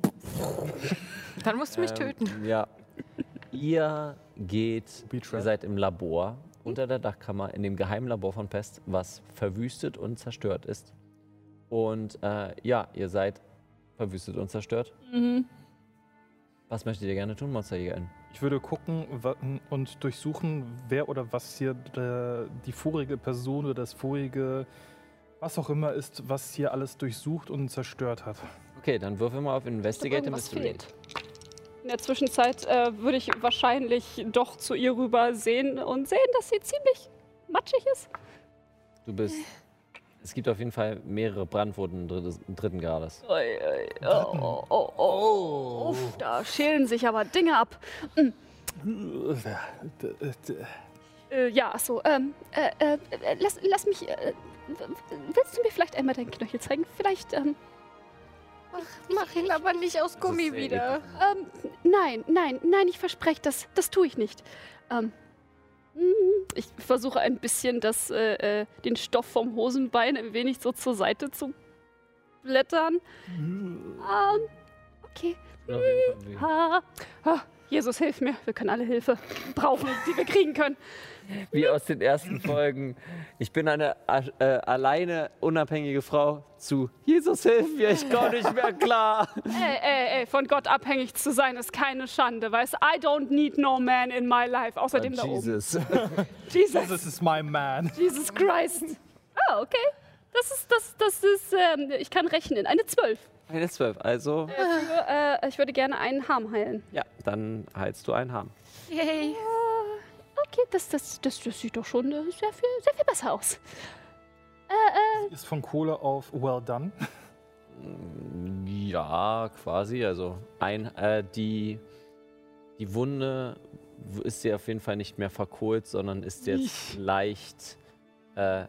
[SPEAKER 3] Dann musst du mich
[SPEAKER 2] Ähm,
[SPEAKER 3] töten.
[SPEAKER 2] Ja. Ihr geht,
[SPEAKER 6] Be
[SPEAKER 2] ihr
[SPEAKER 6] trapped.
[SPEAKER 2] seid im
[SPEAKER 4] Hm?
[SPEAKER 2] Labor unter der Dachkammer, in dem geheimen Labor von Pest, was verwüstet und zerstört ist. Und äh, ja, ihr seid verwüstet und zerstört.
[SPEAKER 4] Mhm.
[SPEAKER 2] Was möchtet ihr gerne tun, Monsterjägerin?
[SPEAKER 6] Ich würde gucken wa- und durchsuchen, wer oder was hier der, die vorige Person oder das vorige, was auch immer ist, was hier alles durchsucht und zerstört hat.
[SPEAKER 2] Okay, dann würfel mal auf Investigate
[SPEAKER 4] Was
[SPEAKER 2] Mystery.
[SPEAKER 4] fehlt? In der Zwischenzeit äh, würde ich wahrscheinlich doch zu ihr rüber sehen und sehen, dass sie ziemlich matschig ist.
[SPEAKER 2] Du bist. Es gibt auf jeden Fall mehrere Brandwunden drittes- dritten Grades.
[SPEAKER 4] Oi, oi, oh, oh, oh, oh. Uff, da schälen sich aber Dinge ab. Äh, ja, ach so. Ähm, äh, äh, äh, lass, lass mich. Äh, w- w- willst du mir vielleicht einmal dein Knöchel zeigen? Vielleicht. Ähm,
[SPEAKER 5] Mach ihn aber nicht aus
[SPEAKER 2] Das ist
[SPEAKER 5] Gummi
[SPEAKER 2] sehr
[SPEAKER 5] wieder.
[SPEAKER 2] ekelhaft.
[SPEAKER 4] ähm, nein, nein, nein, ich verspreche, das, das tue ich nicht. Ähm, mm, ich versuche ein bisschen das, äh, äh, den Stoff vom Hosenbein ein wenig so zur Seite zu blättern. Ähm, okay.
[SPEAKER 2] Auf jeden Fall weh.
[SPEAKER 4] Ha. Ah, Jesus, hilf mir. Wir können alle Hilfe brauchen, die wir kriegen können.
[SPEAKER 2] wie aus den ersten Folgen. Ich bin eine äh, alleine unabhängige Frau zu Jesus hilf mir, ich komme nicht mehr klar.
[SPEAKER 4] Ey, ey, ey, Äh, von Gott abhängig zu sein ist keine Schande, weißt I don't need no man in my life, außer dem da oben.
[SPEAKER 2] Jesus.
[SPEAKER 4] Jesus,
[SPEAKER 6] This is my man.
[SPEAKER 4] Jesus Christ. Ah, okay. Das ist, das, das ist, ähm, ich kann rechnen. Eine 12.
[SPEAKER 2] Eine zwölf, also
[SPEAKER 4] Für, äh, ich würde gerne einen Harm heilen.
[SPEAKER 2] ja, dann heilst du einen Harm.
[SPEAKER 5] Yay.
[SPEAKER 4] Ah, Okay, das, das, das, das sieht doch schon äh, sehr viel, sehr viel besser aus.
[SPEAKER 6] Ist von Kohle auf Well Done.
[SPEAKER 2] Ja, quasi. Also ein, äh, die, die Wunde w- ist dir auf jeden Fall nicht mehr verkohlt, sondern ist jetzt leicht, äh,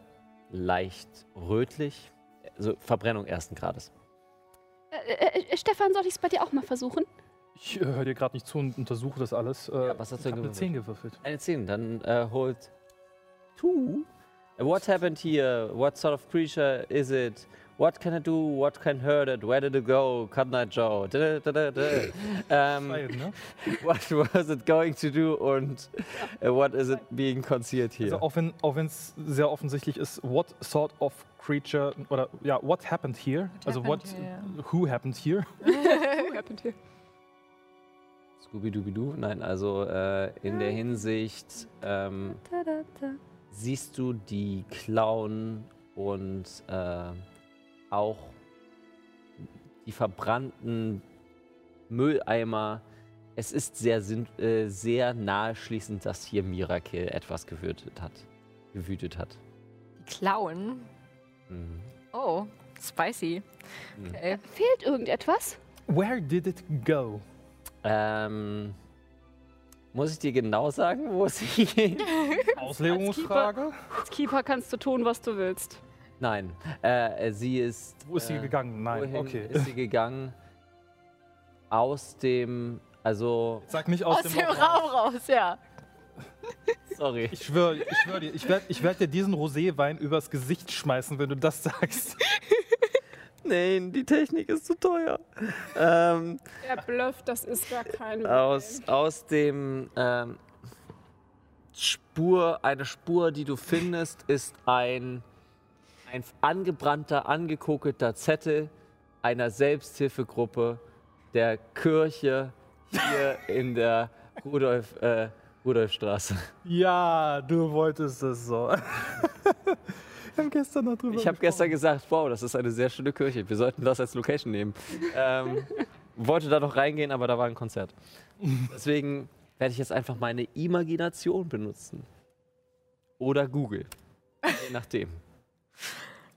[SPEAKER 2] leicht rötlich. also Verbrennung ersten Grades.
[SPEAKER 4] Äh, äh, äh, Stefan, soll ich es bei dir auch mal versuchen?
[SPEAKER 6] Ich äh, höre dir gerade nicht zu und untersuche das alles. Äh,
[SPEAKER 2] Ja, was hast du denn
[SPEAKER 6] ich habe eine 10 gewürfelt.
[SPEAKER 2] Eine 10, dann äh, holt two. What happened here? What sort of creature is it? What can it do? What can hurt it? Where did it go? Cut Night Joe. Da, da, da, da, da. Um,
[SPEAKER 6] Beide, ne?
[SPEAKER 2] what was it going to do und äh, what is it being concealed
[SPEAKER 6] Also
[SPEAKER 2] here?
[SPEAKER 6] auch wenn auch es sehr offensichtlich ist, what sort of creature oder ja, what happened here? also what
[SPEAKER 5] happened here,
[SPEAKER 6] who happened here?
[SPEAKER 2] Scooby-Dooby-Doo? Nein, also äh, in der Hinsicht ähm, siehst du die Klauen und äh, auch die verbrannten Mülleimer. Es ist sehr, sin- äh, sehr naheschließend, dass hier Mirakel etwas gewütet hat. Gewütet hat.
[SPEAKER 3] Klauen.
[SPEAKER 2] Mhm.
[SPEAKER 3] Oh, spicy.
[SPEAKER 2] Hm.
[SPEAKER 3] Okay.
[SPEAKER 4] Fehlt irgendetwas?
[SPEAKER 6] Where did it go?
[SPEAKER 2] Ähm, muss ich dir genau sagen, wo es hingeht?
[SPEAKER 6] Auslegungsfrage.
[SPEAKER 4] Als Keeper kannst du tun, was du willst.
[SPEAKER 2] Nein, äh, sie ist.
[SPEAKER 6] Wo ist sie
[SPEAKER 2] äh,
[SPEAKER 6] gegangen? Nein,
[SPEAKER 2] Wohin
[SPEAKER 6] okay.
[SPEAKER 2] ist sie gegangen? Aus dem, also,
[SPEAKER 6] Sag nicht aus,
[SPEAKER 3] Aus, dem Raum raus, ja.
[SPEAKER 2] sorry.
[SPEAKER 6] Ich schwöre, ich schwör dir, ich werde ich werd dir diesen Roséwein übers Gesicht schmeißen, wenn du das sagst.
[SPEAKER 2] Nein, die Technik ist zu teuer. Ähm,
[SPEAKER 10] Der Bluff, das ist gar kein.
[SPEAKER 2] aus, aus dem ähm, Spur, eine Spur, die du findest, ist ein, ein angebrannter, angekokelter Zettel einer Selbsthilfegruppe der Kirche hier in der Rudolf, äh, Rudolfstraße.
[SPEAKER 6] Ja, du wolltest es so. Wir haben gestern noch drüber
[SPEAKER 2] Ich habe gestern gesagt, wow, das ist eine sehr schöne Kirche. Wir sollten das als Location nehmen. Ähm, wollte da noch reingehen, aber da war ein Konzert. Deswegen werde ich jetzt einfach meine Imagination benutzen. Oder Google. Je nachdem.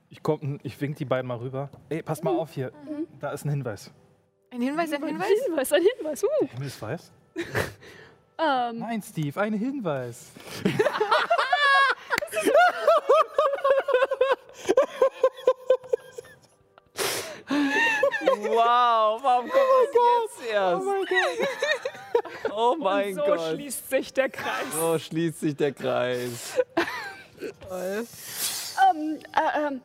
[SPEAKER 6] Ich, komm, ich wink die beiden mal rüber. Ey, mhm. pass mal auf hier. Da ist ein Hinweis.
[SPEAKER 3] Ein Hinweis, ein
[SPEAKER 4] Ein
[SPEAKER 3] Hinweis.
[SPEAKER 4] Hinweis, ein Hinweis. Uh.
[SPEAKER 6] Hinweis?
[SPEAKER 4] Ähm,
[SPEAKER 6] Nein, Steve, ein Hinweis.
[SPEAKER 2] Wow, warum kommt das jetzt erst? Oh mein
[SPEAKER 10] so
[SPEAKER 2] Gott.
[SPEAKER 10] schließt sich der Kreis.
[SPEAKER 2] so schließt sich der Kreis.
[SPEAKER 4] ähm, äh, ähm.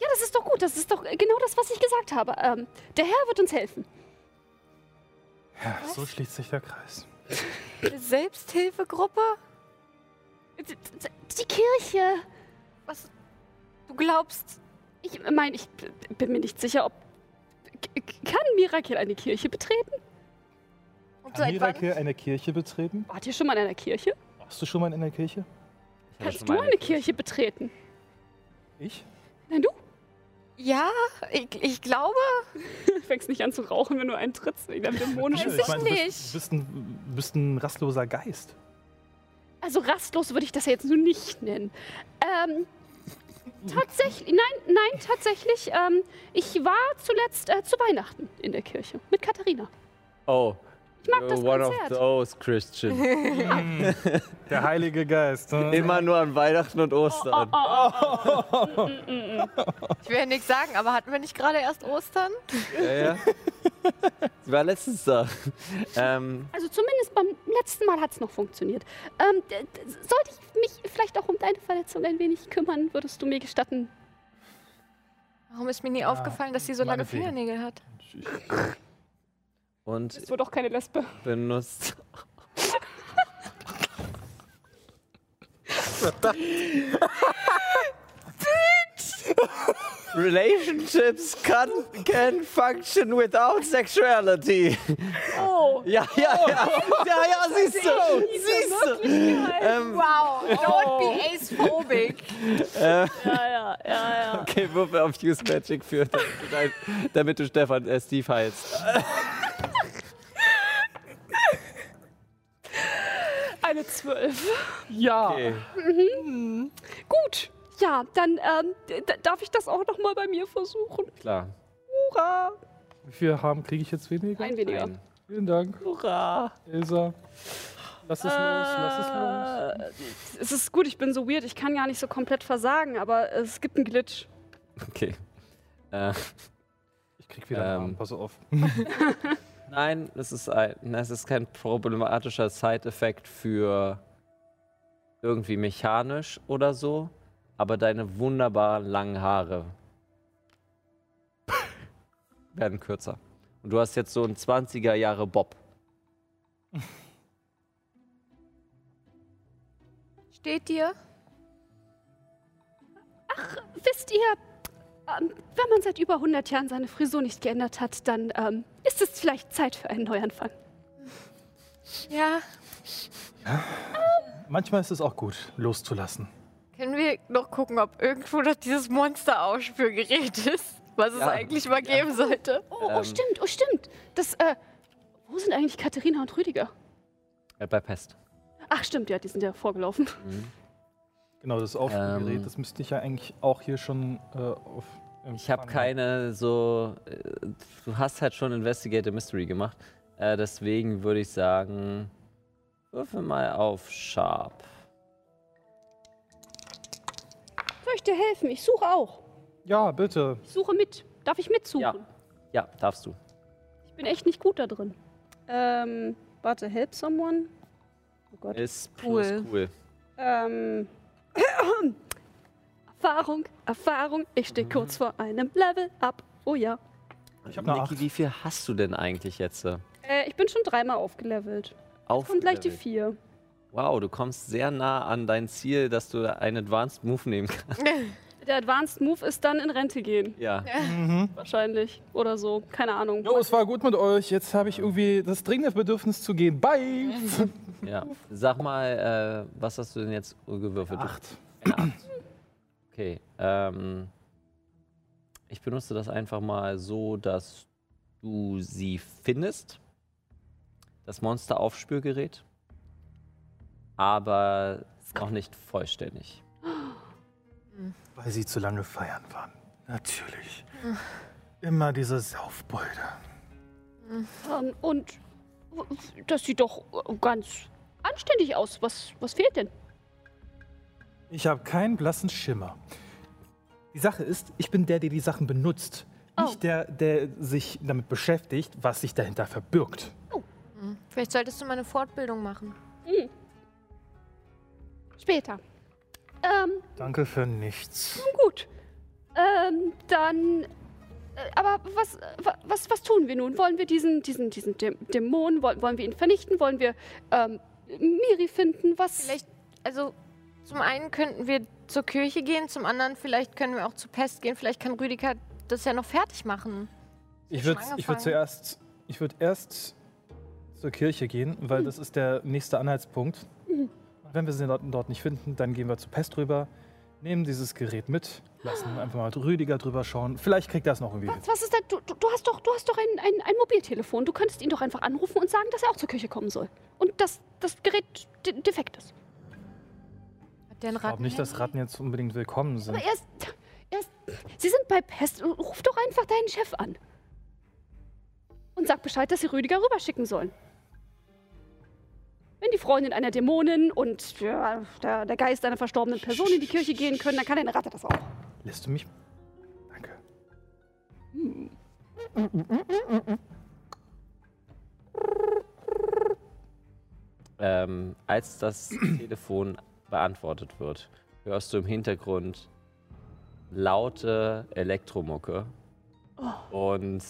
[SPEAKER 4] Ja, das ist doch gut. Das ist doch genau das, was ich gesagt habe. Ähm, der Herr wird uns helfen.
[SPEAKER 6] Ja, so schließt sich der Kreis.
[SPEAKER 3] Selbsthilfegruppe?
[SPEAKER 4] D- d- Die Kirche.
[SPEAKER 3] Du glaubst,
[SPEAKER 4] Ich meine, ich b- bin mir nicht sicher, ob. k- Kann Mirakel eine Kirche betreten?
[SPEAKER 3] und
[SPEAKER 6] Hat
[SPEAKER 3] seit wann?
[SPEAKER 6] Mirakel eine Kirche betreten?
[SPEAKER 4] Wart ihr schon mal in einer Kirche?
[SPEAKER 6] Warst du schon mal in einer Kirche?
[SPEAKER 4] Kannst du eine Kirche betreten?
[SPEAKER 6] Ich?
[SPEAKER 4] Nein, du?
[SPEAKER 3] Ja, ich, ich glaube.
[SPEAKER 4] Du fängst nicht an zu rauchen, wenn du einen trittst wegen deinem Also
[SPEAKER 6] Weiß
[SPEAKER 4] dämonischen
[SPEAKER 3] ich
[SPEAKER 6] du bist,
[SPEAKER 3] nicht.
[SPEAKER 6] du bist, ein, bist ein rastloser Geist.
[SPEAKER 4] Also rastlos würde ich das ja jetzt nur nicht nennen. Ähm, tatsächlich, nein, nein, tatsächlich. Ähm, ich war zuletzt äh, zu Weihnachten in der Kirche mit Katharina.
[SPEAKER 2] Oh,
[SPEAKER 4] Ich mag das
[SPEAKER 2] you're one of
[SPEAKER 4] Konzert.
[SPEAKER 2] those, Christian.
[SPEAKER 6] Der Heilige Geist. ne?
[SPEAKER 2] Immer nur an Weihnachten und
[SPEAKER 4] Oh,
[SPEAKER 2] Ostern.
[SPEAKER 3] Ich will ja nichts sagen, aber hatten wir nicht gerade erst Ostern?
[SPEAKER 2] Ja, ja. Sie war letztens da. Ähm,
[SPEAKER 4] Also zumindest beim letzten Mal hat es noch funktioniert. Ähm, d- d- sollte ich mich vielleicht auch um deine Verletzung ein wenig kümmern, würdest du mir gestatten?
[SPEAKER 3] Warum ist mir nie aufgefallen, dass sie so lange
[SPEAKER 6] meinetwegen.
[SPEAKER 3] Fingernägel hat?
[SPEAKER 2] und
[SPEAKER 10] Es wird doch keine Lesbe.
[SPEAKER 2] benutzt. Relationships can, can function without sexuality.
[SPEAKER 10] Oh,
[SPEAKER 2] Ja, ja, ja. Ja, ja, siehst du. Siehst du. Ähm,
[SPEAKER 3] Wow, don't be acephobic.
[SPEAKER 10] ja, ja, ja.
[SPEAKER 2] okay, Würfel auf Use Magic für, damit du, dein, damit du Stefan äh, Steve heilst.
[SPEAKER 10] Eine zwölf.
[SPEAKER 2] Okay.
[SPEAKER 4] Gut, ja, dann ähm, d- d- darf ich das auch nochmal bei mir versuchen.
[SPEAKER 2] Klar.
[SPEAKER 4] Hurra!
[SPEAKER 6] Wie viel haben kriege ich jetzt weniger?
[SPEAKER 4] Ein weniger.
[SPEAKER 2] Ein.
[SPEAKER 6] Vielen Dank,
[SPEAKER 4] Hurra!
[SPEAKER 6] Ilsa. Lass es los, lass es los.
[SPEAKER 4] Äh, Es ist gut, ich bin so weird, ich kann gar nicht so komplett versagen, aber es gibt einen Glitch.
[SPEAKER 2] Okay. Äh,
[SPEAKER 6] Ich krieg wieder einen
[SPEAKER 2] Ähm.
[SPEAKER 6] Arm, pass auf.
[SPEAKER 2] nein, das ist, ein, das ist kein problematischer Side-Effekt für irgendwie mechanisch oder so, aber deine wunderbaren langen Haare werden kürzer. Und du hast jetzt so einen 20er Jahre Bob.
[SPEAKER 5] Steht dir?
[SPEAKER 4] Wisst ihr, ähm, wenn man seit über 100 Jahren seine Frisur nicht geändert hat, dann ähm, ist es vielleicht Zeit für einen Neuanfang.
[SPEAKER 5] Ja.
[SPEAKER 6] Manchmal ist es auch gut, loszulassen.
[SPEAKER 3] Können wir noch gucken, ob irgendwo noch dieses Monster-Ausspürgerät ist, was es
[SPEAKER 2] Ja.
[SPEAKER 3] eigentlich mal geben sollte?
[SPEAKER 4] Oh,
[SPEAKER 2] Ähm.
[SPEAKER 4] oh stimmt, oh, stimmt. Das, äh, wo sind eigentlich Katharina und Rüdiger?
[SPEAKER 2] Äh, bei Pest.
[SPEAKER 4] Ach, stimmt, ja, die sind ja vorgelaufen.
[SPEAKER 6] Genau, das Aufgerät,
[SPEAKER 2] Ähm.
[SPEAKER 6] das müsste ich ja eigentlich auch hier schon äh, auf.
[SPEAKER 2] Ich habe keine so. äh, Du hast halt schon Investigative Mystery gemacht. Äh, deswegen würde ich sagen, würfel mal auf Sharp.
[SPEAKER 4] Ich möchte helfen, ich suche auch.
[SPEAKER 6] Ja, bitte.
[SPEAKER 4] Ich suche mit. Darf ich mitsuchen?
[SPEAKER 2] Ja. Ja, darfst du.
[SPEAKER 4] Ich bin echt nicht gut da drin.
[SPEAKER 11] Ähm, warte, help someone? Oh Gott.
[SPEAKER 2] Ist plus
[SPEAKER 3] Cool.
[SPEAKER 2] cool.
[SPEAKER 11] Ähm,
[SPEAKER 4] Erfahrung, Erfahrung, ich stehe kurz vor einem Level up. Oh ja.
[SPEAKER 6] Ich hab eine
[SPEAKER 2] Niki,
[SPEAKER 6] Acht.
[SPEAKER 2] wie viel hast du denn eigentlich jetzt? äh,
[SPEAKER 11] äh, ich bin schon dreimal aufgelevelt.
[SPEAKER 2] Auf
[SPEAKER 11] Und gleich die
[SPEAKER 2] Level?
[SPEAKER 11] vier.
[SPEAKER 2] Wow, du kommst sehr nah an dein Ziel, dass du einen Advanced Move nehmen kannst.
[SPEAKER 4] Der Advanced Move ist dann in Rente gehen,
[SPEAKER 2] Ja.
[SPEAKER 4] wahrscheinlich. Oder so. Keine Ahnung.
[SPEAKER 6] Jo, es war gut mit euch. Jetzt habe ich irgendwie das dringende Bedürfnis zu gehen. Bye!
[SPEAKER 2] ja. Sag mal, äh, was hast du denn jetzt gewürfelt? Du-
[SPEAKER 6] Acht.
[SPEAKER 2] Okay, ähm, ich benutze das einfach mal so, dass du sie findest. Das Monster-Aufspürgerät. Aber noch nicht vollständig.
[SPEAKER 6] Weil sie zu lange feiern waren. Natürlich. Immer diese Saufbeute.
[SPEAKER 4] Ähm, Und das sieht doch äh, ganz anständig aus. Was, was fehlt denn?
[SPEAKER 6] Ich habe keinen blassen Schimmer. Die Sache ist, ich bin der, der die Sachen benutzt. Nicht der, der sich damit beschäftigt, was sich dahinter verbirgt.
[SPEAKER 3] Vielleicht solltest du mal eine Fortbildung machen.
[SPEAKER 4] Später. Ähm,
[SPEAKER 6] Danke für nichts.
[SPEAKER 4] gut. Ähm, dann. äh, Aber was, äh, wa- was, was tun wir nun? Wollen wir diesen, diesen, diesen Dä- Dämon, wollen, wollen wir ihn vernichten? Wollen wir ähm, Miri finden? Was?
[SPEAKER 3] Vielleicht, also zum einen könnten wir zur Kirche gehen, zum anderen vielleicht können wir auch zu Pest gehen. Vielleicht kann Rüdiger das ja noch fertig machen.
[SPEAKER 6] Ich
[SPEAKER 3] schon
[SPEAKER 6] würde ich würd
[SPEAKER 3] angefangen.
[SPEAKER 6] zuerst. Ich würde erst zur Kirche gehen, weil das ist der nächste Anhaltspunkt. Und wenn wir sie dort, dort nicht finden, dann gehen wir zu Pest rüber, nehmen dieses Gerät mit, lassen einfach mal Rüdiger drüber schauen. Vielleicht kriegt er es noch irgendwie hin.
[SPEAKER 4] Was, was ist denn? Du, du, du hast doch, du hast doch ein, ein, ein Mobiltelefon. Du könntest ihn doch einfach anrufen und sagen, dass er auch zur Kirche kommen soll. Und dass das Gerät de defekt ist.
[SPEAKER 3] Hat der einen
[SPEAKER 6] Ich glaube
[SPEAKER 3] Ratten?
[SPEAKER 6] nicht, dass Ratten jetzt unbedingt willkommen sind.
[SPEAKER 4] Aber erst, erst, Sie sind bei Pest. Ruf doch einfach deinen Chef an. Und sag Bescheid, dass sie Rüdiger rüberschicken sollen. Wenn die Freundin einer Dämonin und ja, der, der Geist einer verstorbenen Person in die Kirche gehen können, dann kann eine Ratte das auch.
[SPEAKER 6] Lässt du mich? Danke.
[SPEAKER 2] Ähm, als das Telefon beantwortet wird, hörst du im Hintergrund laute Elektromucke.
[SPEAKER 11] Oh.
[SPEAKER 2] Und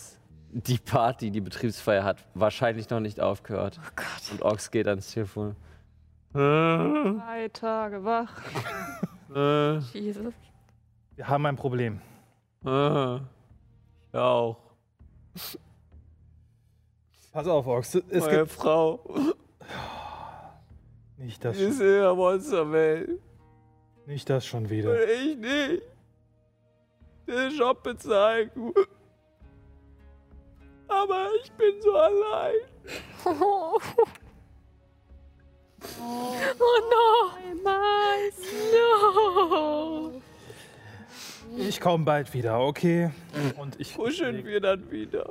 [SPEAKER 2] die Party, die Betriebsfeier hat, wahrscheinlich noch nicht aufgehört.
[SPEAKER 11] Oh
[SPEAKER 2] Und Ox geht ans Telefon.
[SPEAKER 11] Drei Tage wach.
[SPEAKER 2] Äh,
[SPEAKER 5] Jesus.
[SPEAKER 6] Wir haben ein Problem.
[SPEAKER 2] äh, ich auch.
[SPEAKER 6] Pass auf, Ox. Es
[SPEAKER 2] Meine
[SPEAKER 6] gibt
[SPEAKER 2] Frau
[SPEAKER 6] nicht das,
[SPEAKER 2] ist
[SPEAKER 6] schon,
[SPEAKER 2] in der Monsterwelt.
[SPEAKER 6] nicht das schon wieder.
[SPEAKER 2] Und ich nicht. Den Job bezahlen. Aber ich bin so allein.
[SPEAKER 3] Oh,
[SPEAKER 6] Ich komme bald wieder, okay? Und ich
[SPEAKER 2] Kuscheln wir dann wieder.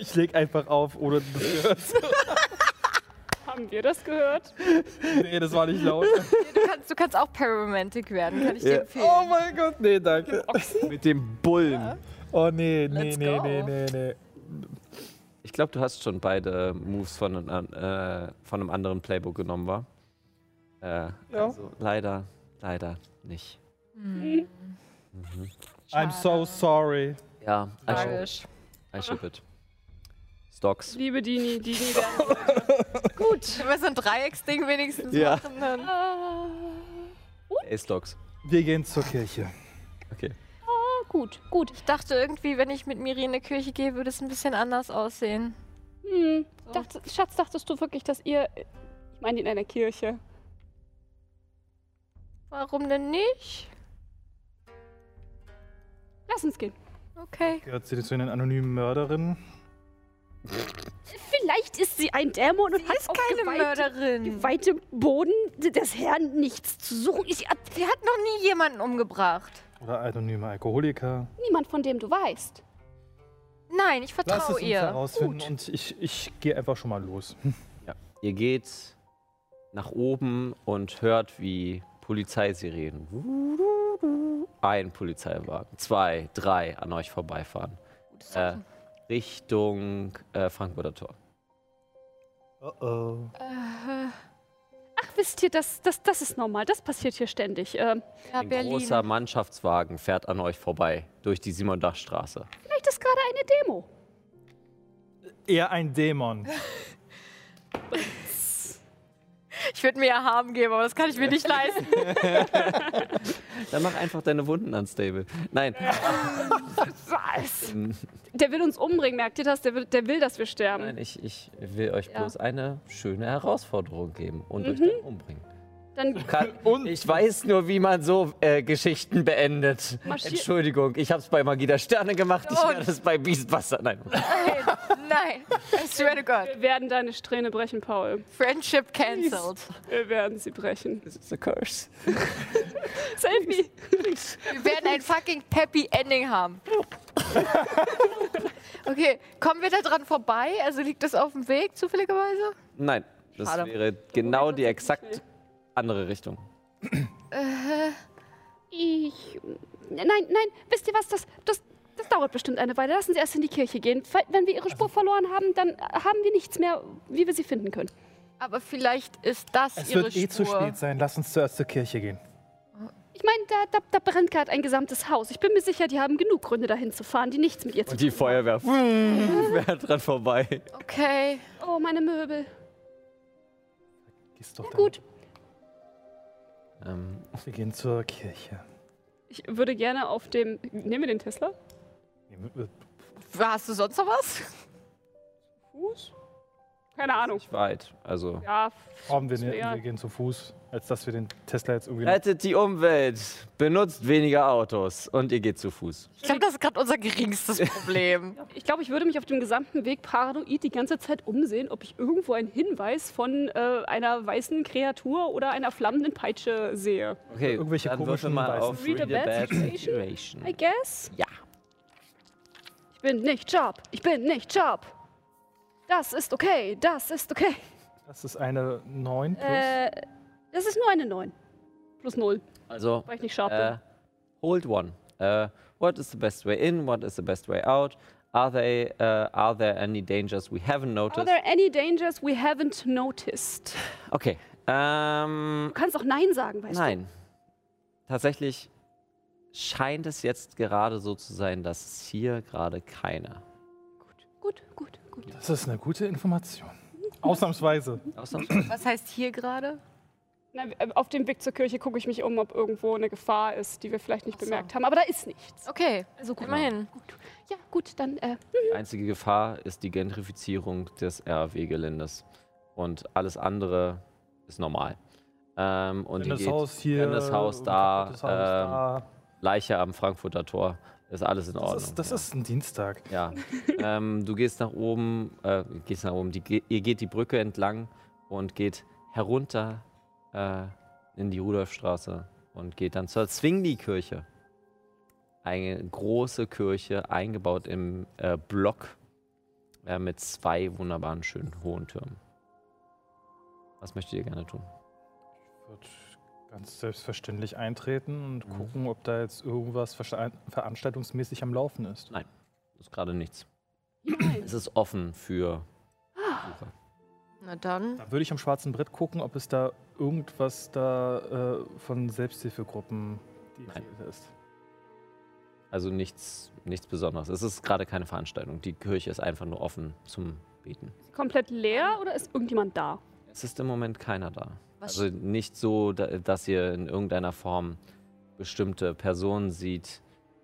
[SPEAKER 6] ich leg einfach auf, ohne dass du das hörst.
[SPEAKER 4] Haben wir das gehört?
[SPEAKER 7] Nee, das war nicht laut.
[SPEAKER 3] Du kannst, du kannst auch Pararomantic werden, kann ich dir
[SPEAKER 7] Ja.
[SPEAKER 3] empfehlen. Oh.
[SPEAKER 7] Oh mein Gott, nee, danke. Mit dem Bullen.
[SPEAKER 6] Oh nee, nee,
[SPEAKER 3] Let's
[SPEAKER 6] nee,
[SPEAKER 3] go.
[SPEAKER 6] nee, nee, nee.
[SPEAKER 2] Ich glaube, du hast schon beide Moves von, einem an- äh, von einem anderen Playbook genommen, war? Äh, Also leider, leider nicht.
[SPEAKER 6] I'm so sorry.
[SPEAKER 2] Ja,
[SPEAKER 6] Also,
[SPEAKER 2] I ship,
[SPEAKER 3] Tragisch.
[SPEAKER 2] I ship it. Stocks.
[SPEAKER 4] Liebe Dini, Dini werden.
[SPEAKER 3] Wenn wir so ein Dreiecksding wenigstens
[SPEAKER 2] Ja.
[SPEAKER 3] machen, dann.
[SPEAKER 4] Ah,
[SPEAKER 2] Ey, Stocks.
[SPEAKER 6] Wir gehen zur Kirche.
[SPEAKER 2] Okay.
[SPEAKER 4] ah, gut, gut.
[SPEAKER 3] Ich dachte irgendwie, wenn ich mit Miri in die Kirche gehe, würde es ein bisschen anders aussehen.
[SPEAKER 4] Hm, dachte, Schatz, dachtest du wirklich, dass ihr. Ich meine, in einer Kirche.
[SPEAKER 3] Warum denn nicht?
[SPEAKER 4] Lass uns gehen.
[SPEAKER 3] Okay.
[SPEAKER 6] Gehört sie zu den anonymen Mörderinnen?
[SPEAKER 11] Vielleicht ist sie ein Dämon und hat
[SPEAKER 3] Ist
[SPEAKER 11] auf
[SPEAKER 3] keine
[SPEAKER 11] geweihtem-
[SPEAKER 3] Mörderin.
[SPEAKER 11] geweihtem Boden des Herrn nichts zu suchen. Ist sie ab-
[SPEAKER 3] Die hat noch nie jemanden umgebracht.
[SPEAKER 6] Oder anonyme Alkoholiker?
[SPEAKER 4] Niemand, von dem du weißt.
[SPEAKER 3] Nein, ich
[SPEAKER 6] Lass es
[SPEAKER 3] vertraue
[SPEAKER 6] uns
[SPEAKER 3] ihr.
[SPEAKER 6] herausfinden und ich, ich gehe einfach schon mal los.
[SPEAKER 2] Ihr geht nach oben und hört, wie Polizeisirenen. Ein Polizeiwagen, zwei, drei an euch vorbeifahren. Äh, Richtung äh, Frankfurter Tor.
[SPEAKER 6] Oh oh.
[SPEAKER 4] Ach, wisst ihr, das, das, das ist normal. Das passiert hier ständig. Ähm,
[SPEAKER 3] Ja,
[SPEAKER 2] Ein
[SPEAKER 3] Berlin.
[SPEAKER 2] großer Mannschaftswagen fährt an euch vorbei durch die Simondachstraße.
[SPEAKER 4] vielleicht ist gerade eine Demo.
[SPEAKER 6] Eher ein Dämon.
[SPEAKER 3] Ich würde mir ja Harm geben, aber das kann ich mir nicht leisten.
[SPEAKER 2] Dann mach einfach deine Wunden unstable. Nein.
[SPEAKER 4] Was?
[SPEAKER 2] Mm,
[SPEAKER 4] Der will uns umbringen, merkt ihr das? Der will, der will dass wir sterben.
[SPEAKER 2] Nein, ich, ich will euch
[SPEAKER 4] Ja. Mhm.
[SPEAKER 2] bloß eine schöne Herausforderung geben und euch dann umbringen.
[SPEAKER 4] Dann
[SPEAKER 2] Kann, ich weiß nur, wie man so äh, Geschichten beendet.
[SPEAKER 4] Marschier-
[SPEAKER 2] Entschuldigung, ich habe es bei Magie der Sterne gemacht, ich werde es bei Beastbuster. Nein.
[SPEAKER 3] Nein, I swear to God.
[SPEAKER 4] wir werden deine Strähne brechen, Paul.
[SPEAKER 3] Friendship cancelled.
[SPEAKER 4] Wir werden sie brechen.
[SPEAKER 2] This is a curse.
[SPEAKER 4] Save me.
[SPEAKER 3] Wir werden ein fucking peppy Ending haben. Okay, kommen wir da dran vorbei? Also liegt das auf dem Weg zufälligerweise?
[SPEAKER 2] Nein, das
[SPEAKER 3] Schade.
[SPEAKER 2] wäre genau die exakt andere Richtung.
[SPEAKER 4] Ich. Nein, nein, wisst ihr was? Das, das, das dauert bestimmt eine Weile. Lassen Sie erst in die Kirche gehen. Fe- Wenn wir Ihre Spur verloren haben, dann haben wir nichts mehr, wie wir sie finden können.
[SPEAKER 3] Aber vielleicht ist das
[SPEAKER 6] Es
[SPEAKER 3] ihre
[SPEAKER 6] wird
[SPEAKER 3] Spur.
[SPEAKER 6] eh zu spät sein. Lass uns zuerst zur Kirche gehen.
[SPEAKER 4] Ich meine, da, da, da brennt gerade ein gesamtes Haus. Ich bin mir sicher, die haben genug Gründe, dahin zu fahren, die nichts mit ihr zu
[SPEAKER 2] Und die Feuerwehr fährt dran vorbei.
[SPEAKER 3] Okay.
[SPEAKER 4] Oh, meine Möbel.
[SPEAKER 6] Gehst doch damit.
[SPEAKER 4] Gut.
[SPEAKER 2] Ähm,
[SPEAKER 6] Wir gehen zur Kirche.
[SPEAKER 4] Ich würde gerne auf dem. Nehmen wir den Tesla?
[SPEAKER 3] Hast du sonst noch was?
[SPEAKER 4] Fuß? Keine Ahnung.
[SPEAKER 2] nicht weit. Also.
[SPEAKER 4] Ja,
[SPEAKER 6] Brauchen wir,
[SPEAKER 4] wär
[SPEAKER 6] nicht.
[SPEAKER 4] ja-
[SPEAKER 6] wir gehen zu Fuß, als dass wir den Tesla jetzt irgendwie.
[SPEAKER 2] Rettet die Umwelt, benutzt weniger Autos und ihr geht zu Fuß.
[SPEAKER 3] Ich glaube, das ist gerade unser geringstes Problem.
[SPEAKER 4] Ich glaube, ich würde mich auf dem gesamten Weg paranoid die ganze Zeit umsehen, ob ich irgendwo einen Hinweis von äh, einer weißen Kreatur oder einer flammenden Peitsche sehe.
[SPEAKER 2] Okay,
[SPEAKER 6] Irgendwelche
[SPEAKER 2] dann würfel
[SPEAKER 6] komischen
[SPEAKER 2] mal
[SPEAKER 6] Weißen.
[SPEAKER 2] auf
[SPEAKER 4] Read a
[SPEAKER 2] Read a Bad
[SPEAKER 4] Bad
[SPEAKER 2] Situation.
[SPEAKER 4] I guess.
[SPEAKER 2] Ja.
[SPEAKER 4] Ich bin nicht Job. Ich bin nicht Job. Das ist okay. Das ist okay.
[SPEAKER 6] Das ist eine 9 plus.
[SPEAKER 4] Äh, das ist nur eine 9. Plus 0,
[SPEAKER 2] Also,
[SPEAKER 4] weil ich nicht scharf
[SPEAKER 2] äh, hold one. Äh, what is the best way in? What is the best way out? Are, they, äh, are there any dangers we haven't
[SPEAKER 4] bin. Are
[SPEAKER 2] noticed?
[SPEAKER 4] there any dangers we haven't noticed?
[SPEAKER 2] Okay. Ähm,
[SPEAKER 4] Du kannst auch Nein sagen, weißt
[SPEAKER 2] nein. Tatsächlich scheint es jetzt gerade so zu sein, dass es hier gerade keine.
[SPEAKER 4] du. Gut, gut, gut.
[SPEAKER 6] Das ist eine gute Information. Ausnahmsweise.
[SPEAKER 2] Ausnahmsweise.
[SPEAKER 3] Was heißt hier gerade?
[SPEAKER 4] Na, äh, auf dem Weg zur Kirche gucke ich mich um, ob irgendwo eine Gefahr ist, die wir vielleicht nicht bemerkt haben. Aber da ist nichts.
[SPEAKER 3] Okay,
[SPEAKER 4] Also gut.
[SPEAKER 3] immerhin.
[SPEAKER 4] Gut. Ja, gut, dann. Äh,
[SPEAKER 2] Die einzige Gefahr ist die Gentrifizierung des RW-Geländes. Und alles andere ist normal. Ähm, und
[SPEAKER 6] Wenn
[SPEAKER 2] ihr
[SPEAKER 6] das
[SPEAKER 2] geht
[SPEAKER 6] Haus hier.
[SPEAKER 2] das Haus
[SPEAKER 6] und
[SPEAKER 2] da,
[SPEAKER 6] kaputtes
[SPEAKER 2] ähm,
[SPEAKER 6] Haus
[SPEAKER 2] Leiche am Frankfurter Tor. Ist alles in
[SPEAKER 6] da.
[SPEAKER 2] Ordnung.
[SPEAKER 6] Das, ist, das
[SPEAKER 2] ja.
[SPEAKER 6] ist ein Dienstag.
[SPEAKER 2] Ja. ähm, du gehst nach oben, äh, gehst nach oben, die, ge- ihr geht die Brücke entlang und geht herunter äh, in die Rudolfstraße und geht dann zur Zwingli-Kirche. Eine große Kirche, eingebaut im äh, Block äh, mit zwei wunderbaren, schönen hohen Türmen. Was möchtet ihr gerne tun?
[SPEAKER 6] Wird ganz selbstverständlich eintreten und
[SPEAKER 2] Mhm.
[SPEAKER 6] gucken, ob da jetzt irgendwas versta- veranstaltungsmäßig am Laufen ist.
[SPEAKER 2] Ist gerade nichts. Es ist offen für Besucher.
[SPEAKER 3] Na dann.
[SPEAKER 6] Da würde ich am schwarzen Brett gucken, ob es da irgendwas da äh, von Selbsthilfegruppen die
[SPEAKER 2] Nein.
[SPEAKER 6] Rede ist.
[SPEAKER 2] Also nichts, nichts Besonderes. Es ist gerade keine Veranstaltung. Die Kirche ist einfach nur offen zum Beten.
[SPEAKER 4] Ist sie komplett leer oder ist irgendjemand da?
[SPEAKER 2] Es ist im Moment keiner da.
[SPEAKER 3] Was
[SPEAKER 2] Also nicht so, da- dass ihr in irgendeiner Form bestimmte Personen sieht.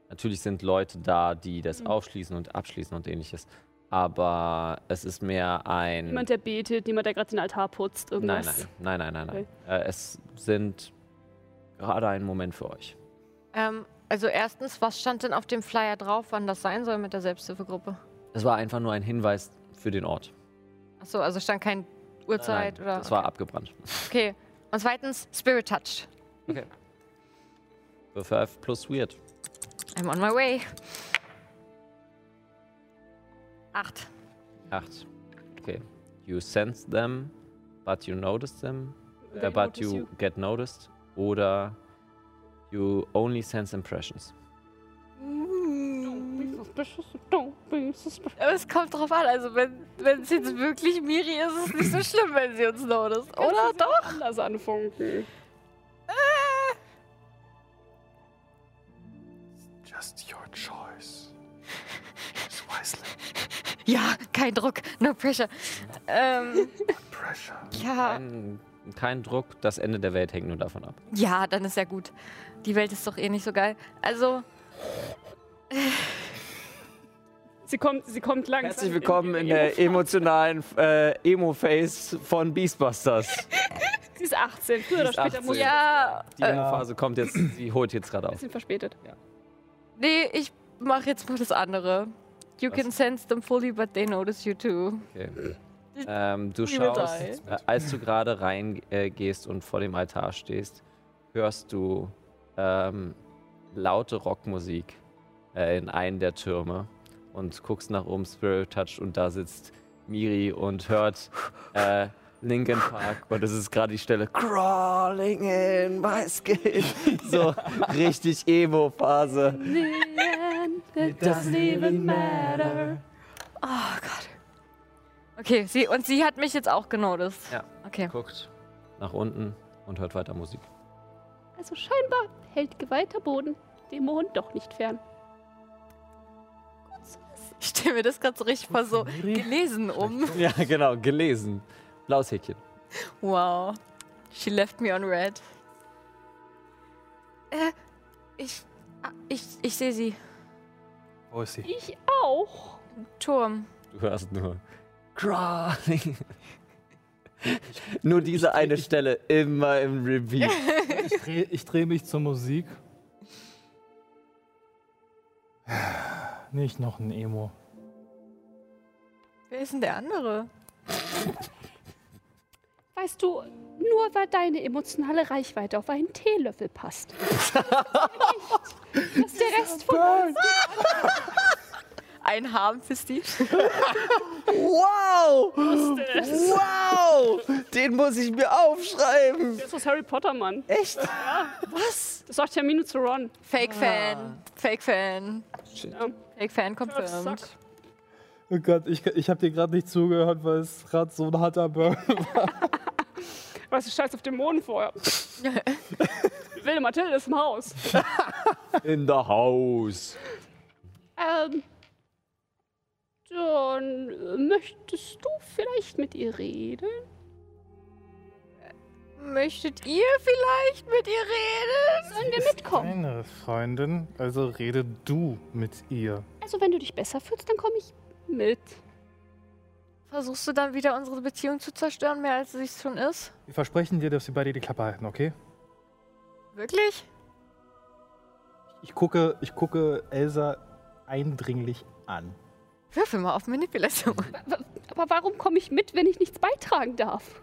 [SPEAKER 2] Natürlich sind Leute da, die das aufschließen und abschließen und ähnliches. Aber es ist mehr ein.
[SPEAKER 4] Niemand, der betet, niemand, der gerade den Altar putzt,
[SPEAKER 2] nein,
[SPEAKER 4] irgendwas.
[SPEAKER 2] nein, nein, nein, nein, nein. Äh, es sind gerade ein Moment für euch.
[SPEAKER 3] Ähm, also erstens, was stand denn auf dem Flyer drauf, wann das sein soll mit der Selbsthilfegruppe?
[SPEAKER 2] Es war einfach nur ein Hinweis für den Ort.
[SPEAKER 3] Achso, also stand kein Uhrzeit
[SPEAKER 2] Nein,
[SPEAKER 3] oder.
[SPEAKER 2] Es war abgebrannt.
[SPEAKER 3] okay. Und zweitens, Spirit Touch.
[SPEAKER 2] Würfel F plus weird.
[SPEAKER 3] I'm on my way. Acht.
[SPEAKER 2] Acht. Okay. You sense them, but you notice them.
[SPEAKER 10] They
[SPEAKER 2] Äh, but
[SPEAKER 10] notice
[SPEAKER 2] you,
[SPEAKER 10] you.
[SPEAKER 2] get noticed. Oder you only sense impressions.
[SPEAKER 4] Don't be suspicious, don't be suspicious.
[SPEAKER 3] Aber es kommt drauf an. Also, wenn es jetzt wirklich Miri ist, ist es nicht so schlimm, wenn sie uns notice. Oder?
[SPEAKER 4] Kannst du sie auch Anders anfunken.
[SPEAKER 3] Äh.
[SPEAKER 6] Just your choice. Choose wisely.
[SPEAKER 3] Ja, kein Druck. No pressure. Ähm,
[SPEAKER 6] Pressure.
[SPEAKER 10] Ah.
[SPEAKER 3] ja.
[SPEAKER 2] Kein, kein Druck, das Ende der Welt hängt nur davon ab.
[SPEAKER 3] Ja, dann ist ja gut. Die Welt ist doch eh nicht so geil. Also,
[SPEAKER 4] Sie kommt, sie kommt langsam.
[SPEAKER 7] Herzlich willkommen in der emotionalen äh, Emo-Phase von Beastbusters.
[SPEAKER 4] Sie ist 18. Früher oder
[SPEAKER 2] ist
[SPEAKER 4] später
[SPEAKER 2] 18.
[SPEAKER 4] muss sie.
[SPEAKER 3] ja.
[SPEAKER 2] Die
[SPEAKER 10] Äh.
[SPEAKER 2] Emo-Phase kommt jetzt, sie holt jetzt gerade auf.
[SPEAKER 4] Bisschen verspätet.
[SPEAKER 3] Nee, ich mache jetzt mal das andere. You
[SPEAKER 2] Was?
[SPEAKER 3] can sense them fully, but they notice you too.
[SPEAKER 2] Okay. Ähm, du
[SPEAKER 3] Ich will
[SPEAKER 2] schaust,
[SPEAKER 3] die.
[SPEAKER 2] äh, als du gerade reingehst äh, gehst und vor dem Altar stehst, hörst du ähm, laute Rockmusik äh, in einen der Türme und guckst nach oben, Spirit Touch, und da sitzt Miri und hört äh, Linkin Park und es ist gerade die Stelle Crawling in my skin. So richtig Emo-Phase.
[SPEAKER 4] It doesn't even matter.
[SPEAKER 3] Oh Gott. Okay, sie, und sie hat mich jetzt auch genoticed.
[SPEAKER 2] Ja.
[SPEAKER 3] Okay.
[SPEAKER 2] Guckt nach unten und hört weiter Musik.
[SPEAKER 4] Also scheinbar hält geweihter Boden Dämonen doch nicht fern.
[SPEAKER 3] Ich stelle mir das gerade so richtig mal so gelesen um.
[SPEAKER 2] Ja, genau, gelesen. Blaues Häkchen.
[SPEAKER 3] Wow. She left me on red. Äh, ich, ah, ich, ich sehe sie.
[SPEAKER 6] Wo ist sie?
[SPEAKER 4] Ich auch.
[SPEAKER 3] Turm.
[SPEAKER 2] Du hörst nur Crawling. nur diese eine Stelle immer im Repeat.
[SPEAKER 6] Ich drehe ich dreh mich zur Musik. Nicht noch ein Emo.
[SPEAKER 3] Wer ist denn der andere?
[SPEAKER 4] Weißt du, nur weil deine emotionale Reichweite auf einen Teelöffel passt. Dass der Rest von uns
[SPEAKER 3] Ein Harmfisti.
[SPEAKER 7] Wow! Wow! Den muss ich mir aufschreiben!
[SPEAKER 4] Das ist aus Harry Potter, Mann.
[SPEAKER 7] Echt?
[SPEAKER 4] Das sagt Termino zu Ron.
[SPEAKER 3] Ah. Fake-Fan. Fake-Fan. Oh. Fake-Fan confirmed.
[SPEAKER 4] Sack.
[SPEAKER 6] Oh Gott, ich, ich habe dir gerade nicht zugehört, weil es gerade so ein harter Burn
[SPEAKER 4] Weißt du, scheiß auf Dämonen vorher. Wilde Mathilde ist im Haus.
[SPEAKER 2] In the house.
[SPEAKER 4] Ähm, dann äh, möchtest du vielleicht mit ihr reden?
[SPEAKER 3] Möchtet ihr vielleicht mit ihr reden?
[SPEAKER 4] Sollen wir mitkommen?
[SPEAKER 6] Meine Freundin, also rede du mit ihr.
[SPEAKER 4] Also, wenn du dich besser fühlst, dann komme ich mit.
[SPEAKER 3] Versuchst du dann wieder unsere Beziehung zu zerstören, mehr als sie es schon ist?
[SPEAKER 6] Wir versprechen dir, dass wir beide die Klappe halten, okay?
[SPEAKER 3] Wirklich?
[SPEAKER 6] Ich gucke, ich gucke Elsa eindringlich an.
[SPEAKER 3] Würfel mal auf Manipulation.
[SPEAKER 4] Aber warum komme ich mit, wenn ich nichts beitragen darf?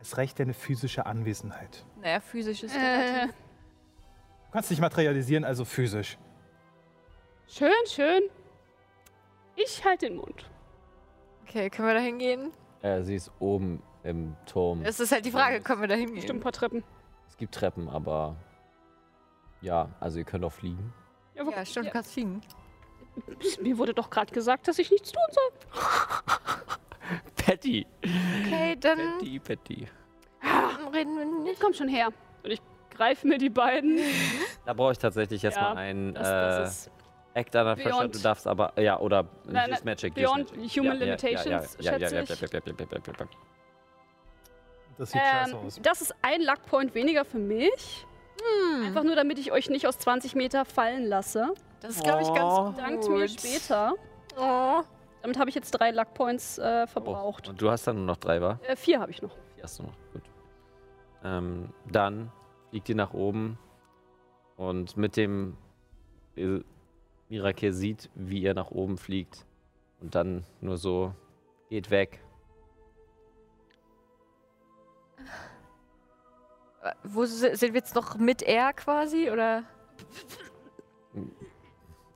[SPEAKER 6] Es reicht deine physische Anwesenheit.
[SPEAKER 3] naja, physisch ist
[SPEAKER 4] Äh,
[SPEAKER 6] Du kannst dich materialisieren, also physisch.
[SPEAKER 4] schön, schön. Ich halte den Mund.
[SPEAKER 3] Okay, können wir da hingehen?
[SPEAKER 2] Äh, sie ist oben Im Turm.
[SPEAKER 3] Es ist halt die Frage, können wir da hingehen?
[SPEAKER 10] Bestimmt ein paar Treppen.
[SPEAKER 2] Es gibt Treppen, aber ja, also ihr könnt auch fliegen.
[SPEAKER 10] Ja, wo-
[SPEAKER 3] Ja, stimmt, du
[SPEAKER 10] ja.
[SPEAKER 3] kannst fliegen.
[SPEAKER 10] Mir wurde doch gerade gesagt, dass ich nichts tun soll.
[SPEAKER 7] Patty.
[SPEAKER 3] Okay, dann
[SPEAKER 7] Patty, Patty.
[SPEAKER 3] reden wir nicht.
[SPEAKER 10] Komm schon her. Und ich greife mir die beiden.
[SPEAKER 2] Da brauche ich tatsächlich jetzt
[SPEAKER 10] Ja,
[SPEAKER 2] mal einen
[SPEAKER 10] Das, das
[SPEAKER 2] äh,
[SPEAKER 10] ist
[SPEAKER 2] Act an der Flasche.
[SPEAKER 10] Beyond-
[SPEAKER 2] Du darfst aber, ja, oder
[SPEAKER 10] Nein,
[SPEAKER 2] Use
[SPEAKER 10] nein,
[SPEAKER 2] Magic. Use
[SPEAKER 10] Beyond
[SPEAKER 2] Magic.
[SPEAKER 10] Human
[SPEAKER 2] Ja, ja, ja, ja,
[SPEAKER 10] Limitations,
[SPEAKER 2] ja, ja, ja,
[SPEAKER 10] schätze
[SPEAKER 2] ja,
[SPEAKER 10] ich.
[SPEAKER 2] ja, ja, ja, ja, ja, ja.
[SPEAKER 6] Das sieht scheiße
[SPEAKER 10] Ähm,
[SPEAKER 6] aus.
[SPEAKER 10] das ist ein Luckpoint weniger für mich.
[SPEAKER 3] Hm.
[SPEAKER 10] Einfach nur, damit ich euch nicht aus 20 Meter fallen lasse.
[SPEAKER 3] Das ist, glaube ich, ganz
[SPEAKER 7] Oh.
[SPEAKER 3] gut.
[SPEAKER 10] Dankt mir später.
[SPEAKER 3] Oh.
[SPEAKER 10] Damit habe ich jetzt drei Luckpoints äh,
[SPEAKER 2] Oh,
[SPEAKER 10] verbraucht.
[SPEAKER 2] und du hast dann nur noch drei, war?
[SPEAKER 10] Äh, vier habe ich noch.
[SPEAKER 2] Die hast du noch. Gut. Ähm, dann fliegt ihr nach oben und mit dem äh, Mirake sieht, wie ihr nach oben fliegt und dann nur so geht weg.
[SPEAKER 3] Äh, Wo si- sind wir jetzt noch mit R quasi? Oder?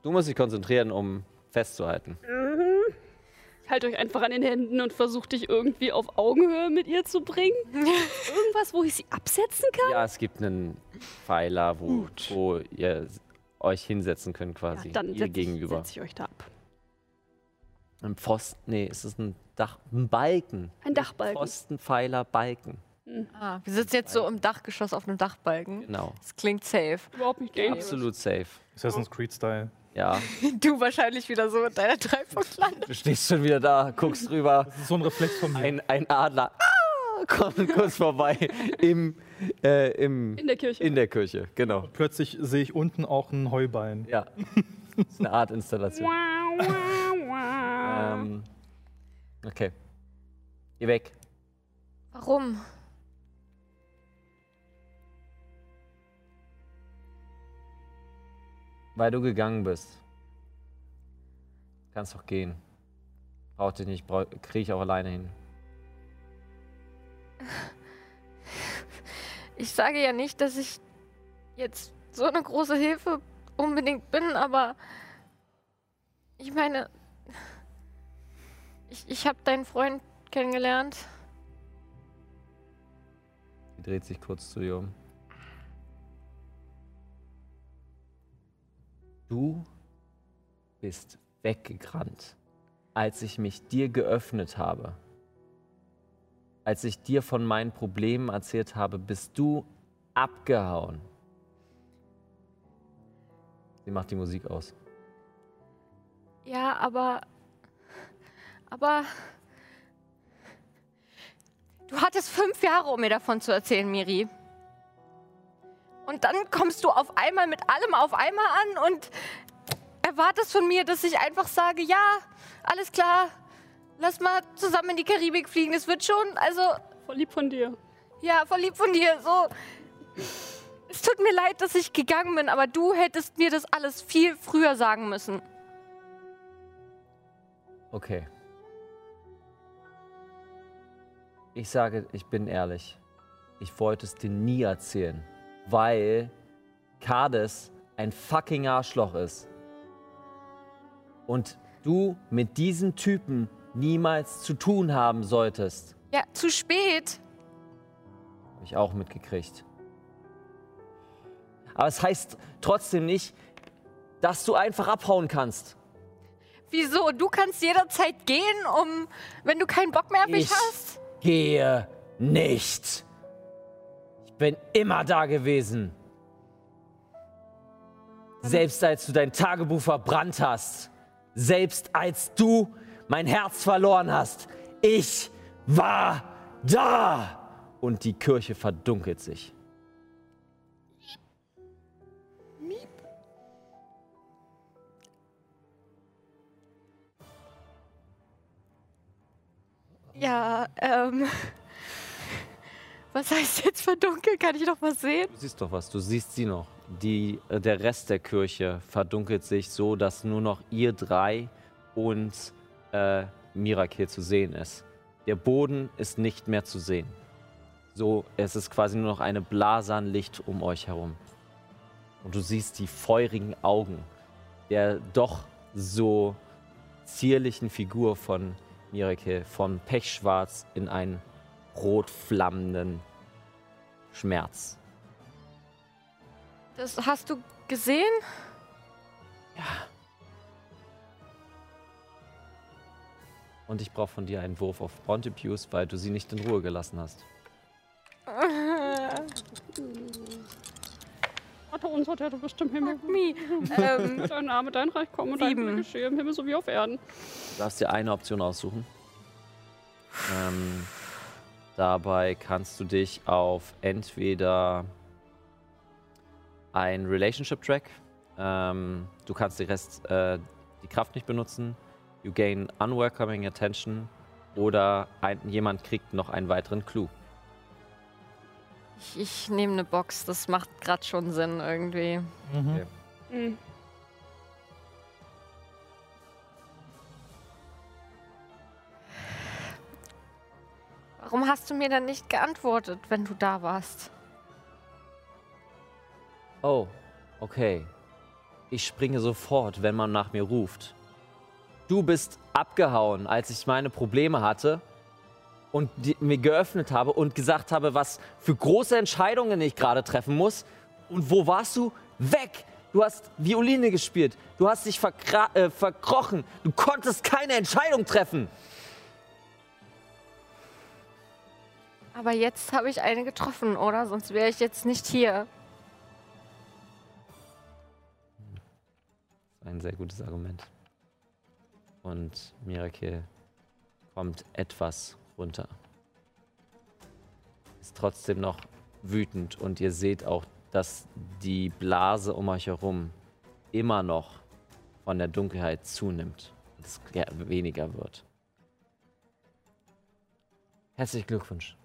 [SPEAKER 2] Du musst dich konzentrieren, um festzuhalten.
[SPEAKER 10] Ich halte Halt euch einfach an den Händen und versuche dich irgendwie auf Augenhöhe mit ihr zu bringen. Irgendwas, wo ich sie absetzen kann?
[SPEAKER 2] Ja, es gibt einen Pfeiler, wo, wo ihr s- euch hinsetzen könnt quasi.
[SPEAKER 10] dann
[SPEAKER 2] ihr
[SPEAKER 10] setze
[SPEAKER 2] gegenüber.
[SPEAKER 10] Ich, setz ich euch da ab.
[SPEAKER 2] Ein Pfosten, nee, es ist ein Dach, ein Balken.
[SPEAKER 10] Ein Dachbalken.
[SPEAKER 2] Pfosten, Pfeiler, Balken.
[SPEAKER 3] Ah, wir sitzen jetzt so im Dachgeschoss auf einem Dachbalken.
[SPEAKER 2] Genau.
[SPEAKER 3] Das klingt safe.
[SPEAKER 10] Überhaupt nicht dangerous.
[SPEAKER 2] Absolut safe.
[SPEAKER 6] Assassin's Creed-Style.
[SPEAKER 2] Ja.
[SPEAKER 3] Du wahrscheinlich wieder so mit deiner Dreipunktlandung.
[SPEAKER 2] Du stehst schon wieder da, guckst drüber.
[SPEAKER 6] Das ist so ein Reflex von mir.
[SPEAKER 2] Ein, ein Adler ah, kommt kurz vorbei im, äh, im,
[SPEAKER 10] In der Kirche.
[SPEAKER 2] in der Kirche. Genau.
[SPEAKER 6] Plötzlich sehe ich unten auch ein Heuballen.
[SPEAKER 2] Ja. Das ist eine Art Installation. ähm, okay. Geh weg.
[SPEAKER 3] Warum?
[SPEAKER 2] Weil du gegangen bist. Kannst doch gehen. Brauch dich nicht, brau- krieg ich auch alleine hin.
[SPEAKER 3] Ich sage ja nicht, dass ich jetzt so eine große Hilfe unbedingt bin, aber ich meine, ich, ich habe deinen Freund kennengelernt.
[SPEAKER 2] Sie dreht sich kurz zu dir um. Du bist weggerannt, als ich mich dir geöffnet habe. Als ich dir von meinen Problemen erzählt habe, bist du abgehauen. Sie macht die Musik aus.
[SPEAKER 3] Ja, aber. Aber. Du hattest fünf Jahre, um mir davon zu erzählen, Miri. Und dann kommst du auf einmal mit allem auf einmal an und erwartest von mir, dass ich einfach sage: Ja, alles klar, lass mal zusammen in die Karibik fliegen, das wird schon. Also,
[SPEAKER 10] Voll lieb von dir.
[SPEAKER 3] ja, voll lieb von dir, so. Es tut mir leid, dass ich gegangen bin, aber du hättest mir das alles viel früher sagen müssen.
[SPEAKER 2] Okay. Ich sage, ich bin ehrlich. Ich wollte es dir nie erzählen, weil Kades ein fucking Arschloch ist. Und du mit diesem Typen niemals zu tun haben solltest.
[SPEAKER 3] Ja, zu spät.
[SPEAKER 2] Habe ich auch mitgekriegt. Aber es heißt trotzdem nicht, dass du einfach abhauen kannst.
[SPEAKER 3] Wieso? Du kannst jederzeit gehen, um, wenn du keinen Bock mehr auf mich
[SPEAKER 2] Ich
[SPEAKER 3] hast.
[SPEAKER 2] gehe nicht. Ich bin immer da gewesen. Selbst als du dein Tagebuch verbrannt hast, selbst als du mein Herz verloren hast, ich war da. Und die Kirche verdunkelt sich.
[SPEAKER 3] Ja, ähm. Was heißt jetzt verdunkelt? Kann ich noch was sehen?
[SPEAKER 2] Du siehst doch was, du siehst sie noch. Die, äh, der Rest der Kirche verdunkelt sich so, dass nur noch ihr drei und äh, Mirakir zu sehen ist. Der Boden ist nicht mehr zu sehen. So, es ist quasi nur noch eine Blase an Licht um euch herum. Und du siehst die feurigen Augen der doch so zierlichen Figur von Mirakir, von Pechschwarz in ein rotflammenden Schmerz.
[SPEAKER 3] Das hast du gesehen?
[SPEAKER 2] Und ich brauche von dir einen Wurf auf Brontepius, weil du sie nicht in Ruhe gelassen hast.
[SPEAKER 10] Vater unser, der du bist im Himmel,
[SPEAKER 3] Mi. ähm,
[SPEAKER 10] dein Name, dein Reich komme, und dein
[SPEAKER 3] Sieben.
[SPEAKER 10] Wille geschehe im Himmel sowie auf Erden.
[SPEAKER 2] Du darfst dir eine Option aussuchen. Ähm, dabei kannst du dich auf entweder ein Relationship Track, ähm, du kannst die Rest, äh, die Kraft nicht benutzen, you gain unwelcoming attention oder ein, jemand kriegt noch einen weiteren Clou.
[SPEAKER 3] ich ich nehme eine Box, das macht gerade schon Sinn irgendwie. Hm.
[SPEAKER 10] Mhm.
[SPEAKER 3] Warum hast du mir dann nicht geantwortet, wenn du da warst?
[SPEAKER 2] Oh, okay. Ich springe sofort, wenn man nach mir ruft. Du bist abgehauen, als ich meine Probleme hatte und die, mir geöffnet habe und gesagt habe, was für große Entscheidungen ich gerade treffen muss. Und wo warst du? Weg! Du hast Violine gespielt, du hast dich verkra äh, verkrochen, du konntest keine Entscheidung treffen.
[SPEAKER 3] Aber jetzt habe ich eine getroffen, oder? Sonst wäre ich jetzt nicht hier.
[SPEAKER 2] Ein sehr gutes Argument. Und Miracle kommt etwas runter. Ist trotzdem noch wütend und ihr seht auch, dass die Blase um euch herum immer noch von der Dunkelheit zunimmt und es ja, weniger wird. Herzlichen Glückwunsch.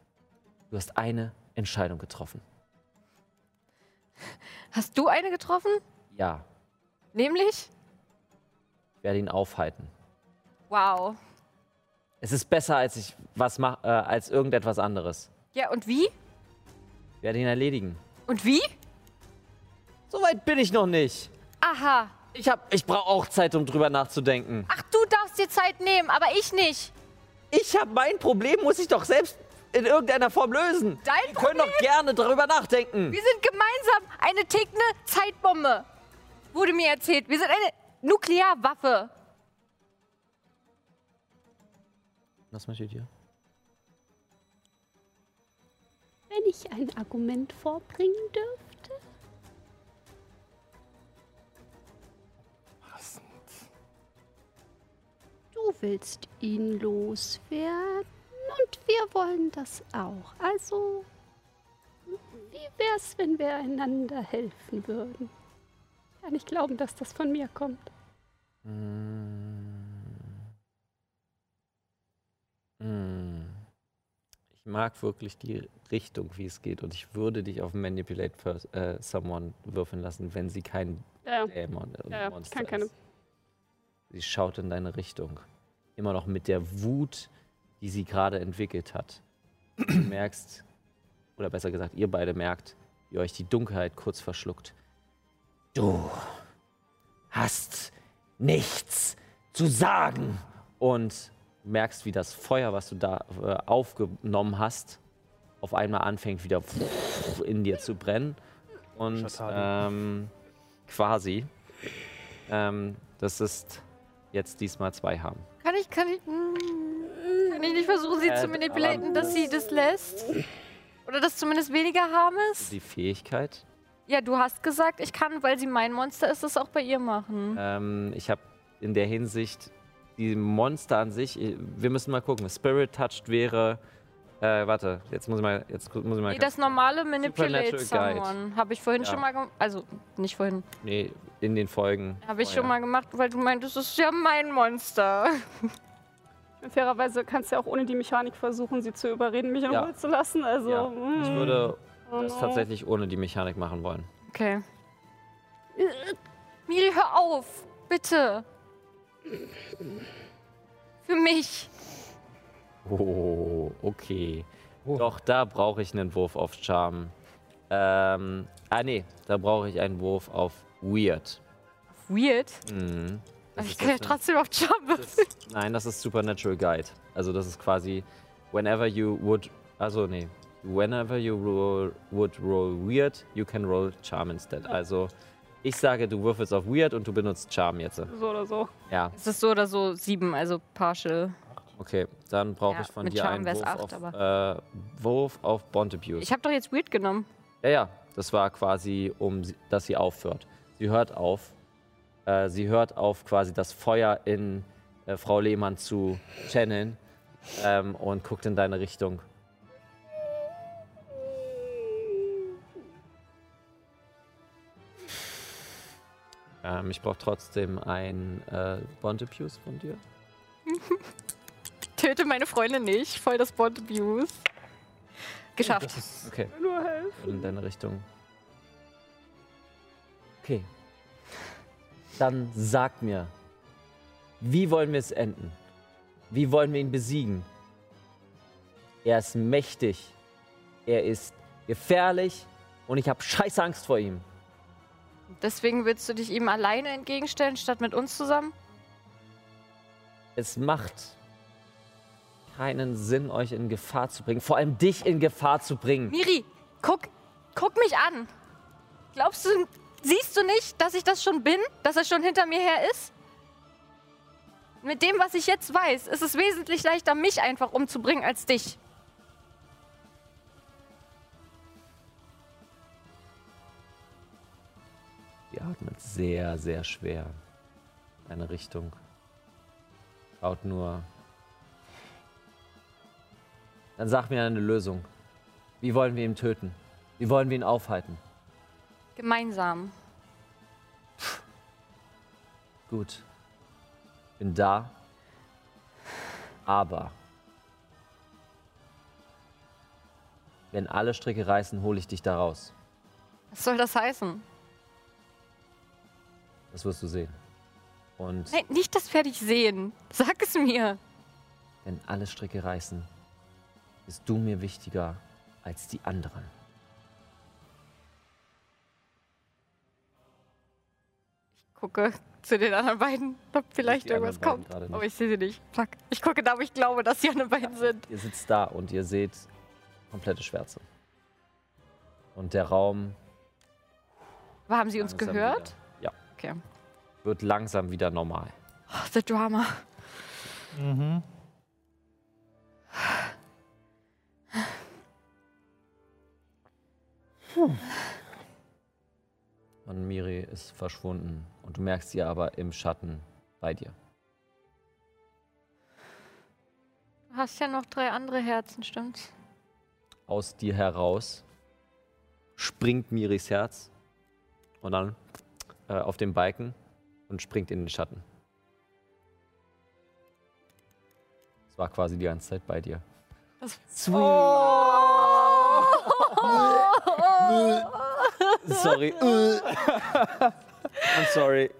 [SPEAKER 2] Du hast eine Entscheidung getroffen.
[SPEAKER 3] Hast du eine getroffen?
[SPEAKER 2] Ja,
[SPEAKER 3] Nämlich?
[SPEAKER 2] ich werde ihn aufhalten.
[SPEAKER 3] Wow.
[SPEAKER 2] Es ist besser, als ich was mach, äh, als irgendetwas anderes.
[SPEAKER 3] Ja, und wie?
[SPEAKER 2] Ich werde ihn erledigen.
[SPEAKER 3] Und wie?
[SPEAKER 2] So weit bin ich noch nicht.
[SPEAKER 3] Aha.
[SPEAKER 2] Ich hab, ich brauche auch Zeit, um drüber nachzudenken.
[SPEAKER 3] Ach, du darfst dir Zeit nehmen, aber ich nicht.
[SPEAKER 2] Ich habe mein Problem, muss ich doch selbst in irgendeiner Form lösen.
[SPEAKER 3] Dein
[SPEAKER 2] Wir können doch gerne darüber nachdenken.
[SPEAKER 3] Wir sind gemeinsam eine tickende Zeitbombe, wurde mir erzählt. Wir sind eine Nuklearwaffe.
[SPEAKER 2] Was möchtet ihr?
[SPEAKER 4] Wenn ich ein Argument vorbringen dürfte.
[SPEAKER 10] Du willst ihn loswerden und wir wollen das auch. Also, wie wär's, wenn wir einander helfen würden?
[SPEAKER 4] Ich Kann nicht glauben, dass das von mir kommt.
[SPEAKER 2] Hm. Ich mag wirklich die Richtung, wie es geht. Und ich würde dich auf Manipulate Pers- äh, Someone würfeln lassen, wenn sie kein
[SPEAKER 10] Ja, ja.
[SPEAKER 2] Dämon äh,
[SPEAKER 10] Ja, ich
[SPEAKER 2] Monster
[SPEAKER 10] kann keine-
[SPEAKER 2] ist. Sie schaut in deine Richtung. Immer noch mit der Wut, die sie gerade entwickelt hat. Du merkst, oder besser gesagt, ihr beide merkt, wie euch die Dunkelheit kurz verschluckt. Du hast nichts zu sagen. Und du merkst, wie das Feuer, was du da äh, aufgenommen hast, auf einmal anfängt wieder in dir zu brennen. Und
[SPEAKER 6] Schatari.
[SPEAKER 2] ähm, quasi, ähm, das ist jetzt diesmal zwei haben.
[SPEAKER 3] Kann ich, kann ich, mm, kann ich nicht versuchen, sie
[SPEAKER 2] Äh,
[SPEAKER 3] zu manipulieren, dass sie das lässt? Oder dass zumindest weniger harm ist?
[SPEAKER 2] Die Fähigkeit.
[SPEAKER 3] Ja, du hast gesagt, ich kann, weil sie mein Monster ist, das auch bei ihr machen.
[SPEAKER 2] Ähm, ich habe in der Hinsicht die Monster an sich. äh, Wir müssen mal gucken. Spirit Touched wäre. Äh, warte, jetzt muss ich mal. Jetzt gu- muss ich mal
[SPEAKER 3] Nee, das normale Manipulate
[SPEAKER 2] Supernatural Guide.
[SPEAKER 3] Someone habe ich vorhin
[SPEAKER 2] Ja.
[SPEAKER 3] schon mal gemacht. Also, nicht vorhin.
[SPEAKER 2] nee, in den Folgen.
[SPEAKER 3] Habe ich
[SPEAKER 2] vorher.
[SPEAKER 3] schon mal gemacht, weil du meintest, es ist ja mein Monster.
[SPEAKER 10] fairerweise kannst du ja auch ohne die Mechanik versuchen, sie zu überreden, mich in
[SPEAKER 2] Ja.
[SPEAKER 10] Ruhe zu lassen. Also,
[SPEAKER 2] Ja.
[SPEAKER 10] mm.
[SPEAKER 2] Ich würde das
[SPEAKER 10] no.
[SPEAKER 2] tatsächlich ohne die Mechanik machen wollen.
[SPEAKER 3] Okay. Miri, hör auf, bitte. Für mich.
[SPEAKER 2] Oh, okay. Oh. Doch, da brauche ich einen Wurf auf Charme. Ähm, ah, nee, da brauche ich einen Wurf auf Weird.
[SPEAKER 3] Weird.
[SPEAKER 2] Mhm.
[SPEAKER 3] Aber
[SPEAKER 2] Das
[SPEAKER 3] ich
[SPEAKER 2] ist
[SPEAKER 3] kann ja
[SPEAKER 2] das dann-
[SPEAKER 3] trotzdem auf Jump.
[SPEAKER 2] Das, nein, das ist Supernatural Guide. Also das ist quasi, whenever you would Also, nee. Whenever you roll, would roll weird, you can roll charm instead. Also, ich sage, du würfelst auf weird und du benutzt charm jetzt.
[SPEAKER 3] So oder so.
[SPEAKER 2] Ja,
[SPEAKER 3] Es ist so oder so sieben, also partial.
[SPEAKER 2] okay. Dann brauche
[SPEAKER 3] Ja,
[SPEAKER 2] ich von
[SPEAKER 3] mit
[SPEAKER 2] dir
[SPEAKER 3] Charm
[SPEAKER 2] einen
[SPEAKER 3] wär's
[SPEAKER 2] Wurf,
[SPEAKER 3] acht,
[SPEAKER 2] auf, äh, Wurf auf Bontebuse.
[SPEAKER 3] Ich habe doch jetzt Weird genommen.
[SPEAKER 2] Ja, ja, das war quasi, um, sie- dass sie aufhört. Sie hört auf. Äh, sie hört auf, quasi das Feuer in äh, Frau Lehmann zu channeln ähm, und guckt in deine Richtung. Ähm, ich brauche trotzdem ein äh, Bontepius von dir.
[SPEAKER 3] Töte meine Freunde nicht, voll das Bond Abuse. Geschafft.
[SPEAKER 2] Okay. In deine Richtung. Okay. Dann sag mir, wie wollen wir es enden? Wie wollen wir ihn besiegen? Er ist mächtig. Er ist gefährlich und ich habe scheiß Angst vor ihm.
[SPEAKER 3] Deswegen willst du dich ihm alleine entgegenstellen, statt mit uns zusammen?
[SPEAKER 2] Es macht keinen Sinn, euch in Gefahr zu bringen. Vor allem dich in Gefahr zu bringen.
[SPEAKER 3] Miri, guck, guck mich an. Glaubst du, siehst du nicht, dass ich das schon bin? Dass er schon hinter mir her ist? Mit dem, was ich jetzt weiß, ist es wesentlich leichter, mich einfach umzubringen als dich.
[SPEAKER 2] Die atmet sehr, sehr schwer in eine Richtung. Schaut nur. Dann sag mir eine Lösung. Wie wollen wir ihn töten? Wie wollen wir ihn aufhalten?
[SPEAKER 3] Gemeinsam.
[SPEAKER 2] Gut. Bin da. Aber. Wenn alle Stricke reißen, hole ich dich da raus.
[SPEAKER 3] Was soll das heißen?
[SPEAKER 2] Das wirst du sehen. Und
[SPEAKER 3] Nein, nicht das werde ich sehen. Sag es mir.
[SPEAKER 2] Wenn alle Stricke reißen, bist du mir wichtiger als die anderen.
[SPEAKER 3] Gucke zu den anderen beiden, ob vielleicht
[SPEAKER 2] die
[SPEAKER 3] irgendwas
[SPEAKER 2] anderen beiden
[SPEAKER 3] kommt.
[SPEAKER 2] gerade nicht.
[SPEAKER 3] Aber ich sehe sie nicht. Fuck. Ich gucke da, wo ich glaube, dass die anderen beiden sind.
[SPEAKER 2] Ihr sitzt da und ihr seht komplette Schwärze. Und der Raum
[SPEAKER 3] Aber haben sie uns
[SPEAKER 2] langsam
[SPEAKER 3] gehört?
[SPEAKER 2] Wieder, ja,
[SPEAKER 3] Okay.
[SPEAKER 2] wird langsam wieder normal.
[SPEAKER 3] Oh, the drama.
[SPEAKER 6] Mhm.
[SPEAKER 2] Und Miri ist verschwunden und du merkst sie aber im Schatten bei dir.
[SPEAKER 3] Du hast ja noch drei andere Herzen, stimmt's?
[SPEAKER 2] Aus dir heraus springt Miris Herz und dann äh, auf den Balken und springt in den Schatten. Es war quasi die ganze Zeit bei dir. Oh. Sorry. I'm sorry.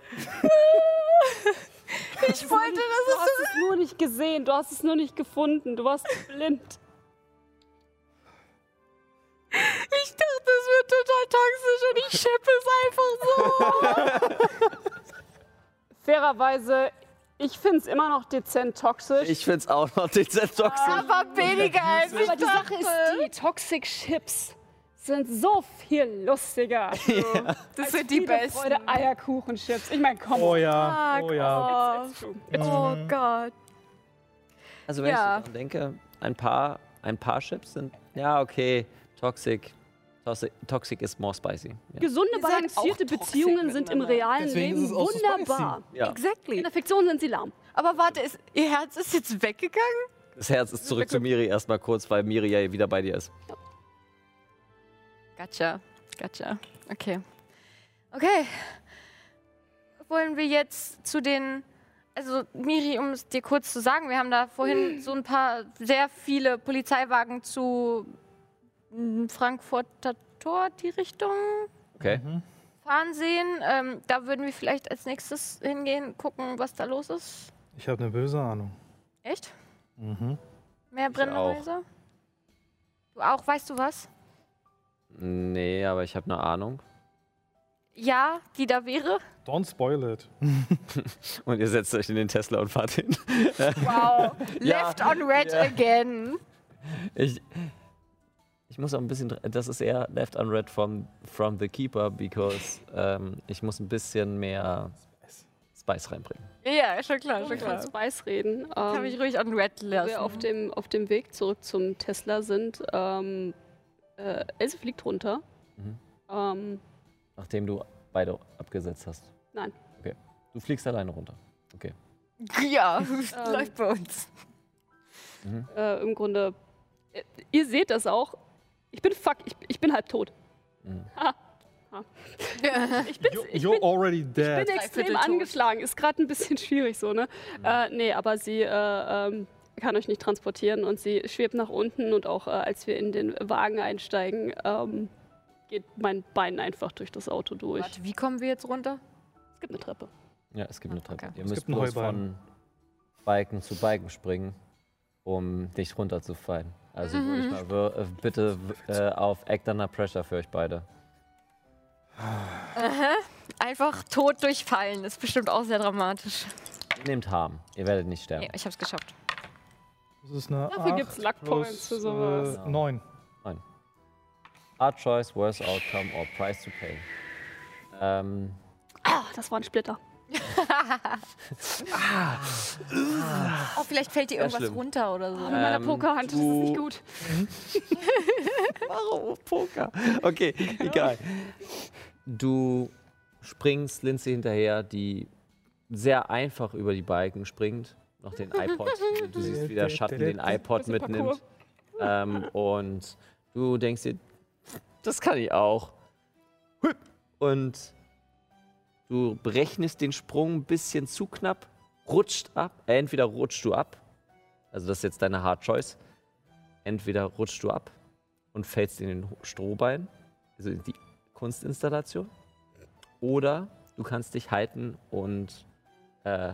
[SPEAKER 4] Ich wollte, das Du hast es nur nicht gesehen, du hast es nur nicht gefunden, du warst blind.
[SPEAKER 3] Ich dachte, es wird total toxisch und ich schippe es einfach so.
[SPEAKER 4] Fairerweise, ich finde es immer noch dezent toxisch.
[SPEAKER 12] Ich find's auch noch dezent toxisch.
[SPEAKER 3] Aber weniger als ich
[SPEAKER 4] aber die Sache ist die, Toxic Chips sind so viel lustiger.
[SPEAKER 3] Das sind die besten.
[SPEAKER 4] Freude Eierkuchen Chips. Ich meine, komm.
[SPEAKER 6] Oh ja,
[SPEAKER 3] Fuck
[SPEAKER 6] oh ja.
[SPEAKER 3] off. Oh Gott.
[SPEAKER 12] Also wenn
[SPEAKER 3] Ja.
[SPEAKER 12] ich so dran denke, ein paar, ein paar Chips sind, ja okay, toxic. Toxic, toxic ist more spicy. Ja.
[SPEAKER 4] Gesunde,
[SPEAKER 3] Ihr seid
[SPEAKER 4] balancierte
[SPEAKER 3] auch toxic
[SPEAKER 4] Beziehungen sind im
[SPEAKER 3] miteinander.
[SPEAKER 4] realen
[SPEAKER 6] Deswegen
[SPEAKER 4] Leben
[SPEAKER 6] ist es auch so
[SPEAKER 4] wunderbar.
[SPEAKER 12] Ja.
[SPEAKER 4] In
[SPEAKER 3] Exactly.
[SPEAKER 4] der Fiktion sind sie lahm.
[SPEAKER 3] Aber warte, ist, ihr Herz ist jetzt weggegangen?
[SPEAKER 12] Das Herz ist zurück zu Miri erstmal kurz, weil Miri ja wieder bei dir ist.
[SPEAKER 3] Gotcha. Gotcha. Okay. Okay. Wollen wir jetzt zu den. Also, Miri, um es dir kurz zu sagen, wir haben da vorhin so ein paar sehr viele Polizeiwagen zu mm, Frankfurter Tor, die Richtung
[SPEAKER 12] Okay.
[SPEAKER 3] fahren sehen. Ähm, da würden wir vielleicht als nächstes hingehen, gucken, was da los ist.
[SPEAKER 4] Oh.
[SPEAKER 6] Ich habe eine böse Ahnung.
[SPEAKER 3] Echt?
[SPEAKER 6] Mhm.
[SPEAKER 3] Mehr brennende
[SPEAKER 12] auch.
[SPEAKER 3] Häuser? Du auch, weißt du was?
[SPEAKER 12] Nee, aber ich habe eine Ahnung.
[SPEAKER 3] Ja, die da wäre.
[SPEAKER 6] Don't spoil it.
[SPEAKER 12] Und ihr setzt euch in den Tesla und fahrt hin.
[SPEAKER 3] Wow.
[SPEAKER 12] Ja.
[SPEAKER 3] Left on red again.
[SPEAKER 12] Ich,
[SPEAKER 2] Ich muss auch ein bisschen, dr- das ist eher left unread from, from the keeper, because ähm, ich muss ein bisschen mehr Spice reinbringen.
[SPEAKER 3] Ja, schon klar,
[SPEAKER 4] Ich
[SPEAKER 3] schon
[SPEAKER 4] will von
[SPEAKER 3] klar.
[SPEAKER 4] Spice reden. Ähm,
[SPEAKER 3] Kann mich ruhig on red
[SPEAKER 4] wo
[SPEAKER 3] lassen.
[SPEAKER 4] wir auf dem, auf dem Weg zurück zum Tesla sind. Ähm, äh, Else fliegt runter.
[SPEAKER 2] Mhm.
[SPEAKER 4] Ähm,
[SPEAKER 2] Nachdem du beide abgesetzt hast.
[SPEAKER 4] Nein.
[SPEAKER 2] Okay. Du fliegst alleine runter.
[SPEAKER 3] ja, läuft bei uns.
[SPEAKER 4] äh, im Grunde, äh, ihr seht das auch. Ich bin fuck, ich, ich bin halb tot.
[SPEAKER 2] Mhm.
[SPEAKER 4] Ha. Ha. Ich bin,
[SPEAKER 6] You-
[SPEAKER 4] ich
[SPEAKER 6] You're
[SPEAKER 4] bin,
[SPEAKER 6] already
[SPEAKER 4] ich
[SPEAKER 6] dead.
[SPEAKER 4] bin
[SPEAKER 3] Dreiviertel
[SPEAKER 4] extrem
[SPEAKER 3] tot.
[SPEAKER 4] angeschlagen. Ist gerade ein bisschen schwierig so, ne? Äh, nee, aber sie äh, ähm, kann euch nicht transportieren und sie schwebt nach unten und auch äh, als wir in den Wagen einsteigen, ähm, geht mein Bein einfach durch das Auto durch.
[SPEAKER 3] Warte, wie kommen wir jetzt runter?
[SPEAKER 4] Es gibt eine Treppe.
[SPEAKER 2] Ja, es gibt eine Treppe.
[SPEAKER 3] Ah, okay.
[SPEAKER 2] Ihr
[SPEAKER 6] Es
[SPEAKER 2] müsst
[SPEAKER 6] gibt ein
[SPEAKER 2] bloß
[SPEAKER 6] Heuballen.
[SPEAKER 2] von Balken zu Balken springen, um nicht runterzufallen. Also würde ich
[SPEAKER 3] Mhm.
[SPEAKER 2] mal wür- äh, bitte äh, auf Act Under Pressure für euch beide.
[SPEAKER 3] Einfach tot durchfallen. Ist bestimmt auch sehr dramatisch.
[SPEAKER 2] Nehmt Harm. Ihr werdet nicht sterben.
[SPEAKER 3] Ja, ich hab's geschafft.
[SPEAKER 6] Das ist eine
[SPEAKER 4] Dafür gibt's Luck
[SPEAKER 6] acht
[SPEAKER 4] Points
[SPEAKER 6] plus,
[SPEAKER 4] für sowas.
[SPEAKER 6] Äh, neun.
[SPEAKER 2] Art choice, worst outcome or price to pay. Ähm,
[SPEAKER 4] Ah, das war ein Splitter.
[SPEAKER 3] Oh, vielleicht fällt dir
[SPEAKER 2] Sehr
[SPEAKER 3] irgendwas
[SPEAKER 2] schlimm.
[SPEAKER 3] runter oder so.
[SPEAKER 4] Oh, Mit meiner
[SPEAKER 2] Ähm,
[SPEAKER 4] Pokerhand, das ist
[SPEAKER 2] du-
[SPEAKER 4] nicht gut.
[SPEAKER 2] Warum Oh, Poker? Okay, egal. Du springst Lindsay hinterher, die sehr einfach über die Balken springt. Noch den iPod. Du siehst, wie der Schatten den iPod
[SPEAKER 4] Bisschen Parcours.
[SPEAKER 2] mitnimmt. Ähm, und du denkst dir, das kann ich auch. Hüp. Und du berechnest den Sprung ein bisschen zu knapp, rutscht ab. Äh, entweder rutscht du ab. Also das ist jetzt deine Hard Choice. Entweder rutscht du ab und fällst in den Ho- Strohballen, also in die Kunstinstallation. Oder du kannst dich halten und äh,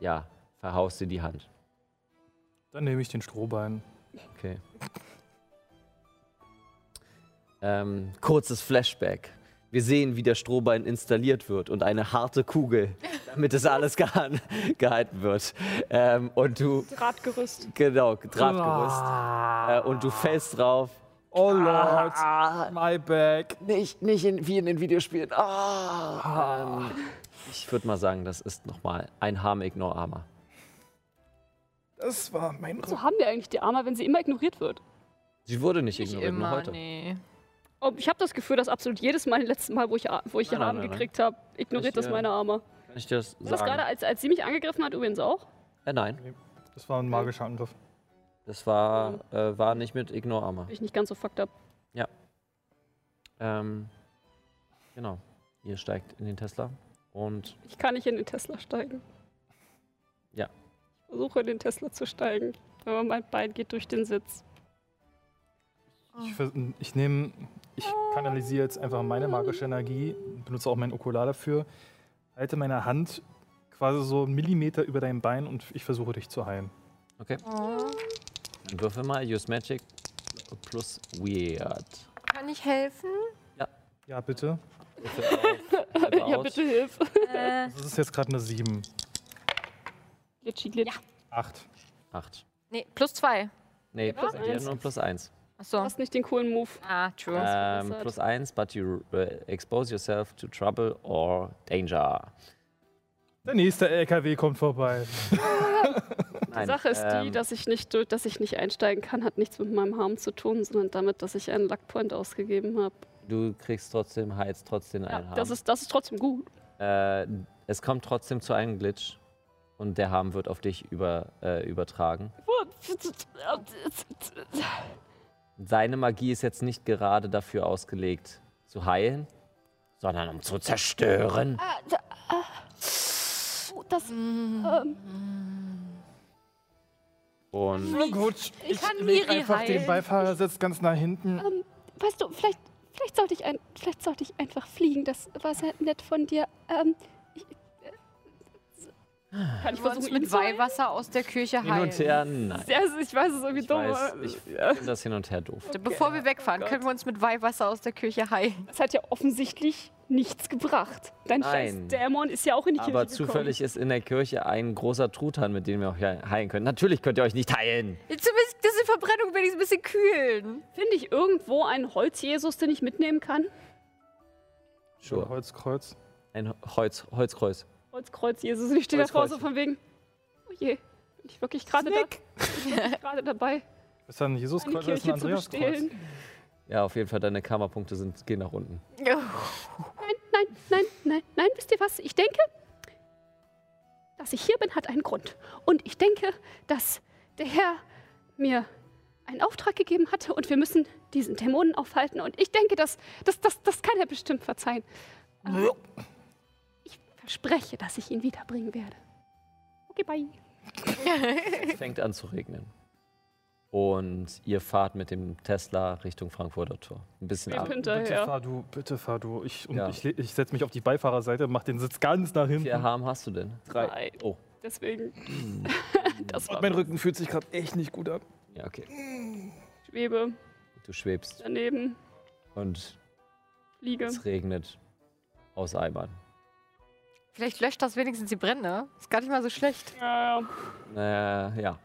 [SPEAKER 2] ja, verhaust dir die Hand.
[SPEAKER 6] Dann nehme ich den Strohbein.
[SPEAKER 2] Okay. Ähm, kurzes Flashback. Wir sehen, wie der Strohbein installiert wird und eine harte Kugel, damit es alles gehan- gehalten wird. Ähm, und du,
[SPEAKER 4] Drahtgerüst.
[SPEAKER 2] genau, Drahtgerüst. Äh, und du fällst drauf.
[SPEAKER 6] Oh Lord, my back.
[SPEAKER 2] Nicht, nicht in, wie in den Videospielen. Ah, Ähm, ich würde mal sagen, das ist nochmal ein Harm Ignore Armor.
[SPEAKER 6] Das war mein
[SPEAKER 4] So haben wir eigentlich die Arma, wenn sie immer ignoriert wird.
[SPEAKER 2] Sie wurde nicht,
[SPEAKER 3] Nicht
[SPEAKER 2] ignoriert, nur
[SPEAKER 3] immer,
[SPEAKER 2] heute.
[SPEAKER 3] nee.
[SPEAKER 4] Oh, ich habe das Gefühl, dass absolut jedes Mal, letztes Mal, wo ich, Ar- wo ich
[SPEAKER 2] Nein,
[SPEAKER 4] nein,
[SPEAKER 2] nein,
[SPEAKER 4] Arm
[SPEAKER 2] nein, nein.
[SPEAKER 4] gekriegt habe, ignoriert
[SPEAKER 2] Ich,
[SPEAKER 4] das
[SPEAKER 2] äh,
[SPEAKER 4] meine Arme.
[SPEAKER 2] Kann ich dir das
[SPEAKER 4] War das gerade,
[SPEAKER 2] sagen?
[SPEAKER 4] als, als sie mich angegriffen hat, übrigens auch?
[SPEAKER 2] Äh, nein,
[SPEAKER 6] Das war ein magischer Angriff.
[SPEAKER 2] das war,
[SPEAKER 4] Oh.
[SPEAKER 2] äh, war nicht mit Ignore Armor.
[SPEAKER 4] Bin ich nicht ganz so fucked up.
[SPEAKER 2] Ähm, genau. Ihr steigt in den Tesla und
[SPEAKER 4] Ich kann nicht in den Tesla steigen.
[SPEAKER 2] Ja.
[SPEAKER 4] Ich versuche, in den Tesla zu steigen. Aber mein Bein geht durch den Sitz. Oh.
[SPEAKER 6] Ich, vers- ich nehme, ich kanalisiere jetzt einfach meine magische Energie, benutze auch mein Okular dafür, halte meine Hand quasi so einen Millimeter über deinem Bein und ich versuche dich zu heilen.
[SPEAKER 2] dann würfel mal Use Magic plus Weird.
[SPEAKER 3] Kann ich helfen?
[SPEAKER 6] Ja, bitte.
[SPEAKER 2] Würfel auf, halb
[SPEAKER 4] Ja,
[SPEAKER 2] aus.
[SPEAKER 4] bitte hilf.
[SPEAKER 3] Äh,
[SPEAKER 6] Das Also ist jetzt gerade eine 7,
[SPEAKER 4] Glitschi, glitsch.
[SPEAKER 6] 8.
[SPEAKER 2] Acht.
[SPEAKER 3] nee, plus zwei.
[SPEAKER 2] Nee, plus,
[SPEAKER 4] plus
[SPEAKER 2] ja,
[SPEAKER 4] eins.
[SPEAKER 2] nur plus eins.
[SPEAKER 4] Du
[SPEAKER 3] Achso.
[SPEAKER 4] hast nicht den coolen Move.
[SPEAKER 3] Ah, true.
[SPEAKER 2] Ähm,
[SPEAKER 4] verbessert.
[SPEAKER 2] plus eins, but you äh, expose yourself to trouble or danger.
[SPEAKER 6] Der nächste LKW kommt vorbei.
[SPEAKER 2] Nein,
[SPEAKER 4] Die Sache ist die,
[SPEAKER 2] ähm,
[SPEAKER 4] dass ich, nicht, durch- dass ich nicht einsteigen kann, hat nichts mit meinem Harm zu tun, sondern damit, dass ich einen Luckpoint ausgegeben habe.
[SPEAKER 2] Du kriegst trotzdem, heilst trotzdem
[SPEAKER 4] Ja,
[SPEAKER 2] einen Harm.
[SPEAKER 4] das ist, das ist trotzdem gut.
[SPEAKER 2] äh, es kommt trotzdem zu einem Glitch und der Harm wird auf dich über, äh, übertragen. Seine Magie ist jetzt nicht gerade dafür ausgelegt, zu heilen, sondern um zu zerstören.
[SPEAKER 4] Das, ähm,
[SPEAKER 2] Und
[SPEAKER 6] Gut, ich,
[SPEAKER 3] kann Ähm.
[SPEAKER 6] leg
[SPEAKER 3] Miri
[SPEAKER 6] einfach den
[SPEAKER 3] heilen.
[SPEAKER 6] Beifahrersitz ganz nach hinten.
[SPEAKER 13] Weißt du, vielleicht, vielleicht, sollte ich ein, vielleicht sollte ich einfach fliegen. Das war sehr nett von dir. Ähm,
[SPEAKER 4] äh,
[SPEAKER 2] Ah.
[SPEAKER 4] kann ich
[SPEAKER 3] Wir uns
[SPEAKER 4] versuchen, ihn
[SPEAKER 3] mit
[SPEAKER 4] zu heilen?
[SPEAKER 3] Weihwasser aus der Kirche
[SPEAKER 2] hin
[SPEAKER 3] heilen.
[SPEAKER 2] und her, nein.
[SPEAKER 4] Ja, also ich weiß, es ist irgendwie
[SPEAKER 2] Ich
[SPEAKER 4] dumm.
[SPEAKER 2] weiß,
[SPEAKER 4] aber
[SPEAKER 2] ich finde das hin und her doof.
[SPEAKER 3] Bevor wir wegfahren, können wir uns mit Weihwasser aus der Kirche heilen.
[SPEAKER 4] es hat ja offensichtlich nichts gebracht. Dein
[SPEAKER 2] Nein.
[SPEAKER 4] scheiß Dämon ist ja auch in die
[SPEAKER 2] Aber
[SPEAKER 4] Kirche gekommen.
[SPEAKER 2] zufällig ist in der Kirche ein großer Truthahn, mit dem wir euch he- heilen können. Natürlich könnt ihr euch nicht heilen.
[SPEAKER 3] Zumindest diese Verbrennung will ich ein bisschen kühlen.
[SPEAKER 4] Finde ich irgendwo einen Holz-Jesus, den ich mitnehmen kann?
[SPEAKER 6] Schön
[SPEAKER 2] Sure.
[SPEAKER 6] Holzkreuz.
[SPEAKER 2] Ein Holz, Holzkreuz.
[SPEAKER 4] Holzkreuz-Jesus. Und ich stehe davor so
[SPEAKER 2] Holzkreuz.
[SPEAKER 4] von wegen, oh je, bin ich wirklich gerade da, bin ich wirklich gerade dabei,
[SPEAKER 6] Ist da ein
[SPEAKER 4] eine
[SPEAKER 6] Jesuskreuz oder ist ein
[SPEAKER 4] Kirche zu
[SPEAKER 6] Andreaskreuz?
[SPEAKER 4] bestehlen?
[SPEAKER 2] Ja, auf jeden Fall, deine Karma-Punkte sind, gehen nach unten.
[SPEAKER 4] Nein, nein, nein, nein, nein, wisst ihr was? Ich denke, dass ich hier bin, hat einen Grund. Und ich denke, dass der Herr mir einen Auftrag gegeben hatte und wir müssen diesen Dämonen aufhalten. Und ich denke, dass, dass, dass, das kann er bestimmt verzeihen.
[SPEAKER 6] Äh,
[SPEAKER 4] Aber ich verspreche, dass ich ihn wiederbringen werde. Okay, bye.
[SPEAKER 2] Es fängt an zu regnen. Und ihr fahrt mit dem Tesla Richtung Frankfurter Tor. Ein bisschen
[SPEAKER 4] Wir
[SPEAKER 2] ab.
[SPEAKER 4] können-
[SPEAKER 6] Bitte
[SPEAKER 4] Hinterher.
[SPEAKER 6] fahr du, bitte fahr du. Ich, und
[SPEAKER 2] Ja.
[SPEAKER 6] ich, le- ich setze mich auf die Beifahrerseite, mach den Sitz ganz nach
[SPEAKER 2] Wie
[SPEAKER 6] hinten.
[SPEAKER 2] viel Harm hast du denn?
[SPEAKER 4] Drei.
[SPEAKER 2] Oh,
[SPEAKER 4] Deswegen, das war
[SPEAKER 6] Und mein Rücken fühlt sich gerade echt nicht gut an.
[SPEAKER 2] ja, okay.
[SPEAKER 4] Schwebe
[SPEAKER 2] Du schwebst
[SPEAKER 4] daneben,
[SPEAKER 2] und
[SPEAKER 4] Fliege.
[SPEAKER 2] es regnet aus Eimern.
[SPEAKER 3] Vielleicht löscht das wenigstens die Brände. Ist gar nicht mal so schlecht.
[SPEAKER 4] Ja, ja.
[SPEAKER 2] Äh, ja.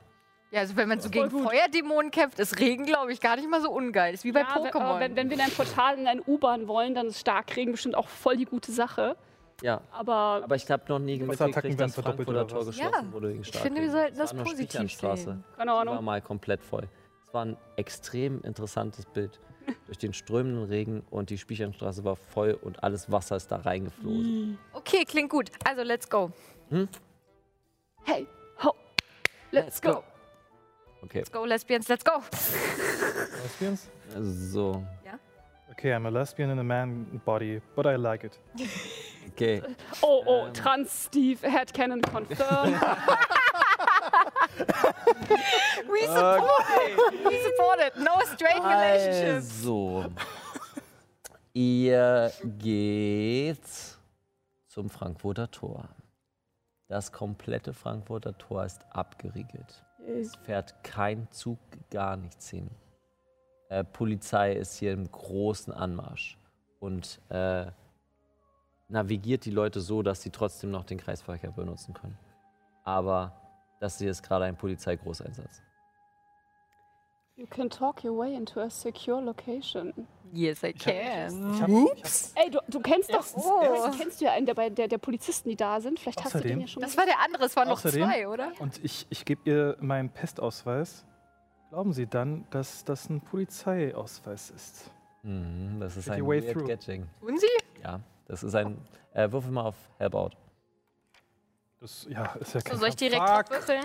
[SPEAKER 3] Ja, also wenn man so gegen
[SPEAKER 4] voll gut.
[SPEAKER 3] Feuerdämonen kämpft, ist Regen, glaube ich, gar nicht mal so ungeil. Ist wie bei
[SPEAKER 4] ja, wenn-
[SPEAKER 3] Pokémon.
[SPEAKER 4] aber Wenn, wenn wir in ein Portal in ein U-Bahn wollen, dann ist Starkregen bestimmt auch voll die gute Sache.
[SPEAKER 2] Ja.
[SPEAKER 4] Aber,
[SPEAKER 2] Aber ich habe noch nie
[SPEAKER 6] Wasserattacken
[SPEAKER 2] mitgekriegt,
[SPEAKER 6] werden
[SPEAKER 2] dass
[SPEAKER 6] verdoppelt
[SPEAKER 2] Frankfurter
[SPEAKER 6] oder
[SPEAKER 2] Tor
[SPEAKER 6] was?
[SPEAKER 2] geschlossen
[SPEAKER 3] Ja,
[SPEAKER 2] wurde. wegen
[SPEAKER 3] ich finde, wir
[SPEAKER 2] Starkregen.
[SPEAKER 3] sollten das
[SPEAKER 2] war noch
[SPEAKER 3] positiv
[SPEAKER 2] Spichernstraße.
[SPEAKER 3] sehen.
[SPEAKER 4] keine
[SPEAKER 2] Die war
[SPEAKER 4] Ahnung,
[SPEAKER 2] mal komplett voll. Es war ein extrem interessantes Bild. Durch den strömenden Regen und die Spichernstraße war voll und alles Wasser ist da reingeflogen.
[SPEAKER 3] okay, klingt gut. Also, let's go.
[SPEAKER 4] hey, ho, let's go.
[SPEAKER 2] Okay,
[SPEAKER 3] Let's go, Lesbians, let's go.
[SPEAKER 6] Lesbians?
[SPEAKER 2] so.
[SPEAKER 6] Okay, I'm a lesbian in a man body, but I like it.
[SPEAKER 2] Okay.
[SPEAKER 4] Oh, oh,
[SPEAKER 2] Ähm.
[SPEAKER 4] trans Steve, Headcanon confirmed.
[SPEAKER 3] We support it. We support it. No straight relationships.
[SPEAKER 2] Also, ihr geht zum Frankfurter Tor. Das komplette Frankfurter Tor ist abgeriegelt. Es fährt kein Zug, gar nichts hin. Äh, Polizei ist hier im großen Anmarsch und äh, navigiert die Leute so, dass sie trotzdem noch den Kreisverkehr benutzen können. Aber das hier ist gerade ein Polizeigroßeinsatz.
[SPEAKER 4] you can talk your way into a secure location.
[SPEAKER 3] Yes, I can.
[SPEAKER 6] Ich hab, ich hab,
[SPEAKER 4] Ey, du, du kennst doch,
[SPEAKER 3] Oh.
[SPEAKER 4] du kennst ja einen der, bei- der, der Polizisten, die da sind. Vielleicht hast du den
[SPEAKER 6] Außerdem-
[SPEAKER 4] ja schon
[SPEAKER 3] Das war der andere, es waren noch
[SPEAKER 6] Außerdem-
[SPEAKER 3] zwei, oder?
[SPEAKER 6] und ich, ich gebe ihr meinen Pestausweis. Glauben Sie dann, dass das ein Polizeiausweis ist?
[SPEAKER 2] Mhm, das ist
[SPEAKER 6] Pretty
[SPEAKER 2] ein
[SPEAKER 6] way
[SPEAKER 2] Weird
[SPEAKER 6] through.
[SPEAKER 2] Getting.
[SPEAKER 3] Tun sie?
[SPEAKER 2] Ja, das ist ein. Äh, würfel mal auf Help Out.
[SPEAKER 6] Das ja, ist ja
[SPEAKER 3] So,
[SPEAKER 6] kein
[SPEAKER 3] soll ich direkt
[SPEAKER 6] Fuck.
[SPEAKER 3] würfeln?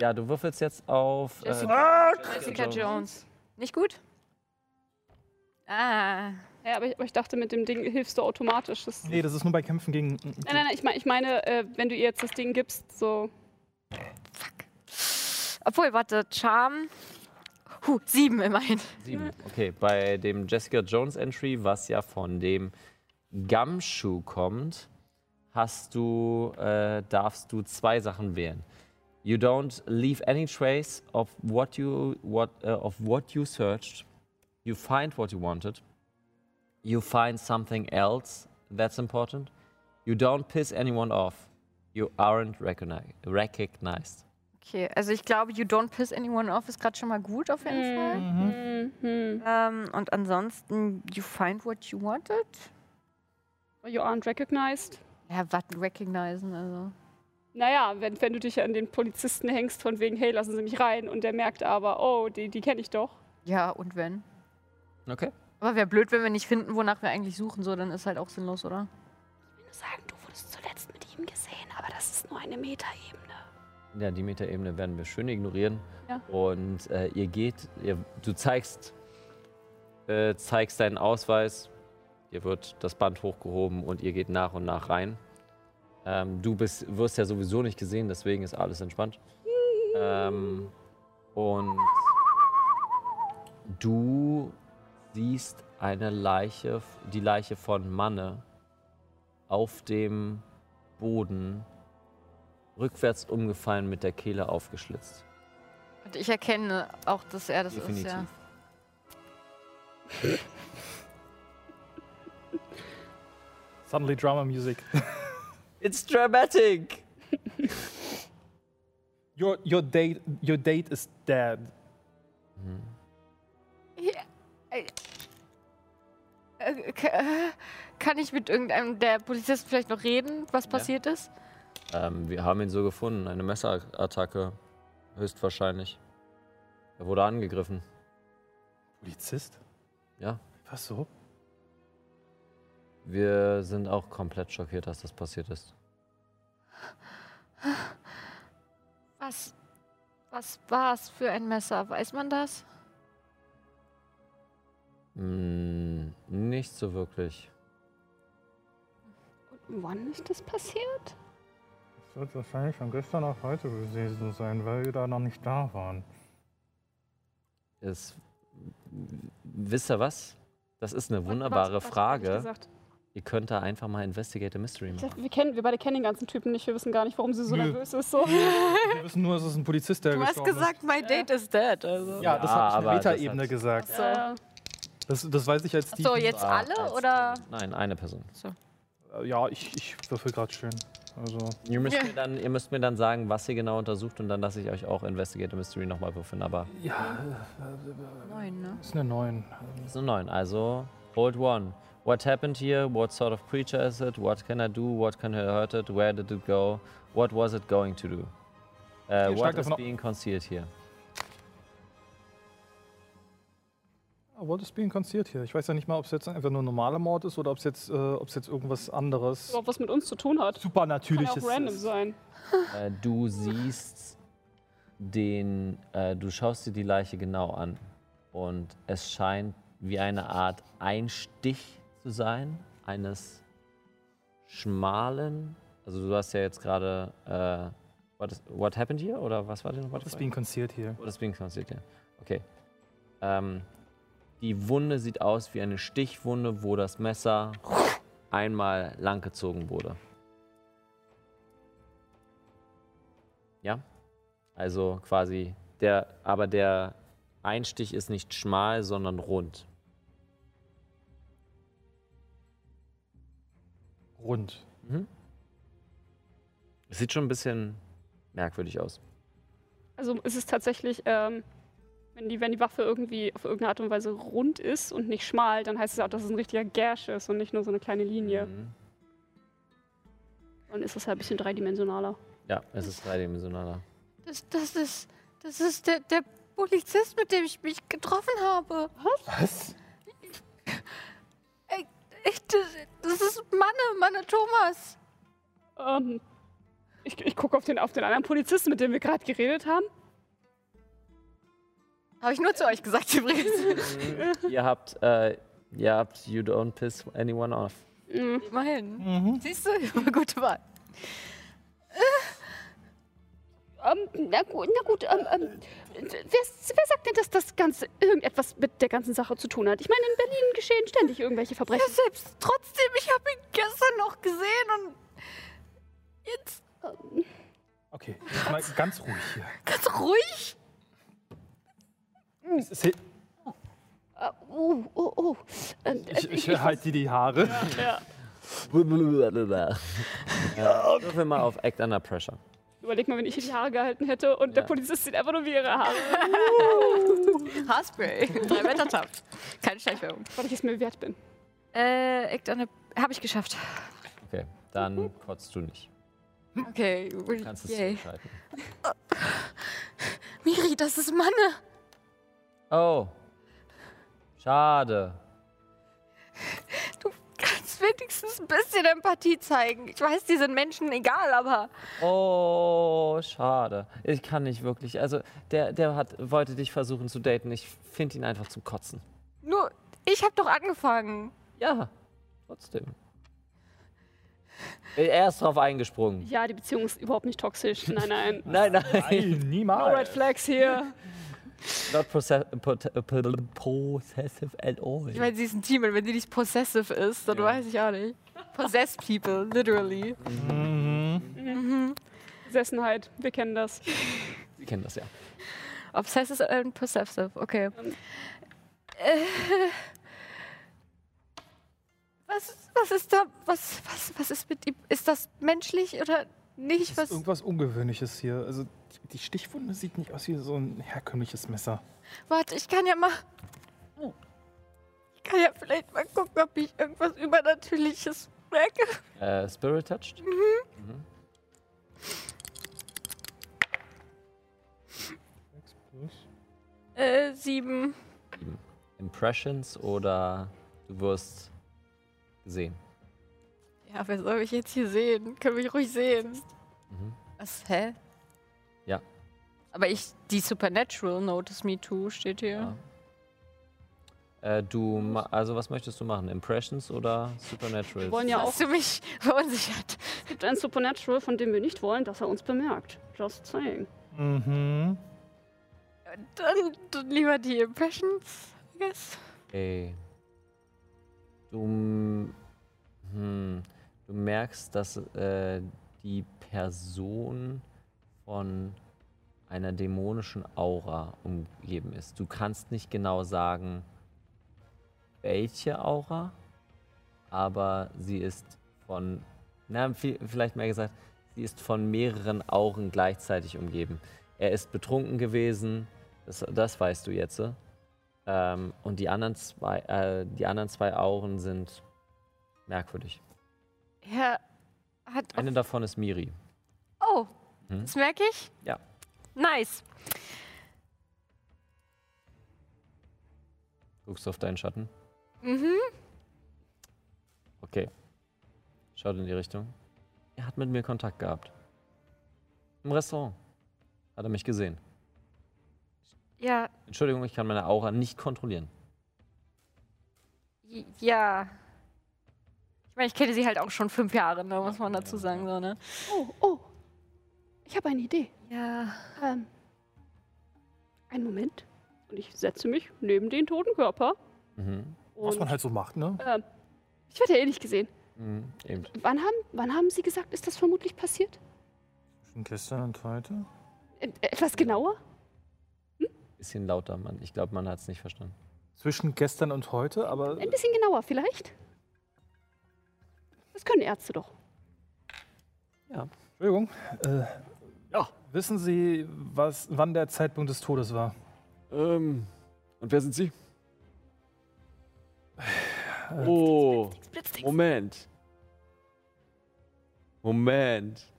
[SPEAKER 2] Ja, du würfelst jetzt auf. Äh,
[SPEAKER 6] Ah,
[SPEAKER 3] Jessica Jones. Nicht gut? Ah.
[SPEAKER 4] Ja, aber ich, aber ich dachte, mit dem Ding hilfst du automatisch. Das, nein,
[SPEAKER 6] Nee, das ist nur bei Kämpfen gegen.
[SPEAKER 4] nein, nein, ich, mein, ich meine, äh, wenn du ihr jetzt das Ding gibst, so.
[SPEAKER 3] Obwohl, warte, Charm. Huh, sieben immerhin.
[SPEAKER 2] sieben. Okay, bei dem Jessica Jones Entry, was ja von dem Gumshoe kommt, hast du, äh, darfst du zwei Sachen wählen. You don't leave any trace of what you what äh, of what you searched. You find what you wanted. You find something else that's important. You don't piss anyone off. You aren't recogni recognized.
[SPEAKER 3] Okay, also ich glaube, You Don't Piss Anyone Off ist gerade schon mal gut auf
[SPEAKER 4] Mhm.
[SPEAKER 3] jeden Fall. Ähm, und ansonsten, You Find What You Wanted?
[SPEAKER 4] You aren't recognized.
[SPEAKER 3] Ja, was recognizen, also.
[SPEAKER 4] Naja, wenn, wenn du dich an den Polizisten hängst, von wegen, hey, lassen Sie mich rein, und der merkt aber, oh, die, die kenne ich doch.
[SPEAKER 3] Ja, und wenn?
[SPEAKER 2] Okay.
[SPEAKER 3] Aber wäre blöd, wenn wir nicht finden, wonach wir eigentlich suchen, so, dann ist halt auch sinnlos, oder?
[SPEAKER 4] Ich will nur sagen, du wurdest zuletzt mit ihm gesehen, aber das ist nur eine Metaebene.
[SPEAKER 2] Ja, die Metaebene werden wir schön ignorieren.
[SPEAKER 4] Ja.
[SPEAKER 2] Und äh, ihr geht, ihr, du zeigst, äh, zeigst deinen Ausweis, ihr wird das Band hochgehoben und ihr geht nach und nach rein. Ähm, du bist, wirst ja sowieso nicht gesehen, deswegen ist alles entspannt. Ähm, und du siehst eine Leiche, die Leiche von Manne auf dem Boden rückwärts umgefallen, mit der Kehle aufgeschlitzt.
[SPEAKER 3] Und ich erkenne auch, dass er das ist, ja.
[SPEAKER 6] Suddenly drama music.
[SPEAKER 14] It's dramatic.
[SPEAKER 6] Your, your, date, your date is dead.
[SPEAKER 4] Mhm.
[SPEAKER 3] Ja, äh, äh, k- äh, Kann ich mit irgendeinem der Polizisten vielleicht noch reden, was passiert ist?
[SPEAKER 2] Ähm, wir haben ihn so gefunden. Eine Messerattacke. Höchstwahrscheinlich. Er wurde angegriffen.
[SPEAKER 6] Polizist?
[SPEAKER 2] Ja.
[SPEAKER 6] Was so?
[SPEAKER 2] Wir sind auch komplett schockiert, dass das passiert ist.
[SPEAKER 3] Was, was war es für ein Messer? Weiß man das?
[SPEAKER 2] Hm, nicht so wirklich.
[SPEAKER 15] Wann ist das passiert?
[SPEAKER 16] Es wird wahrscheinlich von gestern auf heute gewesen sein, weil wir da noch nicht da waren.
[SPEAKER 2] Es, wisst ihr was? Das ist eine
[SPEAKER 4] Was-
[SPEAKER 2] wunderbare
[SPEAKER 4] was- was hab ich
[SPEAKER 2] Frage.
[SPEAKER 4] gesagt?
[SPEAKER 2] Ihr könnt da einfach mal Investigate a Mystery
[SPEAKER 4] Ich
[SPEAKER 2] machen.
[SPEAKER 4] dachte, Wir, kennen, wir beide kennen den ganzen Typen nicht. Wir wissen gar nicht, warum sie so
[SPEAKER 6] Nö.
[SPEAKER 4] nervös ist. So.
[SPEAKER 6] Wir wissen nur, es ist ein Polizist, der
[SPEAKER 17] Du hast
[SPEAKER 6] gestorben
[SPEAKER 17] gesagt, my date is dead. Also.
[SPEAKER 6] ist. Ja, das
[SPEAKER 2] Ja,
[SPEAKER 6] habe ich
[SPEAKER 2] aber
[SPEAKER 6] auf
[SPEAKER 2] das hat-
[SPEAKER 6] Metaebene gesagt.
[SPEAKER 17] So.
[SPEAKER 6] Das, das weiß ich als die.
[SPEAKER 17] so, jetzt
[SPEAKER 2] Ah,
[SPEAKER 17] alle
[SPEAKER 2] als-
[SPEAKER 17] oder?
[SPEAKER 2] Nein, eine Person.
[SPEAKER 6] Äh, Ja, ich, ich würfel gerade schön. Also,
[SPEAKER 2] Ihr müsst, mir dann, ihr müsst mir dann sagen, was ihr genau untersucht und dann lasse ich euch auch Investigate a Mystery nochmal würfeln. Aber
[SPEAKER 17] Neun, ne?
[SPEAKER 6] ist eine 9.
[SPEAKER 2] das ist eine 9. Also, hold one. What happened here? What sort of creature is it? What can I do? What can I hurt it? Where did it go? What was it going to do? Uh,
[SPEAKER 6] Hier,
[SPEAKER 2] what
[SPEAKER 6] schlag
[SPEAKER 2] is
[SPEAKER 6] davon ab.
[SPEAKER 2] being concealed here?
[SPEAKER 6] What is being concealed hier? Ich weiß ja nicht mal, ob es jetzt einfach nur ein normaler Mord ist oder ob es jetzt, äh, ob es jetzt irgendwas anderes,
[SPEAKER 4] Überhaupt was mit uns zu tun hat. Kann ja
[SPEAKER 6] supernatürliches
[SPEAKER 4] auch random
[SPEAKER 6] ist.
[SPEAKER 4] sein.
[SPEAKER 2] Äh, du siehst den, äh, du schaust dir die Leiche genau an und es scheint wie eine Art Einstich zu sein eines schmalen, also du hast ja jetzt gerade, äh, what, is, what happened here oder was war denn?
[SPEAKER 6] What is being concealed hier?
[SPEAKER 2] Oder Spinks passiert, ja. Okay. Ähm, die Wunde sieht aus wie eine Stichwunde, wo das Messer einmal langgezogen wurde. Ja? Also quasi der, aber der Einstich ist nicht schmal, sondern rund.
[SPEAKER 6] Rund.
[SPEAKER 2] Es sieht schon ein bisschen merkwürdig aus.
[SPEAKER 4] Also ist es tatsächlich, ähm, wenn, die, wenn die Waffe irgendwie auf irgendeine Art und Weise rund ist und nicht schmal, dann heißt es auch, dass es ein richtiger Gash ist und nicht nur so eine kleine Linie.
[SPEAKER 2] Mhm.
[SPEAKER 4] Dann ist es halt ein bisschen dreidimensionaler.
[SPEAKER 2] Ja, es ist dreidimensionaler.
[SPEAKER 3] Das, das ist, das ist der, der Polizist, mit dem ich mich getroffen habe.
[SPEAKER 6] Was?
[SPEAKER 3] Ich, das, das ist Manne, Manne Thomas.
[SPEAKER 4] Ähm, ich ich gucke auf den, auf den anderen Polizisten, mit dem wir gerade geredet haben.
[SPEAKER 17] Habe ich nur zu euch gesagt übrigens.
[SPEAKER 2] ihr habt, äh, ihr habt, you don't piss anyone off.
[SPEAKER 17] Immerhin.
[SPEAKER 6] Mhm.
[SPEAKER 17] Siehst du, immer gute Wahl.
[SPEAKER 18] Ähm, na gut, na gut ähm, ähm, wer, wer sagt denn, dass das Ganze irgendetwas mit der ganzen Sache zu tun hat? Ich meine, in Berlin geschehen ständig irgendwelche Verbrechen.
[SPEAKER 3] Ja, selbst trotzdem, ich habe ihn gestern noch gesehen und jetzt
[SPEAKER 6] Okay, jetzt mal ganz ruhig hier.
[SPEAKER 3] ganz ruhig.
[SPEAKER 6] Es ist-
[SPEAKER 18] Äh, oh, oh, oh. Ähm, äh,
[SPEAKER 6] Ich, ich halte dir die Haare.
[SPEAKER 2] Blablabla. ja, würfel mal auf Act Under Pressure.
[SPEAKER 4] Überleg mal, wenn ich hier die Haare gehalten hätte und der
[SPEAKER 2] Ja.
[SPEAKER 4] Polizist sieht einfach nur wie ihre Haare.
[SPEAKER 17] Haarspray. Drei Wettertaft. Keine Schleichwerbung.
[SPEAKER 4] Weil ich es mir wert bin.
[SPEAKER 17] Äh, Act on a... Habe ich geschafft.
[SPEAKER 2] Okay, dann kotzt du nicht.
[SPEAKER 17] Okay.
[SPEAKER 2] Du kannst es
[SPEAKER 17] Yay.
[SPEAKER 2] zuschalten.
[SPEAKER 3] Miri, das ist Manne.
[SPEAKER 2] Oh. Schade.
[SPEAKER 3] Du kannst wenigstens ein bisschen Empathie zeigen. Ich weiß, die sind Menschen egal, aber
[SPEAKER 2] Oh, schade. Ich kann nicht wirklich. Also, der, der hat, wollte dich versuchen zu daten. Ich finde ihn einfach zum Kotzen.
[SPEAKER 3] nur ich habe doch angefangen.
[SPEAKER 2] Ja, trotzdem. Er ist drauf eingesprungen.
[SPEAKER 4] Ja, die Beziehung ist überhaupt nicht toxisch. Nein, nein.
[SPEAKER 2] Nein, nein.
[SPEAKER 6] Nein,
[SPEAKER 4] No red
[SPEAKER 6] niemals.
[SPEAKER 4] flags hier.
[SPEAKER 2] Not possess- pot- possessive at all.
[SPEAKER 17] Ich meine, sie ist ein Team und wenn sie nicht possessive ist, dann weiß ich auch nicht. Possess people, literally.
[SPEAKER 4] Besessenheit, wir kennen das.
[SPEAKER 2] Sie kennen das ja.
[SPEAKER 17] Obsessive
[SPEAKER 3] äh,
[SPEAKER 17] and possessive, okay.
[SPEAKER 2] Ähm.
[SPEAKER 3] Äh, Was, Was ist da? Was, was, was ist mit ihm? Ist das menschlich oder nicht?
[SPEAKER 6] Ist
[SPEAKER 3] Was?
[SPEAKER 6] irgendwas Ungewöhnliches hier. Also die- die Stichwunde sieht nicht aus wie so ein herkömmliches Messer.
[SPEAKER 3] Warte, ich kann ja mal.
[SPEAKER 2] Oh.
[SPEAKER 3] Ich kann ja vielleicht mal gucken, ob ich irgendwas Übernatürliches merke.
[SPEAKER 2] Äh, Spirit Touched?
[SPEAKER 19] Sechs plus.
[SPEAKER 3] Äh, sieben.
[SPEAKER 2] Impressions oder du wirst gesehen.
[SPEAKER 3] Ja, wer soll mich jetzt hier sehen? Können mich ruhig sehen.
[SPEAKER 2] Mhm.
[SPEAKER 3] Was? Hä?
[SPEAKER 2] Ja.
[SPEAKER 3] Aber ich, die Supernatural Notice Me Too steht hier.
[SPEAKER 2] Ja. Äh, du, ma- also was möchtest du machen? Impressions oder Supernatural?
[SPEAKER 4] Wir wollen ja auch.
[SPEAKER 3] Hast du mich verunsichert?
[SPEAKER 4] Es gibt ein Supernatural, von dem wir nicht wollen, dass er uns bemerkt. Just saying.
[SPEAKER 19] Mhm.
[SPEAKER 3] Dann, dann lieber die Impressions, I guess.
[SPEAKER 2] Okay. Äh, Du, m- hm, du merkst, dass äh, die Person von einer dämonischen Aura umgeben ist. Du kannst nicht genau sagen, welche Aura, aber sie ist von, na, vi- vielleicht mehr gesagt, sie ist von mehreren Auren gleichzeitig umgeben. Er ist betrunken gewesen, das, das weißt du jetzt. ne? Ähm, und die anderen, zwei, äh, die anderen zwei Auren sind merkwürdig.
[SPEAKER 3] Er hat.
[SPEAKER 2] Eine davon ist Miri.
[SPEAKER 3] Oh,
[SPEAKER 2] Hm?
[SPEAKER 3] das merke ich?
[SPEAKER 2] Ja.
[SPEAKER 3] Nice.
[SPEAKER 2] Guckst du auf deinen Schatten?
[SPEAKER 3] Mhm.
[SPEAKER 2] Okay. Schaut in die Richtung. Er hat mit mir Kontakt gehabt. Im Restaurant. Hat er mich gesehen.
[SPEAKER 3] Ja,
[SPEAKER 2] Entschuldigung, ich kann meine Aura nicht kontrollieren.
[SPEAKER 3] j- ja. Ich meine, ich kenne sie halt auch schon fünf Jahre, ne, muss man dazu sagen, so, ne?
[SPEAKER 4] Oh, oh. Ich habe eine Idee.
[SPEAKER 3] Ja.
[SPEAKER 4] Ähm. Einen Moment. Und ich setze mich neben den toten Körper.
[SPEAKER 2] Mhm.
[SPEAKER 6] Was
[SPEAKER 4] Und
[SPEAKER 6] man halt so macht, ne?
[SPEAKER 4] ähm, ich werde ja eh nicht gesehen.
[SPEAKER 2] Mhm. Eben.
[SPEAKER 4] Wann haben, wann haben Sie gesagt, ist das vermutlich passiert?
[SPEAKER 19] Zwischen gestern und heute?
[SPEAKER 4] Äh, etwas genauer?
[SPEAKER 2] Bisschen lauter. Man, ich glaube, man hat es nicht verstanden.
[SPEAKER 6] Zwischen gestern und heute, aber
[SPEAKER 4] Ein bisschen genauer vielleicht? Das können Ärzte doch.
[SPEAKER 6] Entschuldigung. Äh, Wissen Sie, was, wann der Zeitpunkt des Todes war?
[SPEAKER 7] Ähm, und wer sind Sie?
[SPEAKER 4] Äh,
[SPEAKER 7] Oh, Moment. Moment.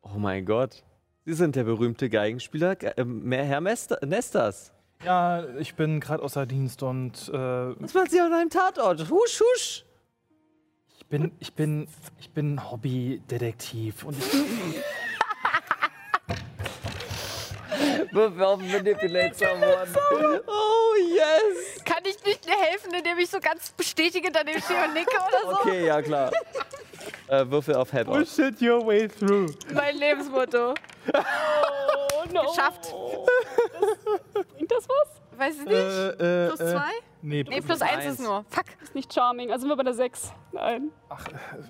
[SPEAKER 7] Oh mein Gott. Sie sind der berühmte Geigenspieler Ge- ähm, Herr Mester- Nestas.
[SPEAKER 6] Ja, ich bin gerade außer Dienst und äh,
[SPEAKER 7] Das macht sie an einem Tatort. Husch, husch.
[SPEAKER 6] ich bin, ich bin, ich bin Hobbydetektiv und ich,
[SPEAKER 7] Beworben mit Depilator worden. Oh, yes.
[SPEAKER 3] Kann ich nicht dir helfen, indem ich so ganz bestätigend daneben stehe und nicke
[SPEAKER 4] Oh.
[SPEAKER 3] oder so?
[SPEAKER 7] Okay, ja, klar. äh, Würfel auf Head Off.
[SPEAKER 19] Bullshit your way through.
[SPEAKER 3] Mein Lebensmotto.
[SPEAKER 4] Oh no.
[SPEAKER 3] Geschafft.
[SPEAKER 4] Bringt das was?
[SPEAKER 3] Weiß ich nicht.
[SPEAKER 6] äh,
[SPEAKER 20] Plus zwei?
[SPEAKER 6] nee,
[SPEAKER 3] nee, plus eins ist nur. Fuck.
[SPEAKER 4] Ist nicht charming. Also sind wir bei der 6. Nein.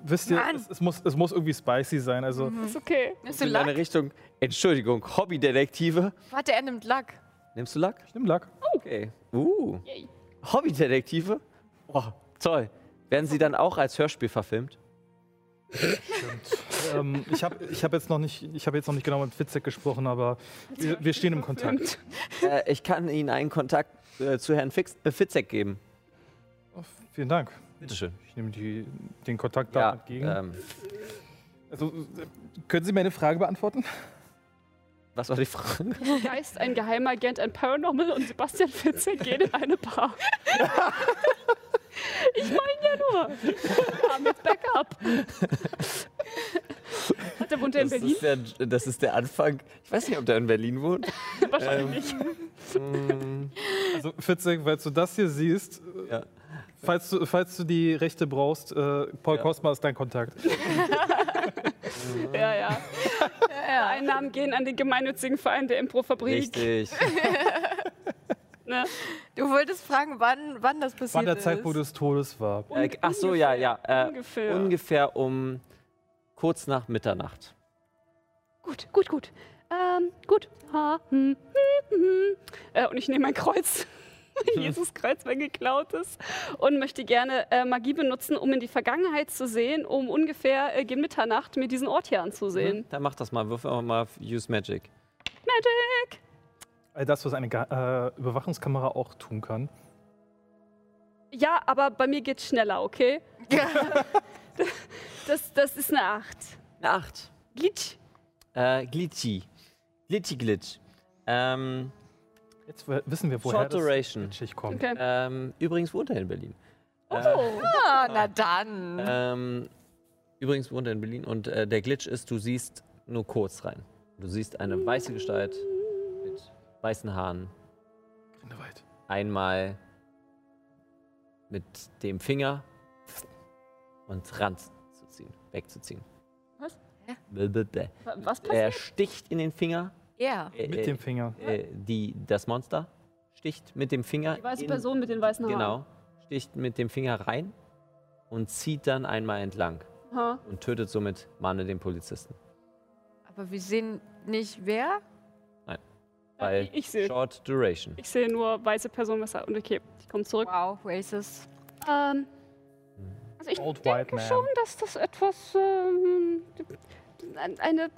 [SPEAKER 6] wisst ihr, es, es, muss, es muss irgendwie spicy sein. Also
[SPEAKER 4] Ist okay.
[SPEAKER 3] Nimmst du
[SPEAKER 7] In eine
[SPEAKER 3] Lack?
[SPEAKER 7] Richtung, Entschuldigung, Hobbydetektive.
[SPEAKER 3] Warte, er nimmt Lack.
[SPEAKER 7] Nimmst du Lack?
[SPEAKER 6] ich nehme Lack.
[SPEAKER 7] Okay. Uh.
[SPEAKER 4] Yay.
[SPEAKER 7] Hobbydetektive? Oh, toll. Werden sie dann auch als Hörspiel verfilmt?
[SPEAKER 6] ähm, ich habe ich hab jetzt noch nicht, ich habe jetzt noch nicht genau mit Fitzek gesprochen, aber wir, wir stehen im Kontakt.
[SPEAKER 7] äh, ich kann Ihnen einen Kontakt äh, zu Herrn Fix, äh, Fitzek geben.
[SPEAKER 6] Oh, vielen Dank.
[SPEAKER 7] Bitteschön.
[SPEAKER 6] Ich nehme die, den Kontakt da
[SPEAKER 7] Ja,
[SPEAKER 6] entgegen.
[SPEAKER 7] ähm,
[SPEAKER 6] Also, äh, können Sie meine Frage beantworten?
[SPEAKER 7] was war die Frage?
[SPEAKER 4] Geist, ein Geheimagent, ein Paranormal und Sebastian Fitzer gehen in eine Bar. ich meine ja nur. Ja, mit Backup. Hat der wohnt er in
[SPEAKER 7] Das
[SPEAKER 4] Berlin?
[SPEAKER 7] ist, der, das ist der Anfang. Ich weiß nicht, ob der in Berlin wohnt.
[SPEAKER 4] Wahrscheinlich.
[SPEAKER 6] Also, Fitzek, falls du das hier siehst, äh,
[SPEAKER 7] Ja.
[SPEAKER 6] falls, du, falls du die Rechte brauchst, äh, Paul Kosma ist dein Kontakt.
[SPEAKER 4] ja, ja. Einnahmen gehen an den gemeinnützigen Verein der Improfabrik.
[SPEAKER 7] Richtig.
[SPEAKER 4] Ne?
[SPEAKER 3] Du wolltest fragen, wann, wann das passiert
[SPEAKER 6] Wann der
[SPEAKER 3] ist.
[SPEAKER 6] Zeitpunkt des Todes war.
[SPEAKER 7] Äh, ach so, ja, ja. Äh,
[SPEAKER 4] Ungefähr.
[SPEAKER 7] ungefähr um kurz nach Mitternacht.
[SPEAKER 4] Gut, gut, hm. gut. Ähm, gut. Ha, hm, hm, hm. Äh, und ich nehme mein Kreuz. Jesus Kreuz, mein geklautes. Und möchte gerne äh, Magie benutzen, um in die Vergangenheit zu sehen, um ungefähr äh, gegen Mitternacht mir diesen Ort hier anzusehen.
[SPEAKER 2] Mhm. Dann mach das mal. Wirf einfach mal auf Use Magic.
[SPEAKER 6] All das, was eine Ga äh, Überwachungskamera auch tun kann.
[SPEAKER 4] Ja, aber bei mir geht's schneller, okay? das, das ist eine 8.
[SPEAKER 2] Eine 8.
[SPEAKER 4] Glitch.
[SPEAKER 2] Äh, glitchy. Glitchy Glitch. Ähm,
[SPEAKER 6] Jetzt we- wissen wir, woher
[SPEAKER 2] Short
[SPEAKER 6] das
[SPEAKER 2] Duration.
[SPEAKER 6] Schicht kommt.
[SPEAKER 4] Okay.
[SPEAKER 2] Ähm, übrigens wohnt er in Berlin.
[SPEAKER 4] Oh.
[SPEAKER 3] Ah, na dann.
[SPEAKER 2] Ähm, übrigens wohnt er in Berlin und äh, der Glitch ist, du siehst nur kurz rein. Du siehst eine weiße Gestalt mit weißen Haaren.
[SPEAKER 6] Grindelwald.
[SPEAKER 2] Einmal mit dem Finger und ranzuziehen, wegzuziehen.
[SPEAKER 4] Was?
[SPEAKER 3] Hä?
[SPEAKER 2] Blablabla.
[SPEAKER 4] Wa- Was passiert?
[SPEAKER 2] Er sticht in den Finger.
[SPEAKER 3] Ja.
[SPEAKER 2] äh,
[SPEAKER 6] Mit dem Finger.
[SPEAKER 2] äh, die, das Monster sticht mit dem Finger.
[SPEAKER 4] Die weiße
[SPEAKER 2] in-
[SPEAKER 4] Person mit den weißen Haaren.
[SPEAKER 2] Genau. Sticht mit dem Finger rein und zieht dann einmal entlang
[SPEAKER 4] Ha.
[SPEAKER 2] und tötet somit Mane den Polizisten.
[SPEAKER 3] Aber wir sehen nicht wer.
[SPEAKER 2] Weil
[SPEAKER 4] Ich, ich sehe
[SPEAKER 2] Short Duration.
[SPEAKER 4] ich sehe nur weiße Personen, was halt, Und okay, ich komme zurück.
[SPEAKER 3] Wow, racist.
[SPEAKER 21] Ähm,
[SPEAKER 4] Also ich
[SPEAKER 6] Old White
[SPEAKER 4] denke
[SPEAKER 6] Man.
[SPEAKER 4] schon, dass das etwas ähm, ein- eine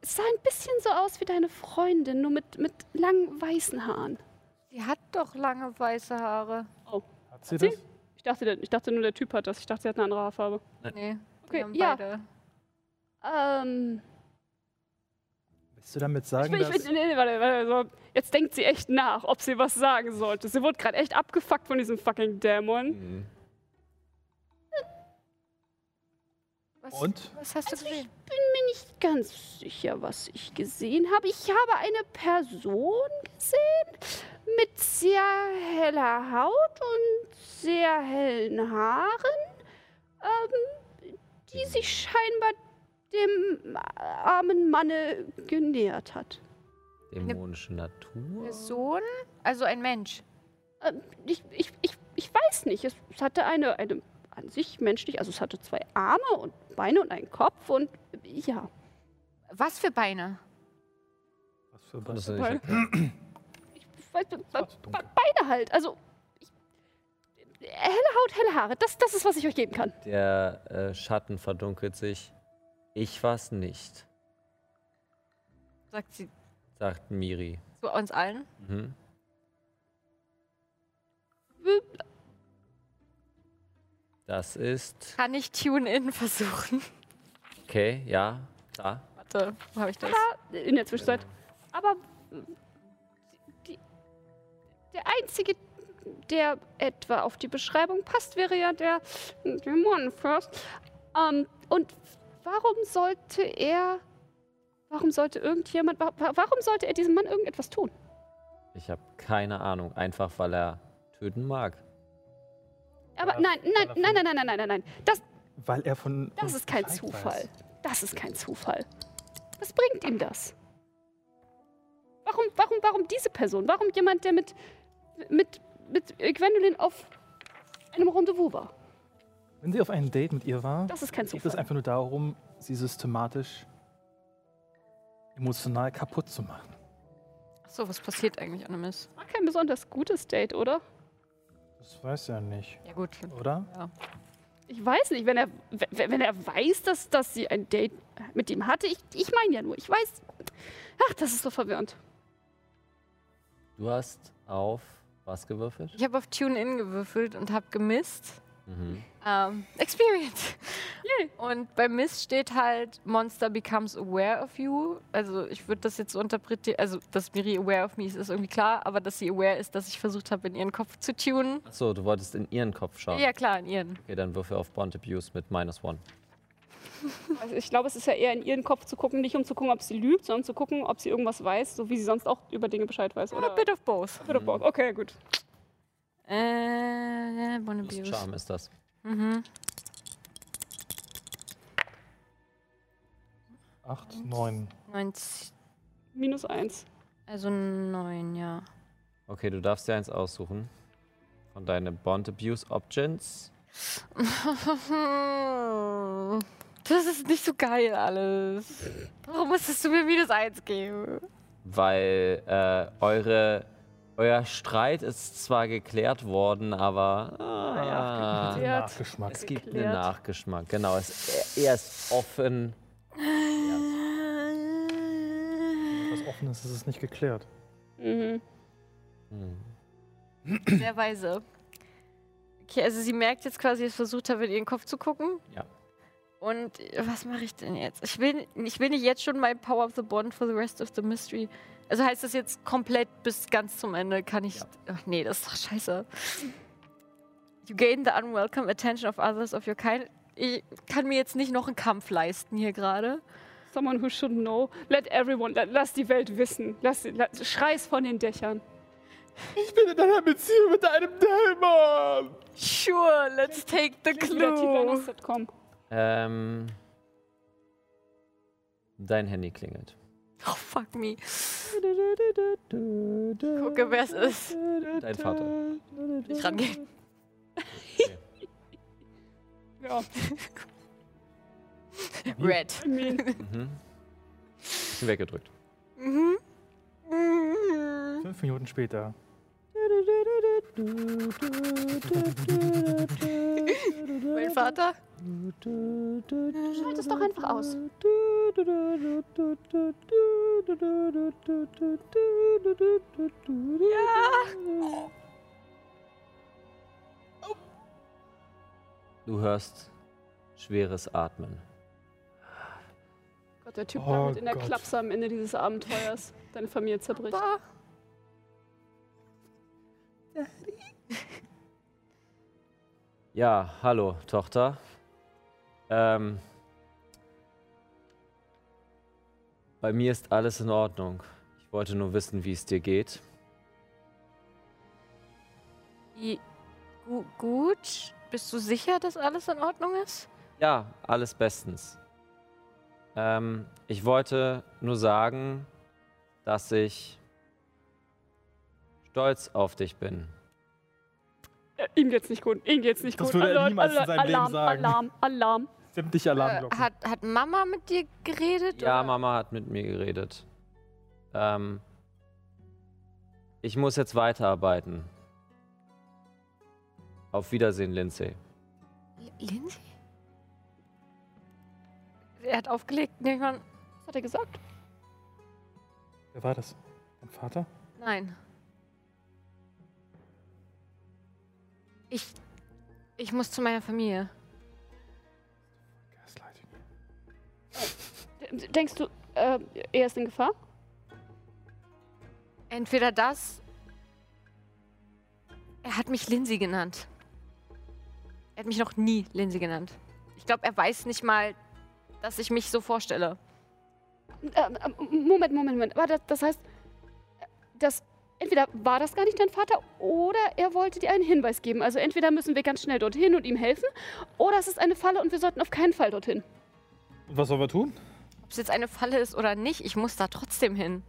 [SPEAKER 4] es sah ein bisschen so aus wie deine Freundin, nur mit, mit langen weißen Haaren.
[SPEAKER 3] Sie hat doch lange weiße Haare.
[SPEAKER 6] Hat sie
[SPEAKER 4] Sie-
[SPEAKER 6] das?
[SPEAKER 4] Ich dachte, der- ich dachte nur, der Typ hat das. Ich dachte, sie hat eine andere Haarfarbe.
[SPEAKER 3] Nee.
[SPEAKER 4] Okay,
[SPEAKER 3] wir haben
[SPEAKER 4] ja.
[SPEAKER 3] Beide.
[SPEAKER 4] Ähm,
[SPEAKER 6] Willst du damit
[SPEAKER 4] ich,
[SPEAKER 6] sagen,
[SPEAKER 4] will- ich, will-
[SPEAKER 6] dass...
[SPEAKER 4] nee, nee, warte, warte, so. Jetzt denkt sie echt nach, ob sie was sagen sollte. Sie wurde gerade echt abgefuckt von diesem fucking Dämon.
[SPEAKER 2] Mhm.
[SPEAKER 3] Was,
[SPEAKER 6] Und?
[SPEAKER 3] Was hast du gesehen?
[SPEAKER 21] bin nicht ganz sicher, was ich gesehen habe. Ich habe eine Person gesehen mit sehr heller Haut und sehr hellen Haaren, ähm, die sich scheinbar dem äh, armen Manne genähert hat.
[SPEAKER 2] Dämonische Natur.
[SPEAKER 3] Person? Also ein Mensch.
[SPEAKER 21] Ähm, ich, ich, ich, ich weiß nicht. Es, es hatte eine, eine an sich menschlich, also es hatte zwei Arme und Beine und einen Kopf und ja.
[SPEAKER 3] Was für Beine?
[SPEAKER 6] Was für
[SPEAKER 2] Konntest
[SPEAKER 6] was?
[SPEAKER 2] du nicht erklären.
[SPEAKER 21] Ich weiß, be- be-
[SPEAKER 6] Zu dunkel.
[SPEAKER 21] beide halt. Also ich, helle Haut, helle Haare. Das, das ist, was ich euch geben kann.
[SPEAKER 2] Der äh, Schatten verdunkelt sich. Ich war's nicht,
[SPEAKER 3] Sagt sie
[SPEAKER 2] sagt Miri.
[SPEAKER 3] zu uns allen.
[SPEAKER 2] Mhm. Das ist.
[SPEAKER 3] Kann ich Tune-In versuchen?
[SPEAKER 2] Okay, ja, klar.
[SPEAKER 3] Warte, wo habe ich das?
[SPEAKER 4] In der Zwischenzeit.
[SPEAKER 21] Aber die, der einzige, der etwa auf die Beschreibung passt, wäre ja der Dämonenfürst. Ähm, und warum sollte er.
[SPEAKER 4] Warum sollte irgendjemand, wa wa- warum sollte er diesem Mann irgendetwas tun?
[SPEAKER 2] Ich habe keine Ahnung. Einfach weil er töten mag.
[SPEAKER 4] Aber
[SPEAKER 6] Weil er-
[SPEAKER 4] nein, nein,
[SPEAKER 6] weil er
[SPEAKER 4] nein, nein, nein, nein, nein, nein. Das,
[SPEAKER 6] Weil er von...
[SPEAKER 4] das
[SPEAKER 6] uns
[SPEAKER 4] ist kein
[SPEAKER 6] Bescheid
[SPEAKER 4] Zufall.
[SPEAKER 6] weiß.
[SPEAKER 4] Das ist kein Zufall. Was bringt ihm das? Warum, warum, warum diese Person? Warum jemand, der mit, mit, mit Gwendolyn auf einem Rendezvous war?
[SPEAKER 6] Wenn sie auf einem Date mit ihr war,
[SPEAKER 4] Das ist kein
[SPEAKER 6] geht es
[SPEAKER 4] Zufall.
[SPEAKER 6] einfach nur darum, sie systematisch emotional kaputt zu machen.
[SPEAKER 3] Achso, was passiert eigentlich, Annemis?
[SPEAKER 4] War kein besonders gutes Date, oder?
[SPEAKER 22] Das weiß er nicht.
[SPEAKER 3] Ja, gut.
[SPEAKER 6] Oder?
[SPEAKER 4] Ich weiß nicht, wenn er, w- wenn er weiß, dass, dass sie ein Date mit ihm hatte. Ich, ich meine ja nur, ich weiß. Ach, das ist so verwirrend.
[SPEAKER 2] Du hast auf was gewürfelt?
[SPEAKER 3] Ich habe auf Tune-In gewürfelt und habe gemisst.
[SPEAKER 2] Mhm.
[SPEAKER 3] Ähm, Experience. Und bei Miss steht halt, Monster becomes aware of you. Also ich würde das jetzt so interpretieren, also dass Miri aware of me ist, ist irgendwie klar, aber dass sie aware ist, dass ich versucht habe, in ihren Kopf zu tunen.
[SPEAKER 2] Achso, du wolltest in ihren Kopf schauen.
[SPEAKER 3] Ja, klar, in ihren.
[SPEAKER 2] Okay, dann würfel auf Bond Abuse mit minus one.
[SPEAKER 4] Also ich glaube, es ist ja eher in ihren Kopf zu gucken, nicht um zu gucken, ob sie lügt, sondern um zu gucken, ob sie irgendwas weiß, so wie sie sonst auch über Dinge Bescheid weiß.
[SPEAKER 3] A
[SPEAKER 4] Oder
[SPEAKER 3] bit of both.
[SPEAKER 4] Bit of both. Okay, gut.
[SPEAKER 3] Äh, Bon
[SPEAKER 2] Plus
[SPEAKER 3] Abuse.
[SPEAKER 2] Charme ist das.
[SPEAKER 6] Acht, neun.
[SPEAKER 3] 90,
[SPEAKER 4] Minus eins.
[SPEAKER 3] also 9, ja.
[SPEAKER 2] Okay, du darfst dir eins aussuchen. Von deinen Bond Abuse Options.
[SPEAKER 3] Das ist nicht so geil alles.
[SPEAKER 2] Äh.
[SPEAKER 3] Warum musstest du mir minus 1 geben?
[SPEAKER 2] weil äh, eure Euer Streit ist zwar geklärt worden, aber ah,
[SPEAKER 4] Ja,
[SPEAKER 6] Nachgeschmack.
[SPEAKER 2] es gibt einen
[SPEAKER 4] geklärt.
[SPEAKER 2] Nachgeschmack. Genau, es, er, er ist offen.
[SPEAKER 3] Äh,
[SPEAKER 6] Was offen ist, ist es nicht geklärt.
[SPEAKER 4] Mhm.
[SPEAKER 3] Sehr weise. Okay, also sie merkt jetzt quasi, es versucht habe, in ihren Kopf zu gucken.
[SPEAKER 2] Ja.
[SPEAKER 3] Und äh, was mache ich denn jetzt? Ich will, ich will nicht jetzt schon mein Power of the Bond for the rest of the mystery. Also heißt das jetzt komplett bis ganz zum Ende kann ich. Ach nee, das ist doch scheiße. You gain the unwelcome attention of others of your kind. Ich kann mir jetzt nicht noch einen Kampf leisten hier gerade.
[SPEAKER 4] Someone who should know. Let everyone, la- lass die Welt wissen. Lass, la, schreis von den Dächern.
[SPEAKER 23] Ich bin in einer Beziehung mit einem Dämon!
[SPEAKER 3] Sure, let's take the
[SPEAKER 4] Klingt wie der Titel einer
[SPEAKER 3] clue.
[SPEAKER 4] Sitcom.
[SPEAKER 2] Ähm, dein Handy klingelt.
[SPEAKER 3] Oh, fuck me. Gucke, wer es ist.
[SPEAKER 2] Dein Vater.
[SPEAKER 3] Nicht rangehen.
[SPEAKER 4] Ja,
[SPEAKER 3] Red.
[SPEAKER 4] I mean,
[SPEAKER 2] Mhm. Bisschen weggedrückt.
[SPEAKER 3] Mhm.
[SPEAKER 6] Fünf Minuten später.
[SPEAKER 3] Mein Vater?
[SPEAKER 4] schalt es doch einfach aus.
[SPEAKER 2] Du hörst schweres Atmen.
[SPEAKER 4] Gott, der Typ
[SPEAKER 6] Oh
[SPEAKER 4] damit in der
[SPEAKER 6] Gott.
[SPEAKER 4] Klapse am Ende dieses Abenteuers. Deine Familie zerbricht.
[SPEAKER 2] Ja, hallo, Tochter. Ähm, bei mir ist alles in Ordnung. Ich wollte nur wissen, wie es dir geht.
[SPEAKER 3] I- Gu gut. Bist du sicher, dass alles in Ordnung ist?
[SPEAKER 2] Ja, alles bestens. Ähm, ich wollte nur sagen, dass ich stolz auf dich bin.
[SPEAKER 4] Äh, ihm geht's nicht gut. Ihm geht's nicht
[SPEAKER 6] Das
[SPEAKER 4] gut.
[SPEAKER 6] würde er
[SPEAKER 4] Alert,
[SPEAKER 6] niemals in
[SPEAKER 4] Alert,
[SPEAKER 6] seinem Leben
[SPEAKER 4] Alarm,
[SPEAKER 6] sagen.
[SPEAKER 4] Alarm, Alarm.
[SPEAKER 6] Sämtliche
[SPEAKER 4] Äh,
[SPEAKER 6] Alarmglocken.
[SPEAKER 3] hat, hat Mama mit dir geredet?
[SPEAKER 2] Ja,
[SPEAKER 3] oder?
[SPEAKER 2] Mama hat mit mir geredet. Ähm, ich muss jetzt weiterarbeiten. Auf Wiedersehen, Lindsay.
[SPEAKER 3] L- Lindsay? Er hat aufgelegt. Nee, ich mein,
[SPEAKER 4] Was hat er gesagt?
[SPEAKER 6] Wer war das? Dein Vater?
[SPEAKER 3] nein. Ich, ich muss zu meiner Familie.
[SPEAKER 6] Gaslighting.
[SPEAKER 4] D denkst du, äh, er ist in Gefahr?
[SPEAKER 3] Entweder das. Er hat mich Lindsay genannt. Er hat mich noch nie Lindsay genannt. Ich glaube, er weiß nicht mal, dass ich mich so vorstelle.
[SPEAKER 4] Ähm, ähm, Moment, Moment, Moment. War das, das heißt, äh, das entweder war das gar nicht dein Vater oder er wollte dir einen Hinweis geben. Also entweder müssen wir ganz schnell dorthin und ihm helfen oder es ist eine Falle und wir sollten auf keinen Fall dorthin.
[SPEAKER 6] Und was sollen wir tun?
[SPEAKER 3] Ob es jetzt eine Falle ist oder nicht, ich muss da trotzdem hin.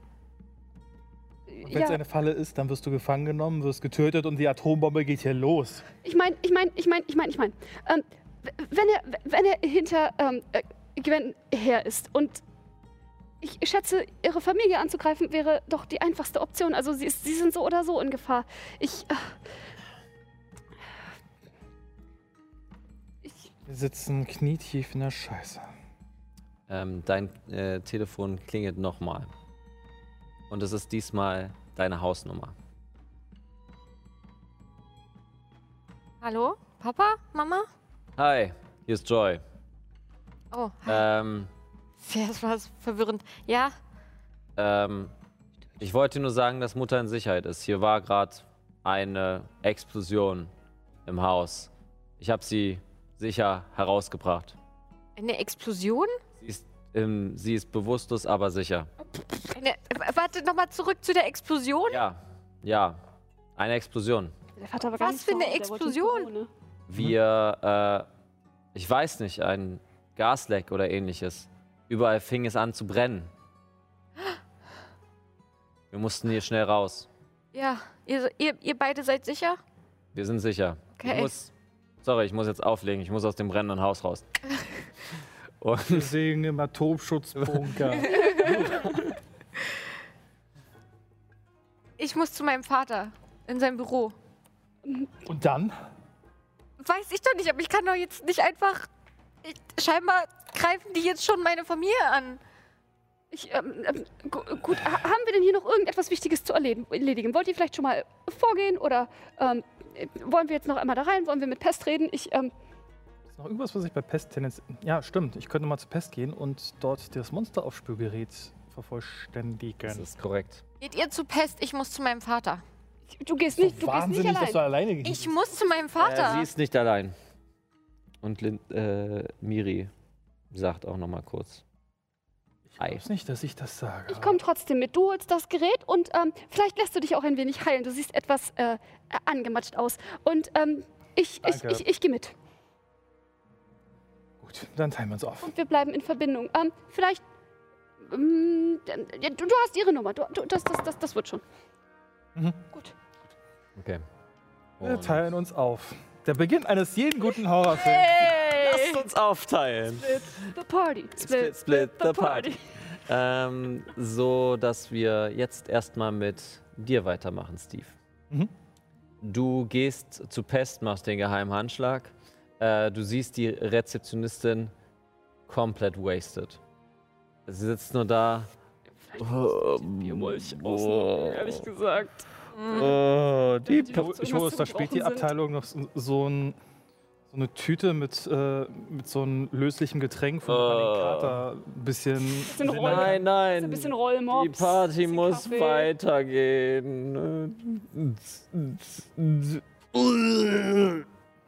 [SPEAKER 6] Und wenn es
[SPEAKER 4] Ja,
[SPEAKER 6] eine Falle ist, dann wirst du gefangen genommen, wirst getötet und die Atombombe geht hier los.
[SPEAKER 4] ich meine, ich meine, ich meine, ich meine, ich meine, ähm, w- wenn er, wenn er hinter ähm, äh, Gwen her ist und ich schätze, ihre Familie anzugreifen wäre doch die einfachste Option. Also sie, ist, sie sind so oder so in Gefahr. Ich, äh, ich,
[SPEAKER 6] Wir sitzen knietief in der Scheiße.
[SPEAKER 2] Ähm, dein äh, Telefon klingelt nochmal. Und es ist diesmal deine Hausnummer.
[SPEAKER 3] Hallo? Papa? Mama?
[SPEAKER 2] Hi, hier ist Joy.
[SPEAKER 3] Oh,
[SPEAKER 2] Ähm,
[SPEAKER 3] das war verwirrend. Ja,
[SPEAKER 2] ähm, ich wollte nur sagen, dass Mutter in Sicherheit ist. Hier war gerade eine Explosion im Haus. Ich habe sie sicher herausgebracht.
[SPEAKER 3] eine Explosion?
[SPEAKER 2] Sie ist, ähm, sie ist bewusstlos, aber sicher.
[SPEAKER 3] Eine, w- warte, nochmal zurück zu der Explosion.
[SPEAKER 2] Ja, ja, eine Explosion.
[SPEAKER 4] Der Vater war
[SPEAKER 3] Was
[SPEAKER 4] gar nicht
[SPEAKER 3] für
[SPEAKER 4] zu
[SPEAKER 3] eine
[SPEAKER 4] Hause, der wollte ins
[SPEAKER 3] Explosion?
[SPEAKER 4] Büro, ne?
[SPEAKER 2] Wir, äh, ich weiß nicht, ein Gasleck oder ähnliches. Überall fing es an zu brennen. Wir mussten hier schnell raus.
[SPEAKER 3] Ja, ihr, ihr, ihr beide seid sicher?
[SPEAKER 2] Wir sind sicher. Ich
[SPEAKER 3] Okay.
[SPEAKER 2] muss, sorry, ich muss jetzt auflegen. Ich muss aus dem brennenden Haus raus.
[SPEAKER 6] Wir
[SPEAKER 2] Und
[SPEAKER 6] singen im Atomschutzbunker.
[SPEAKER 3] Ich muss zu meinem Vater in sein Büro.
[SPEAKER 6] Und dann?
[SPEAKER 3] Weiß ich doch nicht, aber ich kann doch jetzt nicht einfach. Ich, scheinbar greifen die jetzt schon meine Familie an.
[SPEAKER 4] Ich, ähm, ähm, gu- gut, ha haben wir denn hier noch irgendetwas Wichtiges zu erledigen? erledigen? Wollt ihr vielleicht schon mal vorgehen oder ähm, äh, wollen wir jetzt noch einmal da rein? Wollen wir mit Pest reden? Ich, ähm,
[SPEAKER 6] Ist noch irgendwas, was ich bei Pest tendenz. Ja, stimmt. Ich könnte mal zu Pest gehen und dort das Monsteraufspürgerät
[SPEAKER 24] Das
[SPEAKER 6] vervollständigen.
[SPEAKER 24] ist korrekt.
[SPEAKER 3] Geht ihr zu Pest? Ich muss zu meinem Vater.
[SPEAKER 4] du gehst nicht, du gehst nicht
[SPEAKER 6] Wahnsinnig, dass
[SPEAKER 4] allein.
[SPEAKER 6] du alleine gehst.
[SPEAKER 3] Ich muss zu meinem
[SPEAKER 2] Äh,
[SPEAKER 3] Vater.
[SPEAKER 2] sie ist nicht allein. Und Lin äh, Miri sagt auch nochmal kurz.
[SPEAKER 6] Ich weiß nicht, dass ich das sage.
[SPEAKER 4] Ich komme trotzdem mit. Du holst das Gerät und ähm, vielleicht lässt du dich auch ein wenig heilen. Du siehst etwas äh, äh, angematscht aus. Und ähm, ich, ich,
[SPEAKER 6] Danke.
[SPEAKER 4] ich, ich gehe mit.
[SPEAKER 6] Gut, dann teilen wir uns auf.
[SPEAKER 4] Und wir bleiben in Verbindung. Ähm, vielleicht. Ähm, ja, du, du hast ihre Nummer. Du, du, das, das, das, das wird schon.
[SPEAKER 6] Mhm.
[SPEAKER 4] Gut.
[SPEAKER 24] Okay.
[SPEAKER 6] Wir
[SPEAKER 24] Und-
[SPEAKER 6] teilen uns auf. Der Beginn eines jeden guten Horrorfilms.
[SPEAKER 2] Lasst uns aufteilen.
[SPEAKER 4] The party.
[SPEAKER 2] Split, split the party. ähm, so, dass wir jetzt erstmal mit dir weitermachen, Steve.
[SPEAKER 6] Mhm.
[SPEAKER 2] Du gehst zu Pest, machst den geheimen Handschlag. Äh, du siehst die Rezeptionistin komplett wasted. Sie sitzt nur da. Oh, oh.
[SPEAKER 4] Ehrlich gesagt.
[SPEAKER 2] Oh, die
[SPEAKER 6] Ich, hol- ich hole aus der Späti-Abteilung noch so, so, ein, so eine Tüte mit, äh, mit so einem löslichen Getränk, wo man den
[SPEAKER 2] Äh.
[SPEAKER 6] Kater ein bisschen.
[SPEAKER 4] Bisschen
[SPEAKER 6] bisschen
[SPEAKER 4] Rollen.
[SPEAKER 2] Nein, nein.
[SPEAKER 4] Ein bisschen Rollmops.
[SPEAKER 2] Die Party
[SPEAKER 4] bisschen
[SPEAKER 2] muss
[SPEAKER 4] Kaffee.
[SPEAKER 2] weitergehen.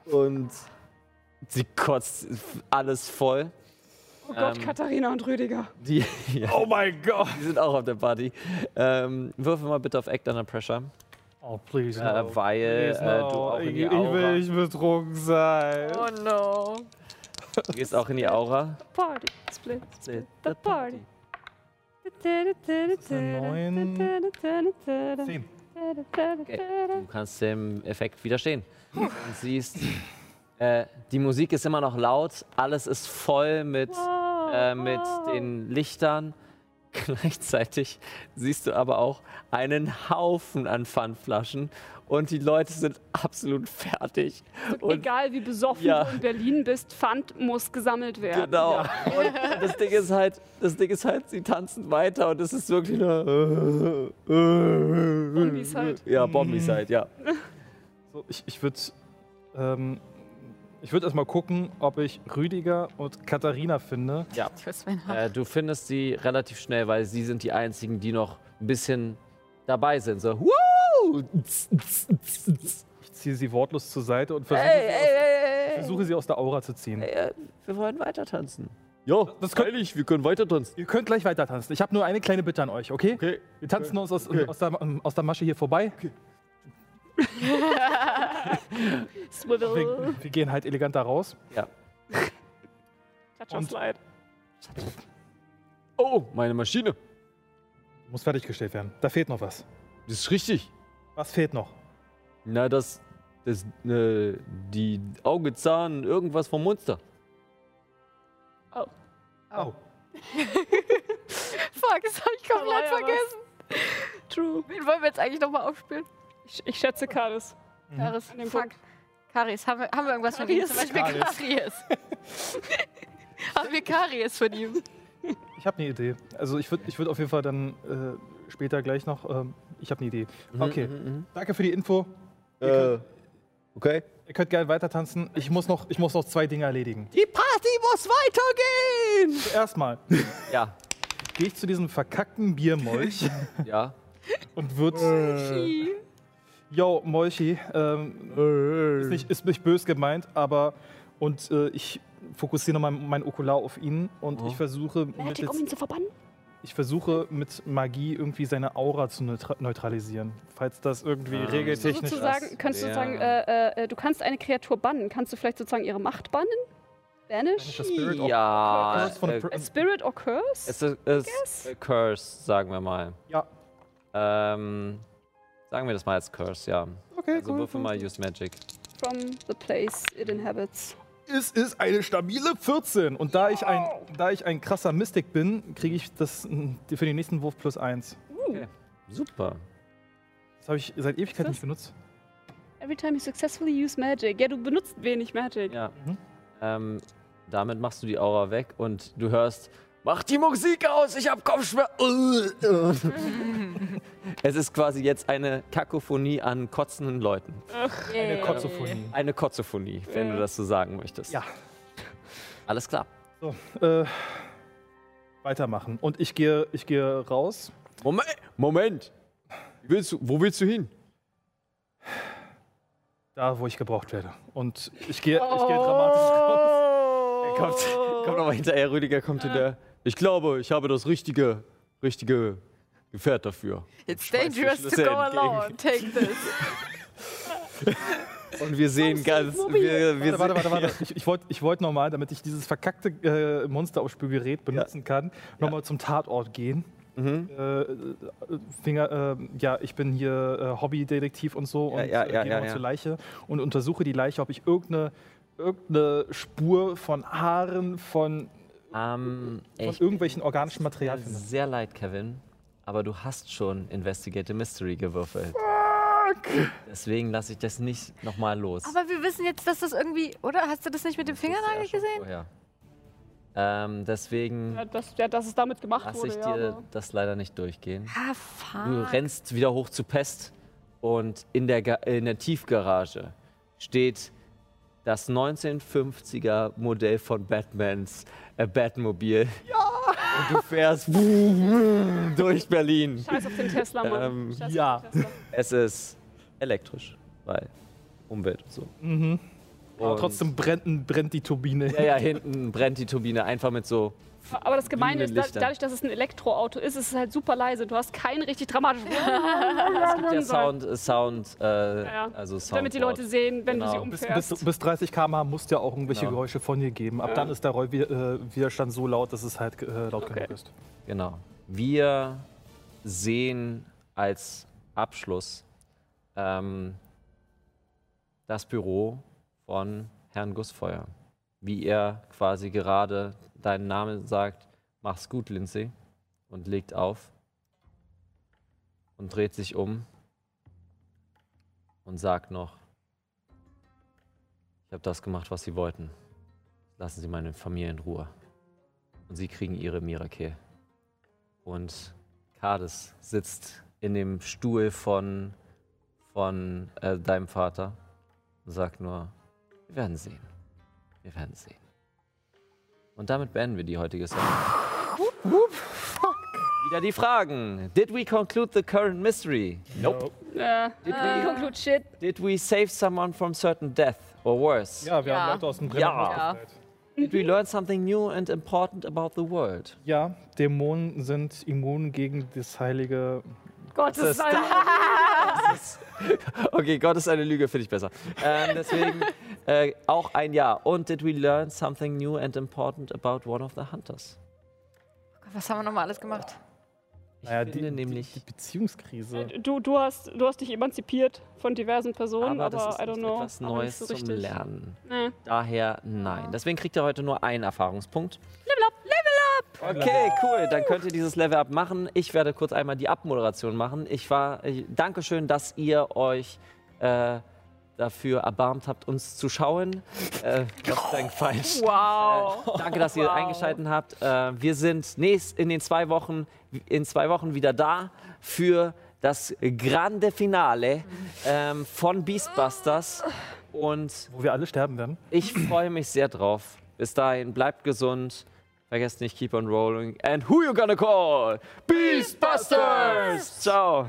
[SPEAKER 2] Und sie kotzt alles voll.
[SPEAKER 4] Oh Gott,
[SPEAKER 2] Ähm,
[SPEAKER 4] Katharina und Rüdiger.
[SPEAKER 2] Die, oh mein Gott. Die sind auch auf der Party. Ähm, würfel mal bitte auf Act Under Pressure.
[SPEAKER 6] Oh, please.
[SPEAKER 2] Äh,
[SPEAKER 6] no.
[SPEAKER 2] weil
[SPEAKER 6] Please,
[SPEAKER 2] äh, du
[SPEAKER 6] no.
[SPEAKER 2] auch in
[SPEAKER 6] ich,
[SPEAKER 2] die
[SPEAKER 6] ich
[SPEAKER 2] Aura.
[SPEAKER 6] will nicht betrunken sein.
[SPEAKER 3] Oh no.
[SPEAKER 2] Du gehst auch in die Aura.
[SPEAKER 4] Party. Split.
[SPEAKER 2] Split
[SPEAKER 4] the party.
[SPEAKER 6] ist eine neun. Zehn.
[SPEAKER 2] Du kannst dem Effekt widerstehen. Und siehst, äh, die Musik ist immer noch laut, alles ist voll mit, äh, mit den Lichtern. Gleichzeitig siehst du aber auch einen Haufen an Pfandflaschen und die Leute sind absolut fertig. Und
[SPEAKER 4] Egal wie besoffen
[SPEAKER 2] Ja.
[SPEAKER 4] du in Berlin bist, Pfand muss gesammelt werden.
[SPEAKER 2] Genau. Und das Ding ist halt, das Ding ist halt, sie tanzen weiter und es ist wirklich nur. Bombis
[SPEAKER 4] halt.
[SPEAKER 2] Ja, Bombis halt, ja.
[SPEAKER 6] So, ich ich würde ähm, ich würd erstmal gucken, ob ich Rüdiger und Katharina finde.
[SPEAKER 25] Ich weiß mein Haar.
[SPEAKER 2] Äh, du findest sie relativ schnell, weil sie sind die einzigen, die noch ein bisschen dabei sind. So, Woo!
[SPEAKER 6] Ich ziehe sie wortlos zur Seite und versuche,
[SPEAKER 2] Hey,
[SPEAKER 6] sie,
[SPEAKER 2] hey, hey,
[SPEAKER 6] aus,
[SPEAKER 2] hey.
[SPEAKER 6] versuche sie aus der Aura zu ziehen.
[SPEAKER 2] Äh, wir wollen weiter tanzen. Ja,
[SPEAKER 6] das könnt-
[SPEAKER 2] ich. Wir können weiter tanzen.
[SPEAKER 6] Ihr könnt gleich weiter tanzen. Ich habe nur eine kleine Bitte an euch, okay?
[SPEAKER 2] Okay.
[SPEAKER 6] Wir tanzen uns aus, aus, der, ähm, aus der Masche hier vorbei.
[SPEAKER 4] Swivel.
[SPEAKER 6] Wir, wir gehen halt elegant da raus.
[SPEAKER 4] Touch
[SPEAKER 6] und-
[SPEAKER 4] and slide.
[SPEAKER 2] Oh, meine Maschine.
[SPEAKER 6] Muss fertiggestellt werden. Da fehlt noch was.
[SPEAKER 2] Das ist richtig.
[SPEAKER 6] Was fehlt noch?
[SPEAKER 2] Na, das. Das. Äh, die Auge, Zahn, irgendwas vom Monster.
[SPEAKER 6] Au.
[SPEAKER 3] Fuck, das habe ich komplett
[SPEAKER 4] Da war ja was.
[SPEAKER 3] vergessen.
[SPEAKER 4] True.
[SPEAKER 3] Wen wollen wir jetzt eigentlich nochmal aufspielen?
[SPEAKER 4] Ich, ich schätze Mhm. Karis.
[SPEAKER 3] Karis,
[SPEAKER 4] An dem
[SPEAKER 3] fuck. Karis, haben wir, haben wir irgendwas von ihm? Zum Beispiel Karis. haben wir Karies von ihm?
[SPEAKER 6] Ich habe eine Idee. Also ich würde ich würd auf jeden Fall dann äh, später gleich noch. Ähm, ich habe eine Idee. Okay. Danke für die Info.
[SPEAKER 2] Mhm, Äh, okay.
[SPEAKER 6] Ihr könnt gerne weiter tanzen. Ich muss noch, ich muss noch zwei Dinge erledigen.
[SPEAKER 2] Die Party muss weitergehen!
[SPEAKER 6] Erstmal
[SPEAKER 2] Ja,
[SPEAKER 6] gehe ich zu diesem verkackten Biermolch
[SPEAKER 2] ja.
[SPEAKER 6] und würde. Yo, Molchi, ähm,
[SPEAKER 2] Äh.
[SPEAKER 6] Ist nicht, ist nicht bös gemeint, aber. Und äh, ich fokussiere nochmal mein Okular auf ihn
[SPEAKER 2] Mhm.
[SPEAKER 6] und ich versuche mit,
[SPEAKER 4] Magic, um
[SPEAKER 6] jetzt,
[SPEAKER 4] ihn zu verbannen?
[SPEAKER 6] ich versuche mit Magie irgendwie seine Aura zu neutra neutralisieren. Falls das irgendwie regeltechnisch.
[SPEAKER 4] Sozusagen, könntest du
[SPEAKER 2] wär-
[SPEAKER 4] sagen, äh, äh, du kannst eine Kreatur bannen. Kannst du vielleicht sozusagen ihre Macht bannen? Banish?
[SPEAKER 6] Das Spirit of-
[SPEAKER 2] Ja,
[SPEAKER 6] Curse von
[SPEAKER 2] äh,
[SPEAKER 6] Pr-
[SPEAKER 4] Spirit or Curse?
[SPEAKER 2] es ist, es ist äh, Curse, sagen wir mal.
[SPEAKER 6] Ja.
[SPEAKER 2] Ähm, sagen wir das mal als Curse, ja.
[SPEAKER 6] Okay,
[SPEAKER 2] Also
[SPEAKER 6] cool.
[SPEAKER 2] würfel mal Use Magic.
[SPEAKER 4] From the place it inhabits.
[SPEAKER 6] Es ist eine stabile 14. Und da ich ein, da ich ein krasser Mystik bin, kriege ich das mh, für den nächsten Wurf plus 1.
[SPEAKER 2] Super.
[SPEAKER 6] Das habe ich seit Ewigkeit nicht benutzt.
[SPEAKER 11] Every time you successfully use magic. Ja, du benutzt wenig Magic.
[SPEAKER 2] Ja.
[SPEAKER 6] Mhm.
[SPEAKER 2] Ähm, damit machst du die Aura weg und du hörst, mach die Musik aus, ich hab Kopfschmerzen. es ist quasi jetzt eine Kakophonie an kotzenden Leuten.
[SPEAKER 6] Eine Kotzophonie.
[SPEAKER 2] Eine Kotzophonie, wenn du das so sagen möchtest.
[SPEAKER 6] Ja.
[SPEAKER 2] Alles klar.
[SPEAKER 6] So, äh, weitermachen. Und ich gehe, ich gehe raus.
[SPEAKER 7] Moment, Moment. Wie Willst du, wo willst du hin?
[SPEAKER 6] Da, wo ich gebraucht werde. Und ich gehe, ich gehe dramatisch raus.
[SPEAKER 7] Kommt, kommt aber hinterher, Rüdiger kommt
[SPEAKER 6] Äh.
[SPEAKER 7] hinterher. Ich glaube, ich habe das richtige, richtige Gefährt dafür.
[SPEAKER 3] It's
[SPEAKER 7] schmeißt die
[SPEAKER 3] dangerous to
[SPEAKER 7] Schlüssel
[SPEAKER 3] go
[SPEAKER 7] entgegen.
[SPEAKER 3] alone. Take this.
[SPEAKER 7] Und wir sehen ganz, wir, wir
[SPEAKER 6] Warte, warte, warte, warte. Ich, ich wollte ich wollt nochmal, damit ich dieses verkackte äh, Monsteraufspülgerät benutzen kann, nochmal zum Tatort gehen.
[SPEAKER 7] Mhm.
[SPEAKER 6] Äh, äh, Finger, äh, ja, ich bin hier äh, Hobbydetektiv und so und
[SPEAKER 7] ja,
[SPEAKER 6] äh,
[SPEAKER 7] ja,
[SPEAKER 6] gehe
[SPEAKER 7] ja,
[SPEAKER 6] nochmal
[SPEAKER 7] ja.
[SPEAKER 6] zur Leiche und untersuche die Leiche, ob ich irgendeine, irgendeine Spur von Haaren, von,
[SPEAKER 2] Ähm,
[SPEAKER 6] von
[SPEAKER 2] ich
[SPEAKER 6] irgendwelchen organischen Material finde.
[SPEAKER 2] sehr leid, Kevin, aber du hast schon Investigate the Mystery gewürfelt. Deswegen lasse ich das nicht nochmal los.
[SPEAKER 3] Aber wir wissen jetzt, dass das irgendwie. Oder? Hast du das nicht mit dem Fingernagel gesehen?
[SPEAKER 2] Vorher. Ähm, deswegen
[SPEAKER 11] Ja, das, ja, dass es damit gemacht
[SPEAKER 2] lasse
[SPEAKER 11] wurde.
[SPEAKER 2] ich
[SPEAKER 11] ja,
[SPEAKER 2] dir
[SPEAKER 11] aber-
[SPEAKER 2] das leider nicht durchgehen.
[SPEAKER 3] Ah,
[SPEAKER 2] Du
[SPEAKER 3] fuck.
[SPEAKER 2] rennst wieder hoch zu Pest und in der, Ga in der Tiefgarage steht das 1950er Modell von Batmans äh, Batmobil. Ja! Und du fährst durch Berlin.
[SPEAKER 11] Scheiß auf den Tesla, Mann.
[SPEAKER 2] Ähm,
[SPEAKER 11] Scheiß auf
[SPEAKER 6] ja.
[SPEAKER 11] den Tesla.
[SPEAKER 2] Es ist elektrisch, weil Umwelt und so.
[SPEAKER 6] Mhm. Aber
[SPEAKER 2] Und-
[SPEAKER 6] trotzdem brennt, brennt die Turbine.
[SPEAKER 2] Ja, ja, hinten brennt die Turbine einfach mit so.
[SPEAKER 11] Aber das Gemeine ist,
[SPEAKER 2] Glühenden
[SPEAKER 11] da,
[SPEAKER 2] Lichtern.
[SPEAKER 11] dadurch, dass es ein Elektroauto ist, ist es halt super leise. Du hast keinen richtig dramatischen.
[SPEAKER 2] Es gibt ja Sound, äh, Sound, äh,
[SPEAKER 11] Ja, ja.
[SPEAKER 2] also Sound.
[SPEAKER 11] damit die Leute sehen, wenn
[SPEAKER 2] Genau.
[SPEAKER 11] du sie
[SPEAKER 6] Bis,
[SPEAKER 11] umfährst.
[SPEAKER 6] bis, bis 30 km/h muss ja auch irgendwelche
[SPEAKER 2] Genau.
[SPEAKER 6] Geräusche von dir geben. Ab dann ist der Roll äh, Widerstand so laut, dass es halt äh, laut genug ist.
[SPEAKER 2] Genau. Wir sehen als Abschluss ähm, das Büro von Herrn Gussfeuer. Wie er quasi gerade deinen Namen sagt, mach's gut, Lindsay, und legt auf und dreht sich um und sagt noch, ich habe das gemacht, was Sie wollten. Lassen Sie meine Familie in Ruhe. Und Sie kriegen Ihre Mirakel. Und Kades sitzt in dem Stuhl von, von äh, deinem Vater und sagt nur, wir werden sehen. Wir werden sehen. Und damit beenden wir die heutige Session. Wieder die Fragen. Did we conclude the current mystery? Nope.
[SPEAKER 11] Äh,
[SPEAKER 2] Ah,
[SPEAKER 11] we conclude shit.
[SPEAKER 2] Did we save someone from certain death or worse?
[SPEAKER 6] Ja, wir haben
[SPEAKER 3] Ja.
[SPEAKER 6] Leute aus dem
[SPEAKER 2] Ja.
[SPEAKER 6] Brenner
[SPEAKER 3] Ja.
[SPEAKER 2] Did we learn something new and important about the world?
[SPEAKER 6] Ja, Dämonen sind immun gegen das heilige.
[SPEAKER 11] Gottes Willen.
[SPEAKER 2] Okay, Gott ist eine Lüge, finde ich besser. Ähm, deswegen äh, auch ein Ja. Und did we learn something new and important about one of the hunters?
[SPEAKER 3] Was haben wir nochmal alles gemacht?
[SPEAKER 2] Ich finde nämlich,
[SPEAKER 6] Die, die Beziehungskrise.
[SPEAKER 11] Du, du, hast, du hast dich emanzipiert von diversen Personen,
[SPEAKER 2] aber,
[SPEAKER 11] aber,
[SPEAKER 2] das ist
[SPEAKER 11] I don't
[SPEAKER 2] nicht
[SPEAKER 11] know.
[SPEAKER 2] etwas
[SPEAKER 11] aber
[SPEAKER 2] Neues
[SPEAKER 11] nicht so
[SPEAKER 2] zum
[SPEAKER 11] richtig.
[SPEAKER 2] Lernen.
[SPEAKER 11] Nee.
[SPEAKER 2] Daher nein. Deswegen kriegt ihr heute nur einen Erfahrungspunkt. Level up, level up! Okay, cool. Dann könnt ihr dieses Level up machen. Ich werde kurz einmal die Abmoderation machen. Ich war. Ich, Dankeschön, dass ihr euch äh, dafür erbarmt habt, uns zu schauen. Äh, das klang falsch. Äh,
[SPEAKER 11] Wow.
[SPEAKER 2] Danke, dass ihr eingeschaltet habt. Äh, wir sind nächst in den zwei Wochen in zwei Wochen wieder da für das grande Finale ähm, von Beastbusters und
[SPEAKER 6] Wo wir alle sterben werden.
[SPEAKER 2] ich freue mich sehr drauf. Bis dahin bleibt gesund. Vergesst nicht, keep on rolling. And who you gonna call? Beastbusters! Ciao.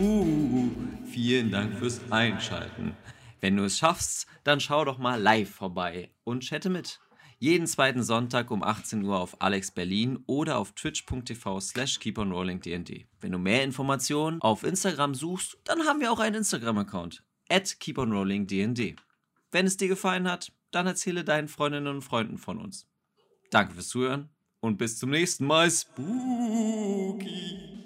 [SPEAKER 1] Uh, vielen Dank fürs Einschalten. Wenn du es schaffst, dann schau doch mal live vorbei und chatte mit. Jeden zweiten Sonntag um 18 Uhr auf Alex Berlin oder auf twitch.tv slash keeponrollingdnd. Wenn du mehr Informationen auf Instagram suchst, dann haben wir auch einen Instagram-Account. At keeponrollingdnd. Wenn es dir gefallen hat, dann erzähle deinen Freundinnen und Freunden von uns. Danke fürs Zuhören und bis zum nächsten Mal. Spooky.